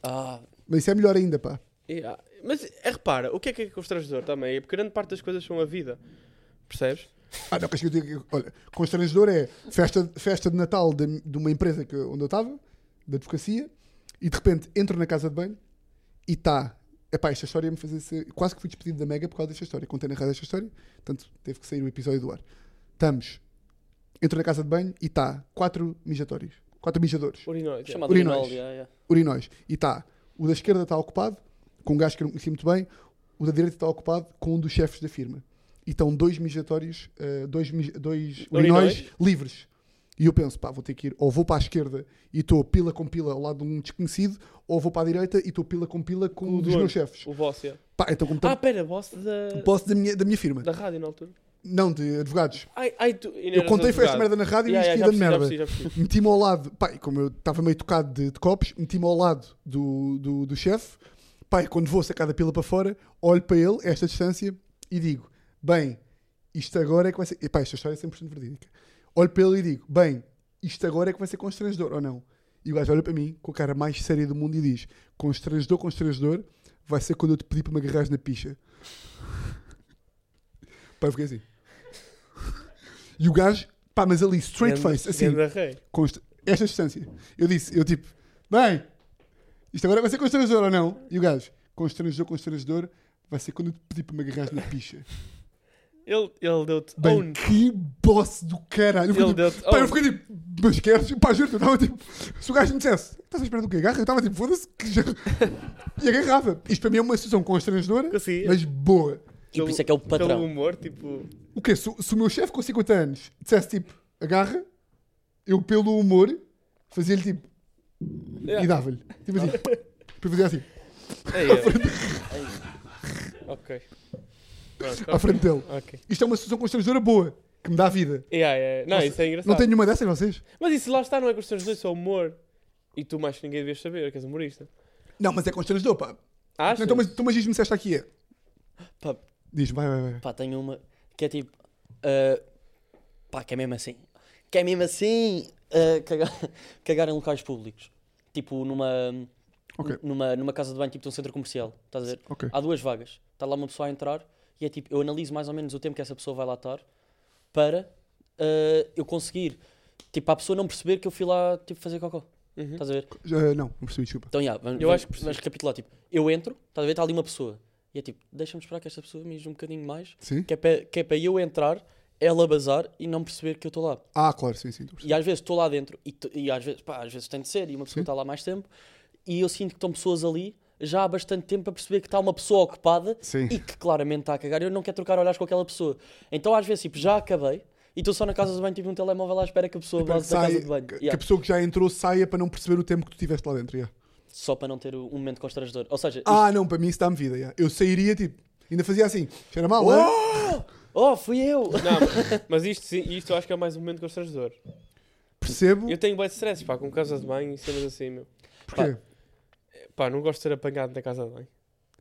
Speaker 3: Ah,
Speaker 1: Mas isso é melhor ainda, pá.
Speaker 2: E, ah, Mas é, repara, o que é que é constrangedor também? É porque grande parte das coisas são a vida. Percebes?
Speaker 1: Ah, não, queres que eu diga. Olha, constrangedor é festa, festa de Natal de, de uma empresa que, onde eu estava, da advocacia, e E de repente entro na casa de banho e está. Epá, esta história me fazer ser... Quase que fui despedido da Mega por causa desta história. Contei na rádio esta história, portanto teve que sair o episódio do ar. Estamos. Entro na casa de banho e está quatro mijatórios. Quatro mijadores.
Speaker 2: Urinóis. é.
Speaker 3: Chamado
Speaker 1: Urinóis.
Speaker 3: urinol, yeah, yeah.
Speaker 1: Urinóis. E está. O da esquerda está ocupado, com um gajo que eu não conheci muito bem. O da direita está ocupado com um dos chefes da firma. E estão dois mijatórios, eh, dois, mij- dois urinóis,
Speaker 2: Urinóis?
Speaker 1: livres. E eu penso, pá, vou ter que ir, ou vou para a esquerda e estou pila com pila ao lado de um desconhecido, ou vou para a direita e estou pila com pila com um dos
Speaker 2: dono.
Speaker 1: meus chefes.
Speaker 2: O boss, yeah.
Speaker 1: Pá, então como
Speaker 2: Ah,
Speaker 1: estou
Speaker 2: pera, boss da,
Speaker 1: posso da minha, da minha firma,
Speaker 2: da rádio na altura.
Speaker 1: não de advogados.
Speaker 2: Ai, ai, tu... e não
Speaker 1: Eu
Speaker 2: eras
Speaker 1: contei foi esta
Speaker 2: advogado.
Speaker 1: merda na rádio
Speaker 2: Yeah,
Speaker 1: e isto ia
Speaker 2: yeah, já
Speaker 1: da merda.
Speaker 2: percebi, já percebi, já percebi.
Speaker 1: meti-me ao lado, pá, e como eu estava meio tocado de, de copos, meti-me ao lado do, do, do chefe, pá, e quando vou sacar da pila para fora, olho para ele, a esta distância, e digo, bem, isto agora é que vai ser, e pá, esta história é 100% verídica, olho para ele e digo, bem, isto agora é que vai ser constrangedor, ou não? E o gajo olha para mim, com a cara mais séria do mundo, e diz, constrangedor, constrangedor, vai ser quando eu te pedir para me agarrares na picha. Pá, eu fiquei assim. E o gajo, pá, mas ali, straight
Speaker 2: Ganda-
Speaker 1: face, assim,
Speaker 2: ganda rei.
Speaker 1: const- esta distância. Eu disse, eu tipo, bem, isto agora vai ser constrangedor ou não? E o gajo, constrangedor, constrangedor, vai ser quando eu te pedir para me agarrar na picha.
Speaker 2: Ele, ele deu-te
Speaker 1: Bem,
Speaker 2: own.
Speaker 1: que boss do caralho. Eu
Speaker 2: Ele Oh.
Speaker 1: fiquei,
Speaker 2: deu-te
Speaker 1: tipo, pá, eu
Speaker 2: own.
Speaker 1: fiquei tipo, mas queres? Pá, juro, eu estava tipo, se o gajo me dissesse, estás à espera do quê? Agarra? Eu estava tipo, foda-se, que já... E agarrava. Isto para mim é uma situação constrangedora,
Speaker 2: Conseguia.
Speaker 1: mas boa.
Speaker 3: E por isso é que é o
Speaker 2: Pelo
Speaker 3: patrão.
Speaker 2: humor, tipo...
Speaker 1: O quê? Se, se o meu chefe com 50 anos dissesse tipo, agarra, eu pelo humor fazia-lhe tipo
Speaker 2: Yeah.
Speaker 1: e dava-lhe. Tipo assim. Depois fazia assim,
Speaker 2: Ei, eu- é, Ok. Pronto, então,
Speaker 1: à frente dele.
Speaker 2: Ok.
Speaker 1: Isto é uma situação constrangedora boa, que me dá vida.
Speaker 2: Yeah, yeah. Não, isso é engraçado.
Speaker 1: Não tenho nenhuma dessas vocês?
Speaker 2: Mas isso lá está, não é questão dos dois, isso é humor. E tu mais que ninguém devias saber, que és humorista.
Speaker 1: Não, mas é constrangedor, pá.
Speaker 2: Achas?
Speaker 1: Então, mas, então, mas diz-me se esta aqui é.
Speaker 3: Pá,
Speaker 1: Diz, vai, vai, vai.
Speaker 3: Pá, tenho uma que é tipo. ah, pá, que é mesmo assim. Que é mesmo assim. ah, cagar, cagar em locais públicos. Tipo numa.
Speaker 1: Ok.
Speaker 3: Numa, numa casa de banho, tipo de um centro comercial. Estás a ver?
Speaker 1: Ok.
Speaker 3: Há duas vagas. Está lá uma pessoa a entrar e é tipo. Eu analiso mais ou menos o tempo que essa pessoa vai lá estar para ah, eu conseguir. Tipo, para a pessoa não perceber que eu fui lá tipo, fazer cocó.
Speaker 2: Uhum.
Speaker 3: Estás a ver?
Speaker 1: Já- não, não percebi, desculpa.
Speaker 3: Então, yeah, vamos,
Speaker 2: Eu
Speaker 3: vamos-
Speaker 2: acho que percebi.
Speaker 3: vamos recapitular. Tipo, eu entro, estás a ver? Está ali uma pessoa. E é tipo, deixa-me esperar que esta pessoa mije um bocadinho mais
Speaker 1: Sim?
Speaker 3: que é para que é para eu entrar, ela bazar e não perceber que eu estou lá.
Speaker 1: Ah, claro, sim, sim. estou a perceber.
Speaker 3: E às vezes estou lá dentro, e, t- e às, vezes, pá, às vezes tem de ser, e uma
Speaker 1: Sim.
Speaker 3: pessoa está lá mais tempo, e eu sinto que estão pessoas ali já há bastante tempo a perceber que está uma pessoa ocupada
Speaker 1: Sim.
Speaker 3: e que claramente está a cagar. Eu não quero trocar olhares com aquela pessoa. Então às vezes, tipo, já acabei. E estou só na casa de banho, tipo, um telemóvel à espera que a pessoa vá da
Speaker 1: Sai-
Speaker 3: casa de banho.
Speaker 1: Tipo, que- Que
Speaker 3: Yeah.
Speaker 1: a pessoa que já entrou saia para não perceber o tempo que tu tiveste lá dentro. yeah.
Speaker 3: Só para não ter um momento constrangedor. Ou seja,
Speaker 1: Ah, não, para mim isso dá-me vida. yeah. Eu sairia tipo, ainda fazia assim, cheira mal,
Speaker 3: isto-
Speaker 1: hein?
Speaker 3: Oh! Oh, fui eu!
Speaker 2: Não, mas- mas isto, sim, isto eu acho que é mais um momento constrangedor.
Speaker 1: percebo.
Speaker 2: Eu tenho bem de stress, pá, com casa de banho e cenas assim, meu.
Speaker 1: Porquê?
Speaker 2: Pá, não gosto de ser apanhado na casa de banho.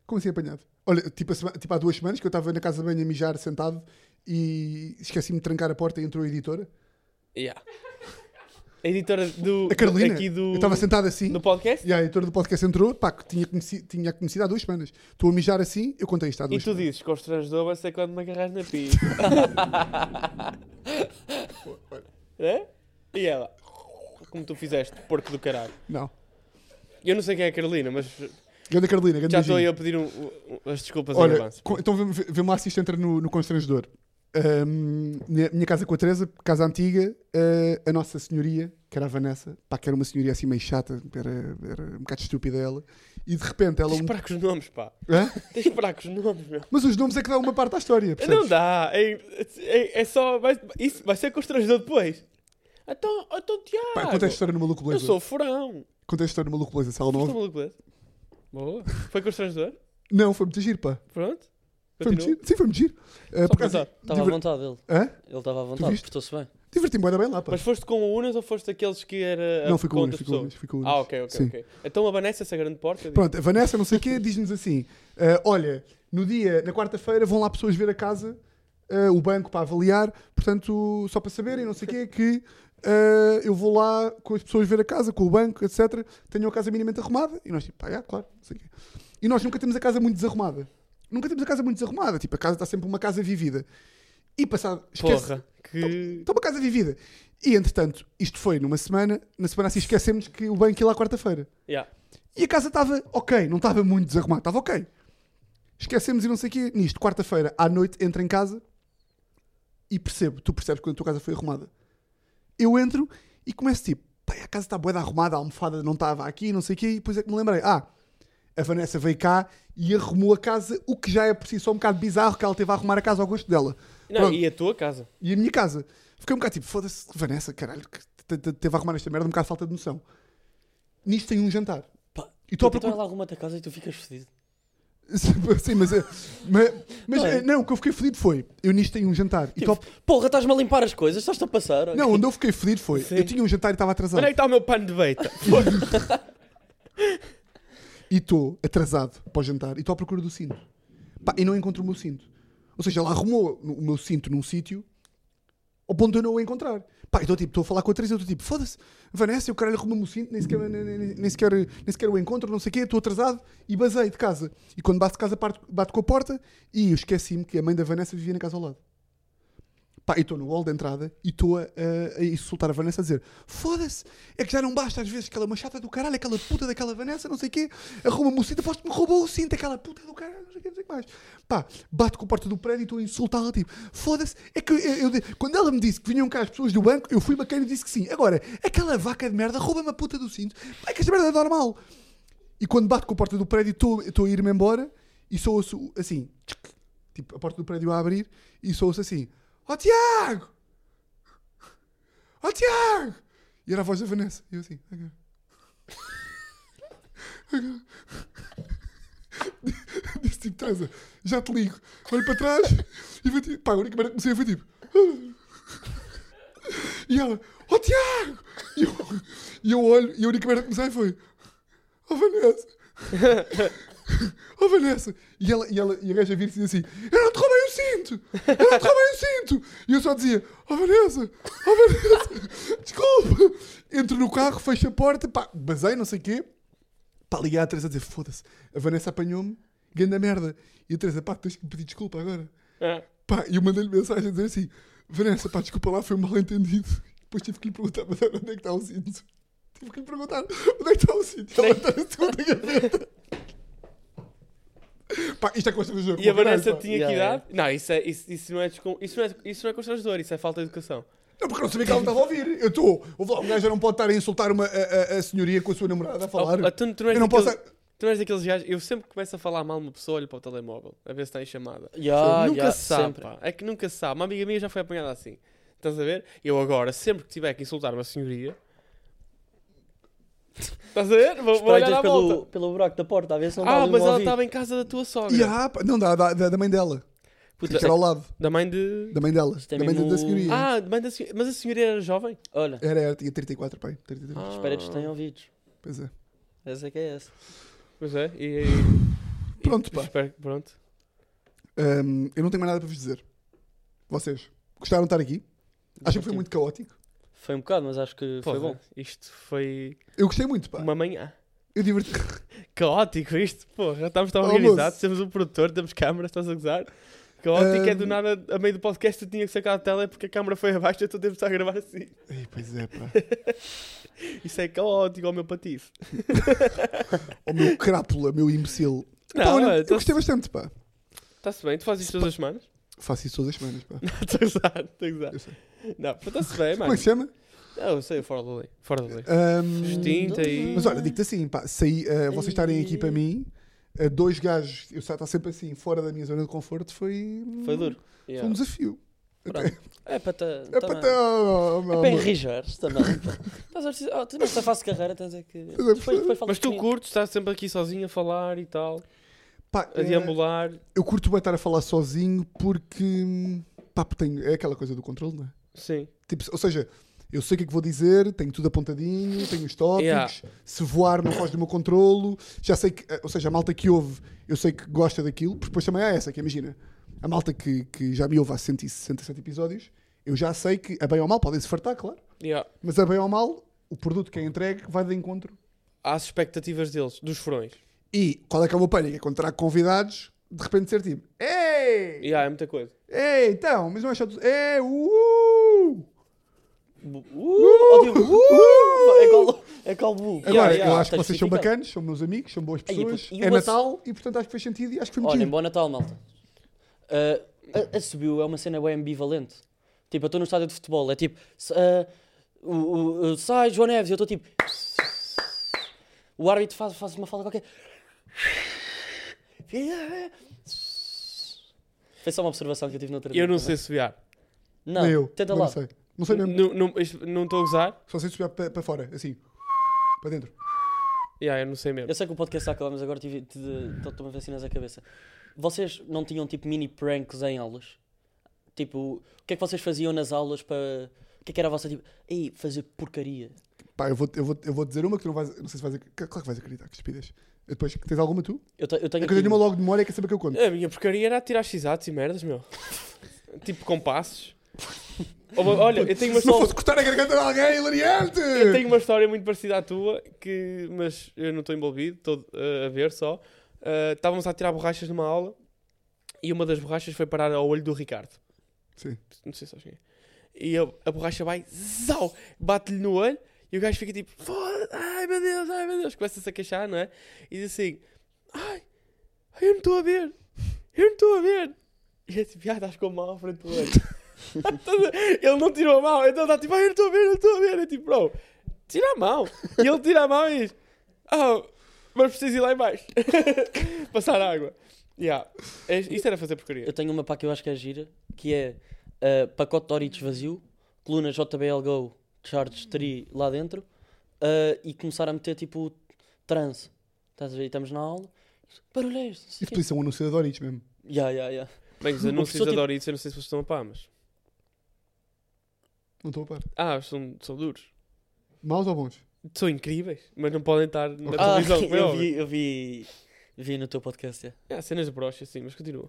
Speaker 1: Como assim apanhado? Olha, tipo, a sema- tipo há duas semanas que eu estava na casa de banho a mijar sentado e esqueci-me de trancar a porta e entrou a editora.
Speaker 2: Yeah. A editora do...
Speaker 1: A Carolina.
Speaker 2: Aqui do...
Speaker 1: Eu estava sentado assim
Speaker 2: No podcast?
Speaker 1: e a editora do podcast entrou, pá, que tinha conhecido, tinha conhecido há duas semanas. Estou a mijar assim, eu contei isto há
Speaker 2: E
Speaker 1: duas
Speaker 2: tu
Speaker 1: semanas.
Speaker 2: dizes, constrangedor vai ser é quando me agarras na pia. é? E ela? Como tu fizeste, porco do caralho.
Speaker 1: Não.
Speaker 2: Eu não sei quem é a Carolina, mas
Speaker 1: Grande Carolina, grande
Speaker 2: já estou aí
Speaker 1: beijinho.
Speaker 2: a pedir um- um- as desculpas em
Speaker 1: Olha,
Speaker 2: avanço.
Speaker 1: co- então vê- vê- vê-me lá se isto entra no, no constrangedor. Ahm, minha, minha casa com a Teresa, casa antiga, ah, a nossa senhoria, que era a Vanessa, pá, que era uma senhoria assim meio chata, era, era um bocado estúpida ela, e de repente ela.
Speaker 2: Tens que
Speaker 1: um-
Speaker 2: parar com os nomes, pá.
Speaker 1: Hã?
Speaker 2: Tens que parar com os nomes, meu.
Speaker 1: Mas os nomes é que dá uma parte à história, percebes?
Speaker 2: Não dá. É, é, é só. Vai, isso vai ser constrangedor depois. Então, então Tiago.
Speaker 1: Pá, conta a história no Maluco
Speaker 2: eu
Speaker 1: Blazer.
Speaker 2: sou furão.
Speaker 1: Conta a história no Maluco Blazer, sala
Speaker 2: Foste um
Speaker 1: 9.
Speaker 2: maluco desse? Boa. Foi constrangedor?
Speaker 1: Não, foi muito giro, pá.
Speaker 2: Pronto.
Speaker 1: Foi muito
Speaker 2: Continua.
Speaker 1: giro. Sim, foi muito giro. Ah, por acaso,
Speaker 2: perguntar.
Speaker 3: Estava à
Speaker 1: diver-
Speaker 3: vontade ele.
Speaker 1: Hã?
Speaker 3: Ele estava à vontade,
Speaker 1: viste?
Speaker 3: portou-se bem.
Speaker 1: Diverti-me bué da bem lá, pá.
Speaker 2: Mas foste com o Unas ou foste daqueles que era.
Speaker 1: não, fui com o Unas, fui com o
Speaker 2: pessoa?
Speaker 1: Unas, fui com um. o Unas.
Speaker 2: Ah, ok, ok,
Speaker 1: Sim.
Speaker 2: ok. Então a Vanessa, essa grande porta. diz-
Speaker 1: Pronto, a Vanessa, não sei o quê, diz-nos assim: ah, olha, no dia, na quarta-feira, vão lá pessoas ver a casa, ah, o banco para avaliar, portanto, só para saberem, não sei o quê, que ah, eu vou lá com as pessoas ver a casa, com o banco, etc. Tenham a casa minimamente arrumada. E nós, tipo, pá, já, claro, não sei o quê. E nós nunca temos a casa muito desarrumada. Nunca temos a casa muito desarrumada. Tipo, a casa está sempre uma casa vivida. E passado, esquece, Então,
Speaker 2: Porra. Que.
Speaker 1: Estou uma casa vivida. E entretanto, isto foi numa semana. Na semana assim esquecemos que o banco ia lá quarta-feira.
Speaker 2: Yeah.
Speaker 1: E a casa estava ok, não estava muito desarrumada, estava ok. Esquecemos e não sei o quê. Nisto, quarta-feira, à noite, entro em casa e percebo, tu percebes quando a tua casa foi arrumada. Eu entro e começo tipo, pai, a casa está boa arrumada, a almofada não estava aqui, não sei o quê, e depois é que me lembrei, ah, a Vanessa veio cá e arrumou a casa, o que já é por si só um bocado bizarro que ela teve a arrumar a casa ao gosto dela.
Speaker 2: Não,
Speaker 1: Pronto.
Speaker 2: e a tua casa?
Speaker 1: E a minha casa. Fiquei um bocado tipo, foda-se, Vanessa, caralho, que te- te- teve a arrumar esta merda, um bocado de falta de noção. Nisto tem um jantar.
Speaker 3: Pá,
Speaker 1: E estou à
Speaker 3: tu- tu
Speaker 1: procura.
Speaker 3: ela arruma a tua casa e tu ficas fedido.
Speaker 1: Sim, mas. é- Mas, mas não,
Speaker 3: Não é?
Speaker 1: não, o que eu fiquei fedido foi. Eu nisto tenho um jantar. E
Speaker 3: Tipo,
Speaker 1: tô-
Speaker 3: porra, estás-me a limpar as coisas, estás-te a passar. ok?
Speaker 1: Não, onde eu fiquei fedido foi.
Speaker 2: Sim.
Speaker 1: Eu tinha um jantar e estava atrasado.
Speaker 2: Onde é que está o meu pano de beita?
Speaker 1: E estou atrasado para o jantar e estou à procura do cinto. Pá, e não encontro o meu cinto. Ou seja, ela arrumou o meu cinto num sítio ao ponto de eu não o encontrar. Pá, então tipo, estou a falar com a Teresa, eu estou tipo, foda-se, Vanessa, eu caralho arrumou-me o cinto, nem sequer, nem, nem- nem- nem sequer, nem sequer o encontro, não sei o quê, estou atrasado e basei de casa. E quando bato de casa, parto- bato com a porta e eu esqueci-me que a mãe da Vanessa vivia na casa ao lado. Pá, e estou no hall de entrada e estou a, a- a insultar a Vanessa a dizer: Foda-se, é que já não basta às vezes que ela é uma chata do caralho, aquela puta daquela Vanessa, não sei o quê, arruma-me o cinto, aposto que me roubou o cinto, aquela puta do caralho, não sei o quê, não sei o que mais. Pá, bato com a porta do prédio e estou a insultá-la, tipo: Foda-se, é que eu, eu- eu- quando ela me disse que vinham cá as pessoas do banco, eu fui bacana e disse que sim. Agora, aquela vaca de merda rouba-me a puta do cinto, pá, é que esta merda é normal. E quando bato com a porta do prédio, estou estou a ir-me embora e só ouço assim, tchic, tipo, a porta do prédio a abrir e só ouço assim: Ó Tiago! Ó Tiago! E era a voz da Vanessa. E eu assim: "Ok." Ok. Disse tipo: Teresa, já te ligo. Olho para trás e vou tipo: Pá, a única merda que comecei foi tipo. E ela, ó Tiago! E eu, e eu olho, e a única merda que comecei foi, ó Vanessa! ó "Oh, Vanessa! E, ela, e, ela, e a gaja vira-se e diz assim, eu não te roubei o cinto! Eu não te roubei o cinto! E eu só dizia, ó Vanessa! Ó Vanessa! Desculpa! Entro no carro, fecho a porta, pá, basei, não sei o quê. Pá, liguei à Teresa a dizer, foda-se, a Vanessa apanhou-me, ganda merda. E a Teresa, pá, tens que me pedir desculpa agora.
Speaker 2: Ah,
Speaker 1: Pá, e eu mandei-lhe mensagem a dizer assim: Vanessa, pá, desculpa lá, foi um mal-entendido. Depois tive que lhe perguntar, mas onde é que está o cinto? Tive que lhe perguntar, onde é que está o cinto? Ela está na segunda gaveta. Pá, isto é coisa do jogo.
Speaker 2: e a
Speaker 1: caralho,
Speaker 2: Vanessa
Speaker 1: pá.
Speaker 2: tinha
Speaker 3: Yeah,
Speaker 2: que idade?
Speaker 3: yeah.
Speaker 2: Não, isso, é, isso, isso, não é descon... isso, não é, isso não é constrangedor, isso é falta de educação.
Speaker 1: Não, porque eu não sabia que ela me estava a ouvir. Eu estou. Ouve lá, um gajo já não pode estar a insultar uma, a, a- a senhoria com a sua namorada a falar.
Speaker 2: Oh, tu, tu não és
Speaker 1: eu não posso.
Speaker 2: daquele- Tu não és daqueles gajos. Eu sempre que começo a falar mal uma pessoa, olho para o telemóvel, a ver se está em chamada.
Speaker 3: Ya,
Speaker 2: nunca
Speaker 3: ya,
Speaker 2: se sabe,
Speaker 3: Ah, sempre.
Speaker 2: pá. É que nunca se sabe. Uma amiga minha já foi apanhada assim. Estás a ver? Eu agora, sempre que tiver que insultar uma senhoria. Estás a ver? Vou, vou olhar
Speaker 3: Espreitas
Speaker 2: à
Speaker 3: pelo,
Speaker 2: volta.
Speaker 3: pelo buraco da porta, a ver se não está
Speaker 2: Ah,
Speaker 3: ali um
Speaker 2: mas ela
Speaker 3: ouvido.
Speaker 2: estava em casa da tua sogra.
Speaker 1: E há, pá, não, da, da, da- da mãe dela.
Speaker 2: Puta, é
Speaker 1: Que era ao lado.
Speaker 2: Da mãe de.
Speaker 1: Da mãe dela.
Speaker 3: Isto é
Speaker 1: Da mãe da-
Speaker 3: mesmo-
Speaker 1: da senhoria.
Speaker 2: Ah, da mãe da senhoria. Mas a senhoria era jovem?
Speaker 3: Olha,
Speaker 1: Era, era, tinha 34, pai. 33.
Speaker 2: Ah.
Speaker 3: as paredes têm ouvidos.
Speaker 1: Pois é.
Speaker 3: Essa é que é essa.
Speaker 2: Pois é. E, e-
Speaker 1: Pronto,
Speaker 2: e-
Speaker 1: pá.
Speaker 2: espero que- pronto.
Speaker 1: Hum, eu não tenho mais nada para vos dizer. Vocês gostaram de estar aqui? Achei que foi muito caótico.
Speaker 3: Foi um bocado, mas acho que foi
Speaker 2: Foda,
Speaker 3: bom.
Speaker 2: é. Isto foi
Speaker 1: Eu gostei muito, pá.
Speaker 2: uma manhã.
Speaker 1: Eu diverti.
Speaker 2: Caótico isto, porra. Estamos tão
Speaker 1: Almoço.
Speaker 2: organizados, temos um produtor, temos câmara, estás a gozar. Caótico é do
Speaker 1: Ahm.
Speaker 2: nada, a meio do podcast eu tinha que sacar a tela porque a câmara foi abaixo, eu estou a tentar gravar assim.
Speaker 1: Ai, pois é, pá.
Speaker 2: Isso é caótico, ao meu patife.
Speaker 1: O Oh, meu crápula, meu imbecil. Pá,
Speaker 2: Não,
Speaker 1: Então, olha,
Speaker 3: é,
Speaker 2: olha,
Speaker 1: eu
Speaker 2: tá-
Speaker 1: gostei bastante, pá.
Speaker 2: Está-se bem, tu fazes isto todas as semanas?
Speaker 1: Faço isso todas as semanas, pá.
Speaker 2: Estou a gozar, estou a gozar.
Speaker 1: Eu sei.
Speaker 2: Não, pô, está-se bem,
Speaker 1: Como
Speaker 2: mano.
Speaker 1: é que se chama?
Speaker 2: Não, eu sei, fora da lei. Fora da lei.
Speaker 1: Hum,
Speaker 2: Extinta e.
Speaker 1: mas olha, digo-te assim, pá. Saí, ah, vocês estarem aqui para mim, ah, dois gajos, eu está sempre assim, fora da minha zona de conforto, foi. hum,
Speaker 3: Foi duro.
Speaker 1: Foi um desafio.
Speaker 3: Pronto. É para ta-
Speaker 1: É
Speaker 3: também.
Speaker 1: para ter- oh,
Speaker 3: É
Speaker 1: meu
Speaker 3: para
Speaker 1: amor.
Speaker 3: enrijar-se também. Estás a precisar. Oh, tu nesta fase de carreira estás a que. Depois, depois falas
Speaker 2: Mas tu
Speaker 3: comigo.
Speaker 2: curtes, estás sempre aqui sozinho a falar e tal,
Speaker 1: Pá,
Speaker 2: a
Speaker 1: é-
Speaker 2: deambular.
Speaker 1: eu curto bem estar a falar sozinho porque. hum, Pá, porque tenho- é aquela coisa do controle, não é?
Speaker 2: Sim.
Speaker 1: Tipo, ou seja, eu sei o que é que vou dizer, tenho tudo apontadinho, tenho os tópicos,
Speaker 2: Yeah.
Speaker 1: se voar não faz do meu controlo, já sei que, eh, ou seja, a malta que ouve, eu sei que gosta daquilo, porque depois também há essa, que imagina, a malta que, que já me ouve há 167 episódios, eu já sei que, a bem ou mal, podem se fartar, claro,
Speaker 2: Yeah.
Speaker 1: mas a bem ou mal, o produto que é entregue vai de encontro.
Speaker 2: Às expectativas deles, dos furões.
Speaker 1: E qual é que é o meu pânico? É quando trago convidados, de repente ser tipo, ei,
Speaker 2: Yeah, é muita coisa.
Speaker 1: ei, então, mas não é só, tu- ei, uh!
Speaker 3: Bu- Uh, oh, Diogo, uh, é colo- É calbu.
Speaker 1: Agora, eu acho que vocês são bacanos, são meus amigos, são boas
Speaker 3: Ei, e
Speaker 1: pessoas.
Speaker 3: por- e o
Speaker 1: é
Speaker 3: Natal?
Speaker 1: Natal e portanto acho que fez sentido e acho que foi muito
Speaker 3: Olhem,
Speaker 1: giro.
Speaker 3: bom Natal, malta. Uh, a, a subiu é uma cena bem ambivalente. Tipo, eu estou no estádio de futebol, é tipo, s- uh, o, o- o- sai João Neves, eu estou tipo. O árbitro faz, faz uma falta qualquer. Foi só uma observação que eu tive no outro dia.
Speaker 2: Eu não sei subiar.
Speaker 3: Não,
Speaker 1: Nem eu.
Speaker 3: tenta
Speaker 1: também
Speaker 3: lá.
Speaker 1: Não sei. Não sei mesmo.
Speaker 2: Não não- isto- não estou a usar?
Speaker 1: Só sei subir para, para fora, assim. Para dentro.
Speaker 2: Yeah, eu não sei mesmo.
Speaker 3: Eu sei que o podcast está a acabar, mas agora tive- te- estou-me a vacinas à cabeça. Vocês não tinham tipo mini pranks em aulas? Tipo, o que é que vocês faziam nas aulas para. O que é que era a vossa tipo. Ei, fazer porcaria.
Speaker 1: Pá, eu vou, eu, vou, eu vou dizer uma que tu não vais. Não sei se vais. ac- Claro que vais acreditar, que estupidez. Eu Depois, tens alguma tu?
Speaker 3: Eu, te-
Speaker 1: É
Speaker 3: eu tenho.
Speaker 1: que eu
Speaker 3: aqui-
Speaker 1: tenho uma logo de memória, quer saber que eu conto.
Speaker 2: A minha porcaria era tirar x-atos e merdas, meu. tipo compassos. Ou- Olha, eu tenho uma
Speaker 1: Se não
Speaker 2: só.
Speaker 1: fosse cortar a garganta de alguém, hilariante!
Speaker 2: Eu tenho uma história muito parecida à tua, que, mas eu não estou envolvido, estou eh, a ver só. Eh, estávamos a tirar borrachas numa aula e uma das borrachas foi parar ao olho do Ricardo.
Speaker 1: Sim.
Speaker 2: Não sei se sabes quem é. E a, a borracha vai, zau, bate-lhe no olho e o gajo fica tipo, foda ai meu Deus, ai meu Deus. Começa-se a queixar, não é? E diz assim, ai, ai, eu não estou a ver, eu não estou a ver. E é tipo, ah, estás com a mão à frente do olho. Estás a- ele não tirou a mão, então está tipo, ai, eu não estou a ver, eu não estou a ver. É tipo, bro, tira a mão. E ele tira a mão e diz, oh, mas preciso ir lá em baixo. Passar água. Yeah. É- Isto era fazer porcaria.
Speaker 3: Eu tenho uma pá que eu acho que é gira, que é uh, pacote de Doritos vazio, coluna JBL Go Charge 3 lá dentro uh, e começar a meter tipo trance. Estás a ver? E Estamos na aula. Barulheiros.
Speaker 1: E depois são anunciadores Doritos mesmo.
Speaker 3: Ya, ya, ya.
Speaker 2: Bem, os
Speaker 3: O
Speaker 2: anúncios
Speaker 3: professor,
Speaker 2: da
Speaker 3: tipo-
Speaker 2: Doritos, eu não sei se vocês estão a pá, mas.
Speaker 1: Não estou a par.
Speaker 2: Ah, são, são duros.
Speaker 1: Maus ou bons?
Speaker 2: São incríveis, mas não podem estar na
Speaker 3: Ah,
Speaker 2: televisão. como é
Speaker 3: eu
Speaker 2: óbvio.
Speaker 3: vi, eu vi, vi no teu podcast. é.
Speaker 2: É, cenas de brocha, sim, mas continua.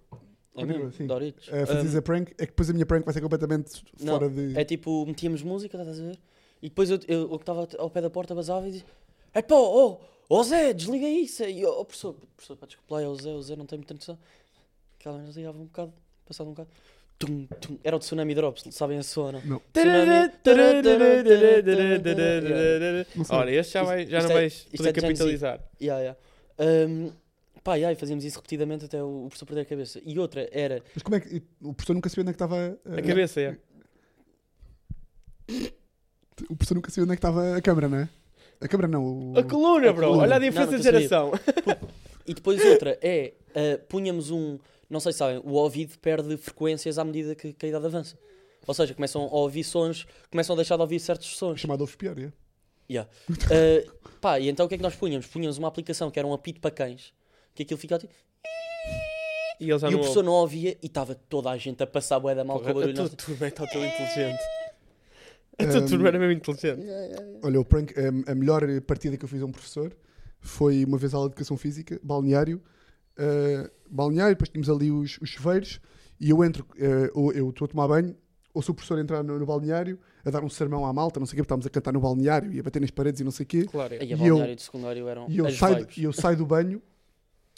Speaker 3: É
Speaker 1: Continua,
Speaker 3: mesmo?
Speaker 1: sim.
Speaker 3: Doritos.
Speaker 1: Uh, fazes assim. a prank, é que depois a minha prank vai ser completamente
Speaker 3: Não,
Speaker 1: fora de.
Speaker 3: Um, Hum, é tipo, metíamos música, estás a ver? E depois eu, eu, eu que estava ao pé da porta basava e dizia: É pá, oh, oh Zé, desliga isso. E oh, professor, professor, pá, desculpa lá, é o Zé, o Zé não tem muita noção. Que ela desligava um bocado, passava um bocado. Tum, tum. Era o Tsunami Drops, sabem a sua, não?
Speaker 1: Não. Não sei.
Speaker 2: Ora, este já, vai, já
Speaker 3: Isto
Speaker 2: não
Speaker 3: é-
Speaker 2: vais
Speaker 3: isto é
Speaker 2: poder
Speaker 3: Gen Z.
Speaker 2: capitalizar.
Speaker 3: Yeah, yeah. Um, pá, yeah, e fazíamos isso repetidamente até o, o professor perder a cabeça. E outra era.
Speaker 1: Mas como é que. O professor nunca sabia onde é que estava.
Speaker 2: A
Speaker 3: Uhum.
Speaker 1: uh,
Speaker 2: cabeça, é.
Speaker 1: O professor nunca sabia onde é que estava a câmara, não é? A câmara não. O...
Speaker 2: A coluna,
Speaker 3: A
Speaker 2: bro.
Speaker 1: coluna.
Speaker 2: Olha a
Speaker 3: Não,
Speaker 2: diferença
Speaker 3: não
Speaker 2: de
Speaker 3: sabia.
Speaker 2: geração.
Speaker 3: E depois outra é, ah, punhamos um, não sei se sabem, o ouvido perde frequências à medida que, que a idade avança. Ou seja, começam a ouvir sons, começam a deixar de ouvir certos sons.
Speaker 1: Chamado Ovos Pior, é?
Speaker 3: Yeah. Ah, pá, e então o que é que nós punhamos? Punhamos uma aplicação que era um apito para cães, que aquilo ficava tipo,
Speaker 2: E eles já
Speaker 3: e o
Speaker 2: não.
Speaker 3: professor não ouvia e estava toda a gente a passar bué da mal com o barulho.
Speaker 2: A tua
Speaker 3: Nós-
Speaker 2: turma é tão inteligente. A tua turma era mesmo inteligente.
Speaker 1: Olha, o prank, a, a melhor partida que eu fiz a um professor foi uma vez a aula de educação física, balneário. eh, balneário, depois tínhamos ali os, os chuveiros e eu entro, eh, ou eu estou a tomar banho, ou se o professor entrar no, no balneário a dar um sermão à malta, não sei o quê, porque estávamos a cantar no balneário e a bater nas paredes e não sei o quê.
Speaker 2: Claro. é.
Speaker 3: Aí
Speaker 1: E eu-
Speaker 3: a balneário de secundário eram
Speaker 1: E eu,
Speaker 3: as
Speaker 1: saio,
Speaker 3: vibes.
Speaker 1: e eu saio do banho,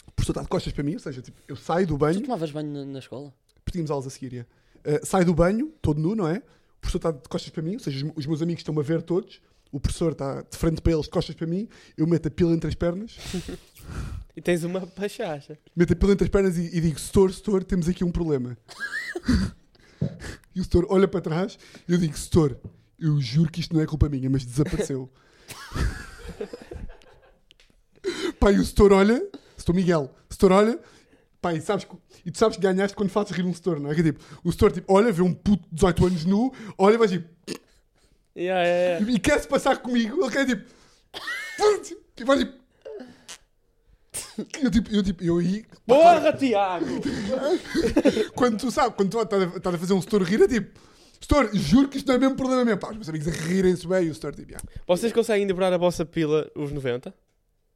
Speaker 1: o professor está de costas para mim, ou seja, tipo, eu saio do
Speaker 3: Tu
Speaker 1: banho,
Speaker 3: tomavas banho na, na escola?
Speaker 1: pedimos aulas a seguir. ia. Eh, saio do banho, todo nu, não é? O professor está de costas para mim, ou seja, os, me- os meus amigos estão-me a ver todos. O professor está de frente para eles, de costas para mim. Eu meto a pila entre as pernas,
Speaker 2: E tens uma pachacha.
Speaker 1: meto a pila entre as pernas e, e digo: Setor, setor, temos aqui um problema. e o setor olha para trás e eu digo: Setor, eu juro que isto não é culpa minha, mas desapareceu. Pai, o setor olha, setor Miguel, setor olha, Pai, sabes, que- e tu sabes que ganhaste quando fazes rir um setor, não é? Que é tipo, o setor tipo, olha, vê um puto de 18 anos nu, olha e vai tipo,
Speaker 2: Yeah, yeah, yeah.
Speaker 1: e quer-se passar comigo, ele quer tipo, e vai tipo, eu tipo, eu tipo, eu aí,
Speaker 2: Porra, Tiago!
Speaker 1: quando tu sabes, quando tu estás a- estás a fazer um setor rir, é tipo, setor, juro que isto não é mesmo problema meu, pá, os meus amigos a rirem-se bem, e o setor tipo, "Ya,
Speaker 2: Vocês conseguem dobrar a vossa pila os 90?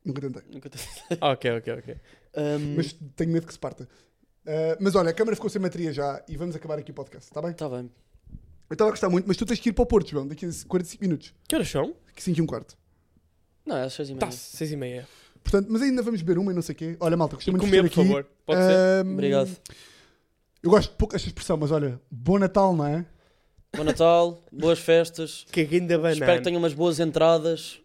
Speaker 1: nunca tentei,
Speaker 3: Nunca te-
Speaker 2: Ah, ok, ok, ok.
Speaker 3: Um,
Speaker 1: mas tenho medo que se parta. Ah, mas olha, a câmara ficou sem bateria já e vamos acabar aqui o podcast, está bem?
Speaker 3: Tá bem.
Speaker 1: Eu estava a gostar muito, mas tu tens que ir para o Porto, João, daqui a 45 minutos,
Speaker 2: Que horas são?
Speaker 1: 5 e um quarto.
Speaker 3: Não, é às seis e meia.
Speaker 2: Tá, seis e meia.
Speaker 1: Portanto, mas ainda vamos beber uma e não sei o quê. Olha, malta, gostei
Speaker 2: E
Speaker 1: muito
Speaker 2: comer,
Speaker 1: de
Speaker 2: por
Speaker 1: estar aqui. Eh,
Speaker 2: favor. Pode ser?
Speaker 1: Ahm,
Speaker 3: Obrigado.
Speaker 1: Eu gosto pouco desta expressão, mas olha, bom Natal, não é?
Speaker 3: Bom Natal, boas festas.
Speaker 2: Que ainda banana.
Speaker 3: Espero que tenham umas boas entradas.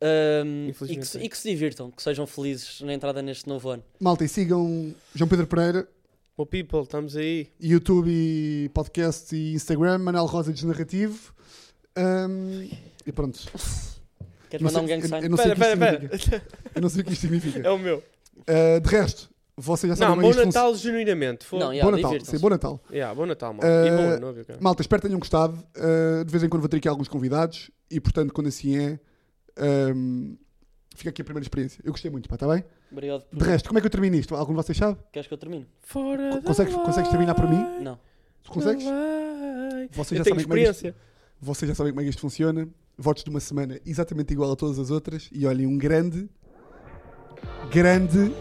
Speaker 3: ahm, e, que,
Speaker 2: Infelizmente
Speaker 3: se-
Speaker 2: sim.
Speaker 3: e que se divirtam, que sejam felizes na entrada neste novo ano.
Speaker 1: Malta, e sigam João Pedro Pereira,
Speaker 2: Oh, people, estamos aí.
Speaker 1: YouTube e podcast e Instagram, Manel Rosa Desnarrativo. Ahm, e pronto.
Speaker 3: Queres
Speaker 1: Não sei-
Speaker 3: mandar um gang
Speaker 1: eu-
Speaker 3: sign?
Speaker 1: eu não sei
Speaker 2: Espera,
Speaker 1: o que isto
Speaker 2: espera,
Speaker 1: significa.
Speaker 2: espera.
Speaker 1: Eu não sei o que isto significa.
Speaker 2: É o meu.
Speaker 1: Ah, de resto, vocês já sabem
Speaker 2: Não,
Speaker 1: bem
Speaker 2: bom
Speaker 1: isto
Speaker 2: Natal genuinamente. Foi.
Speaker 3: Não,
Speaker 2: Yeah.
Speaker 3: yeah,
Speaker 1: Bom Natal,
Speaker 3: divirtam-se.
Speaker 1: sim, bom Natal.
Speaker 2: bom Natal, mal. E
Speaker 1: Eh,
Speaker 2: bom ano, novo, cara.
Speaker 1: Malta, espero que tenham gostado. Uh, de vez em quando vou ter aqui alguns convidados e, portanto, quando assim é, um, fica aqui a primeira experiência. Eu gostei muito, pá, está bem?
Speaker 3: Obrigado por.
Speaker 1: De resto, como é que eu termino isto? Algum de vocês sabe?
Speaker 3: Queres que eu termine?
Speaker 2: Fora
Speaker 1: co-
Speaker 2: da
Speaker 1: consegues-
Speaker 2: lei,
Speaker 1: consegues terminar para mim?
Speaker 3: Não.
Speaker 1: Tu Consegues?
Speaker 2: da lei.
Speaker 1: Vocês
Speaker 2: Eu
Speaker 1: já,
Speaker 2: tenho
Speaker 1: sabem como é que isto,
Speaker 2: experiência.
Speaker 1: vocês já sabem como é que isto funciona. Votos de uma semana exatamente igual a todas as outras. E olhem, um grande, grande,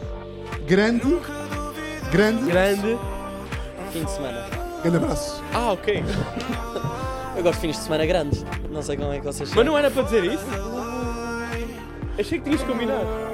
Speaker 1: grande, grande,
Speaker 2: Grande.
Speaker 3: Fim de semana.
Speaker 1: grande abraço.
Speaker 2: Ah, ok.
Speaker 3: Eu gosto de fins de semana grandes. Não sei como é que
Speaker 2: Mas
Speaker 3: vocês chamam.
Speaker 2: não era para dizer isso? Achei que tinhas combinado.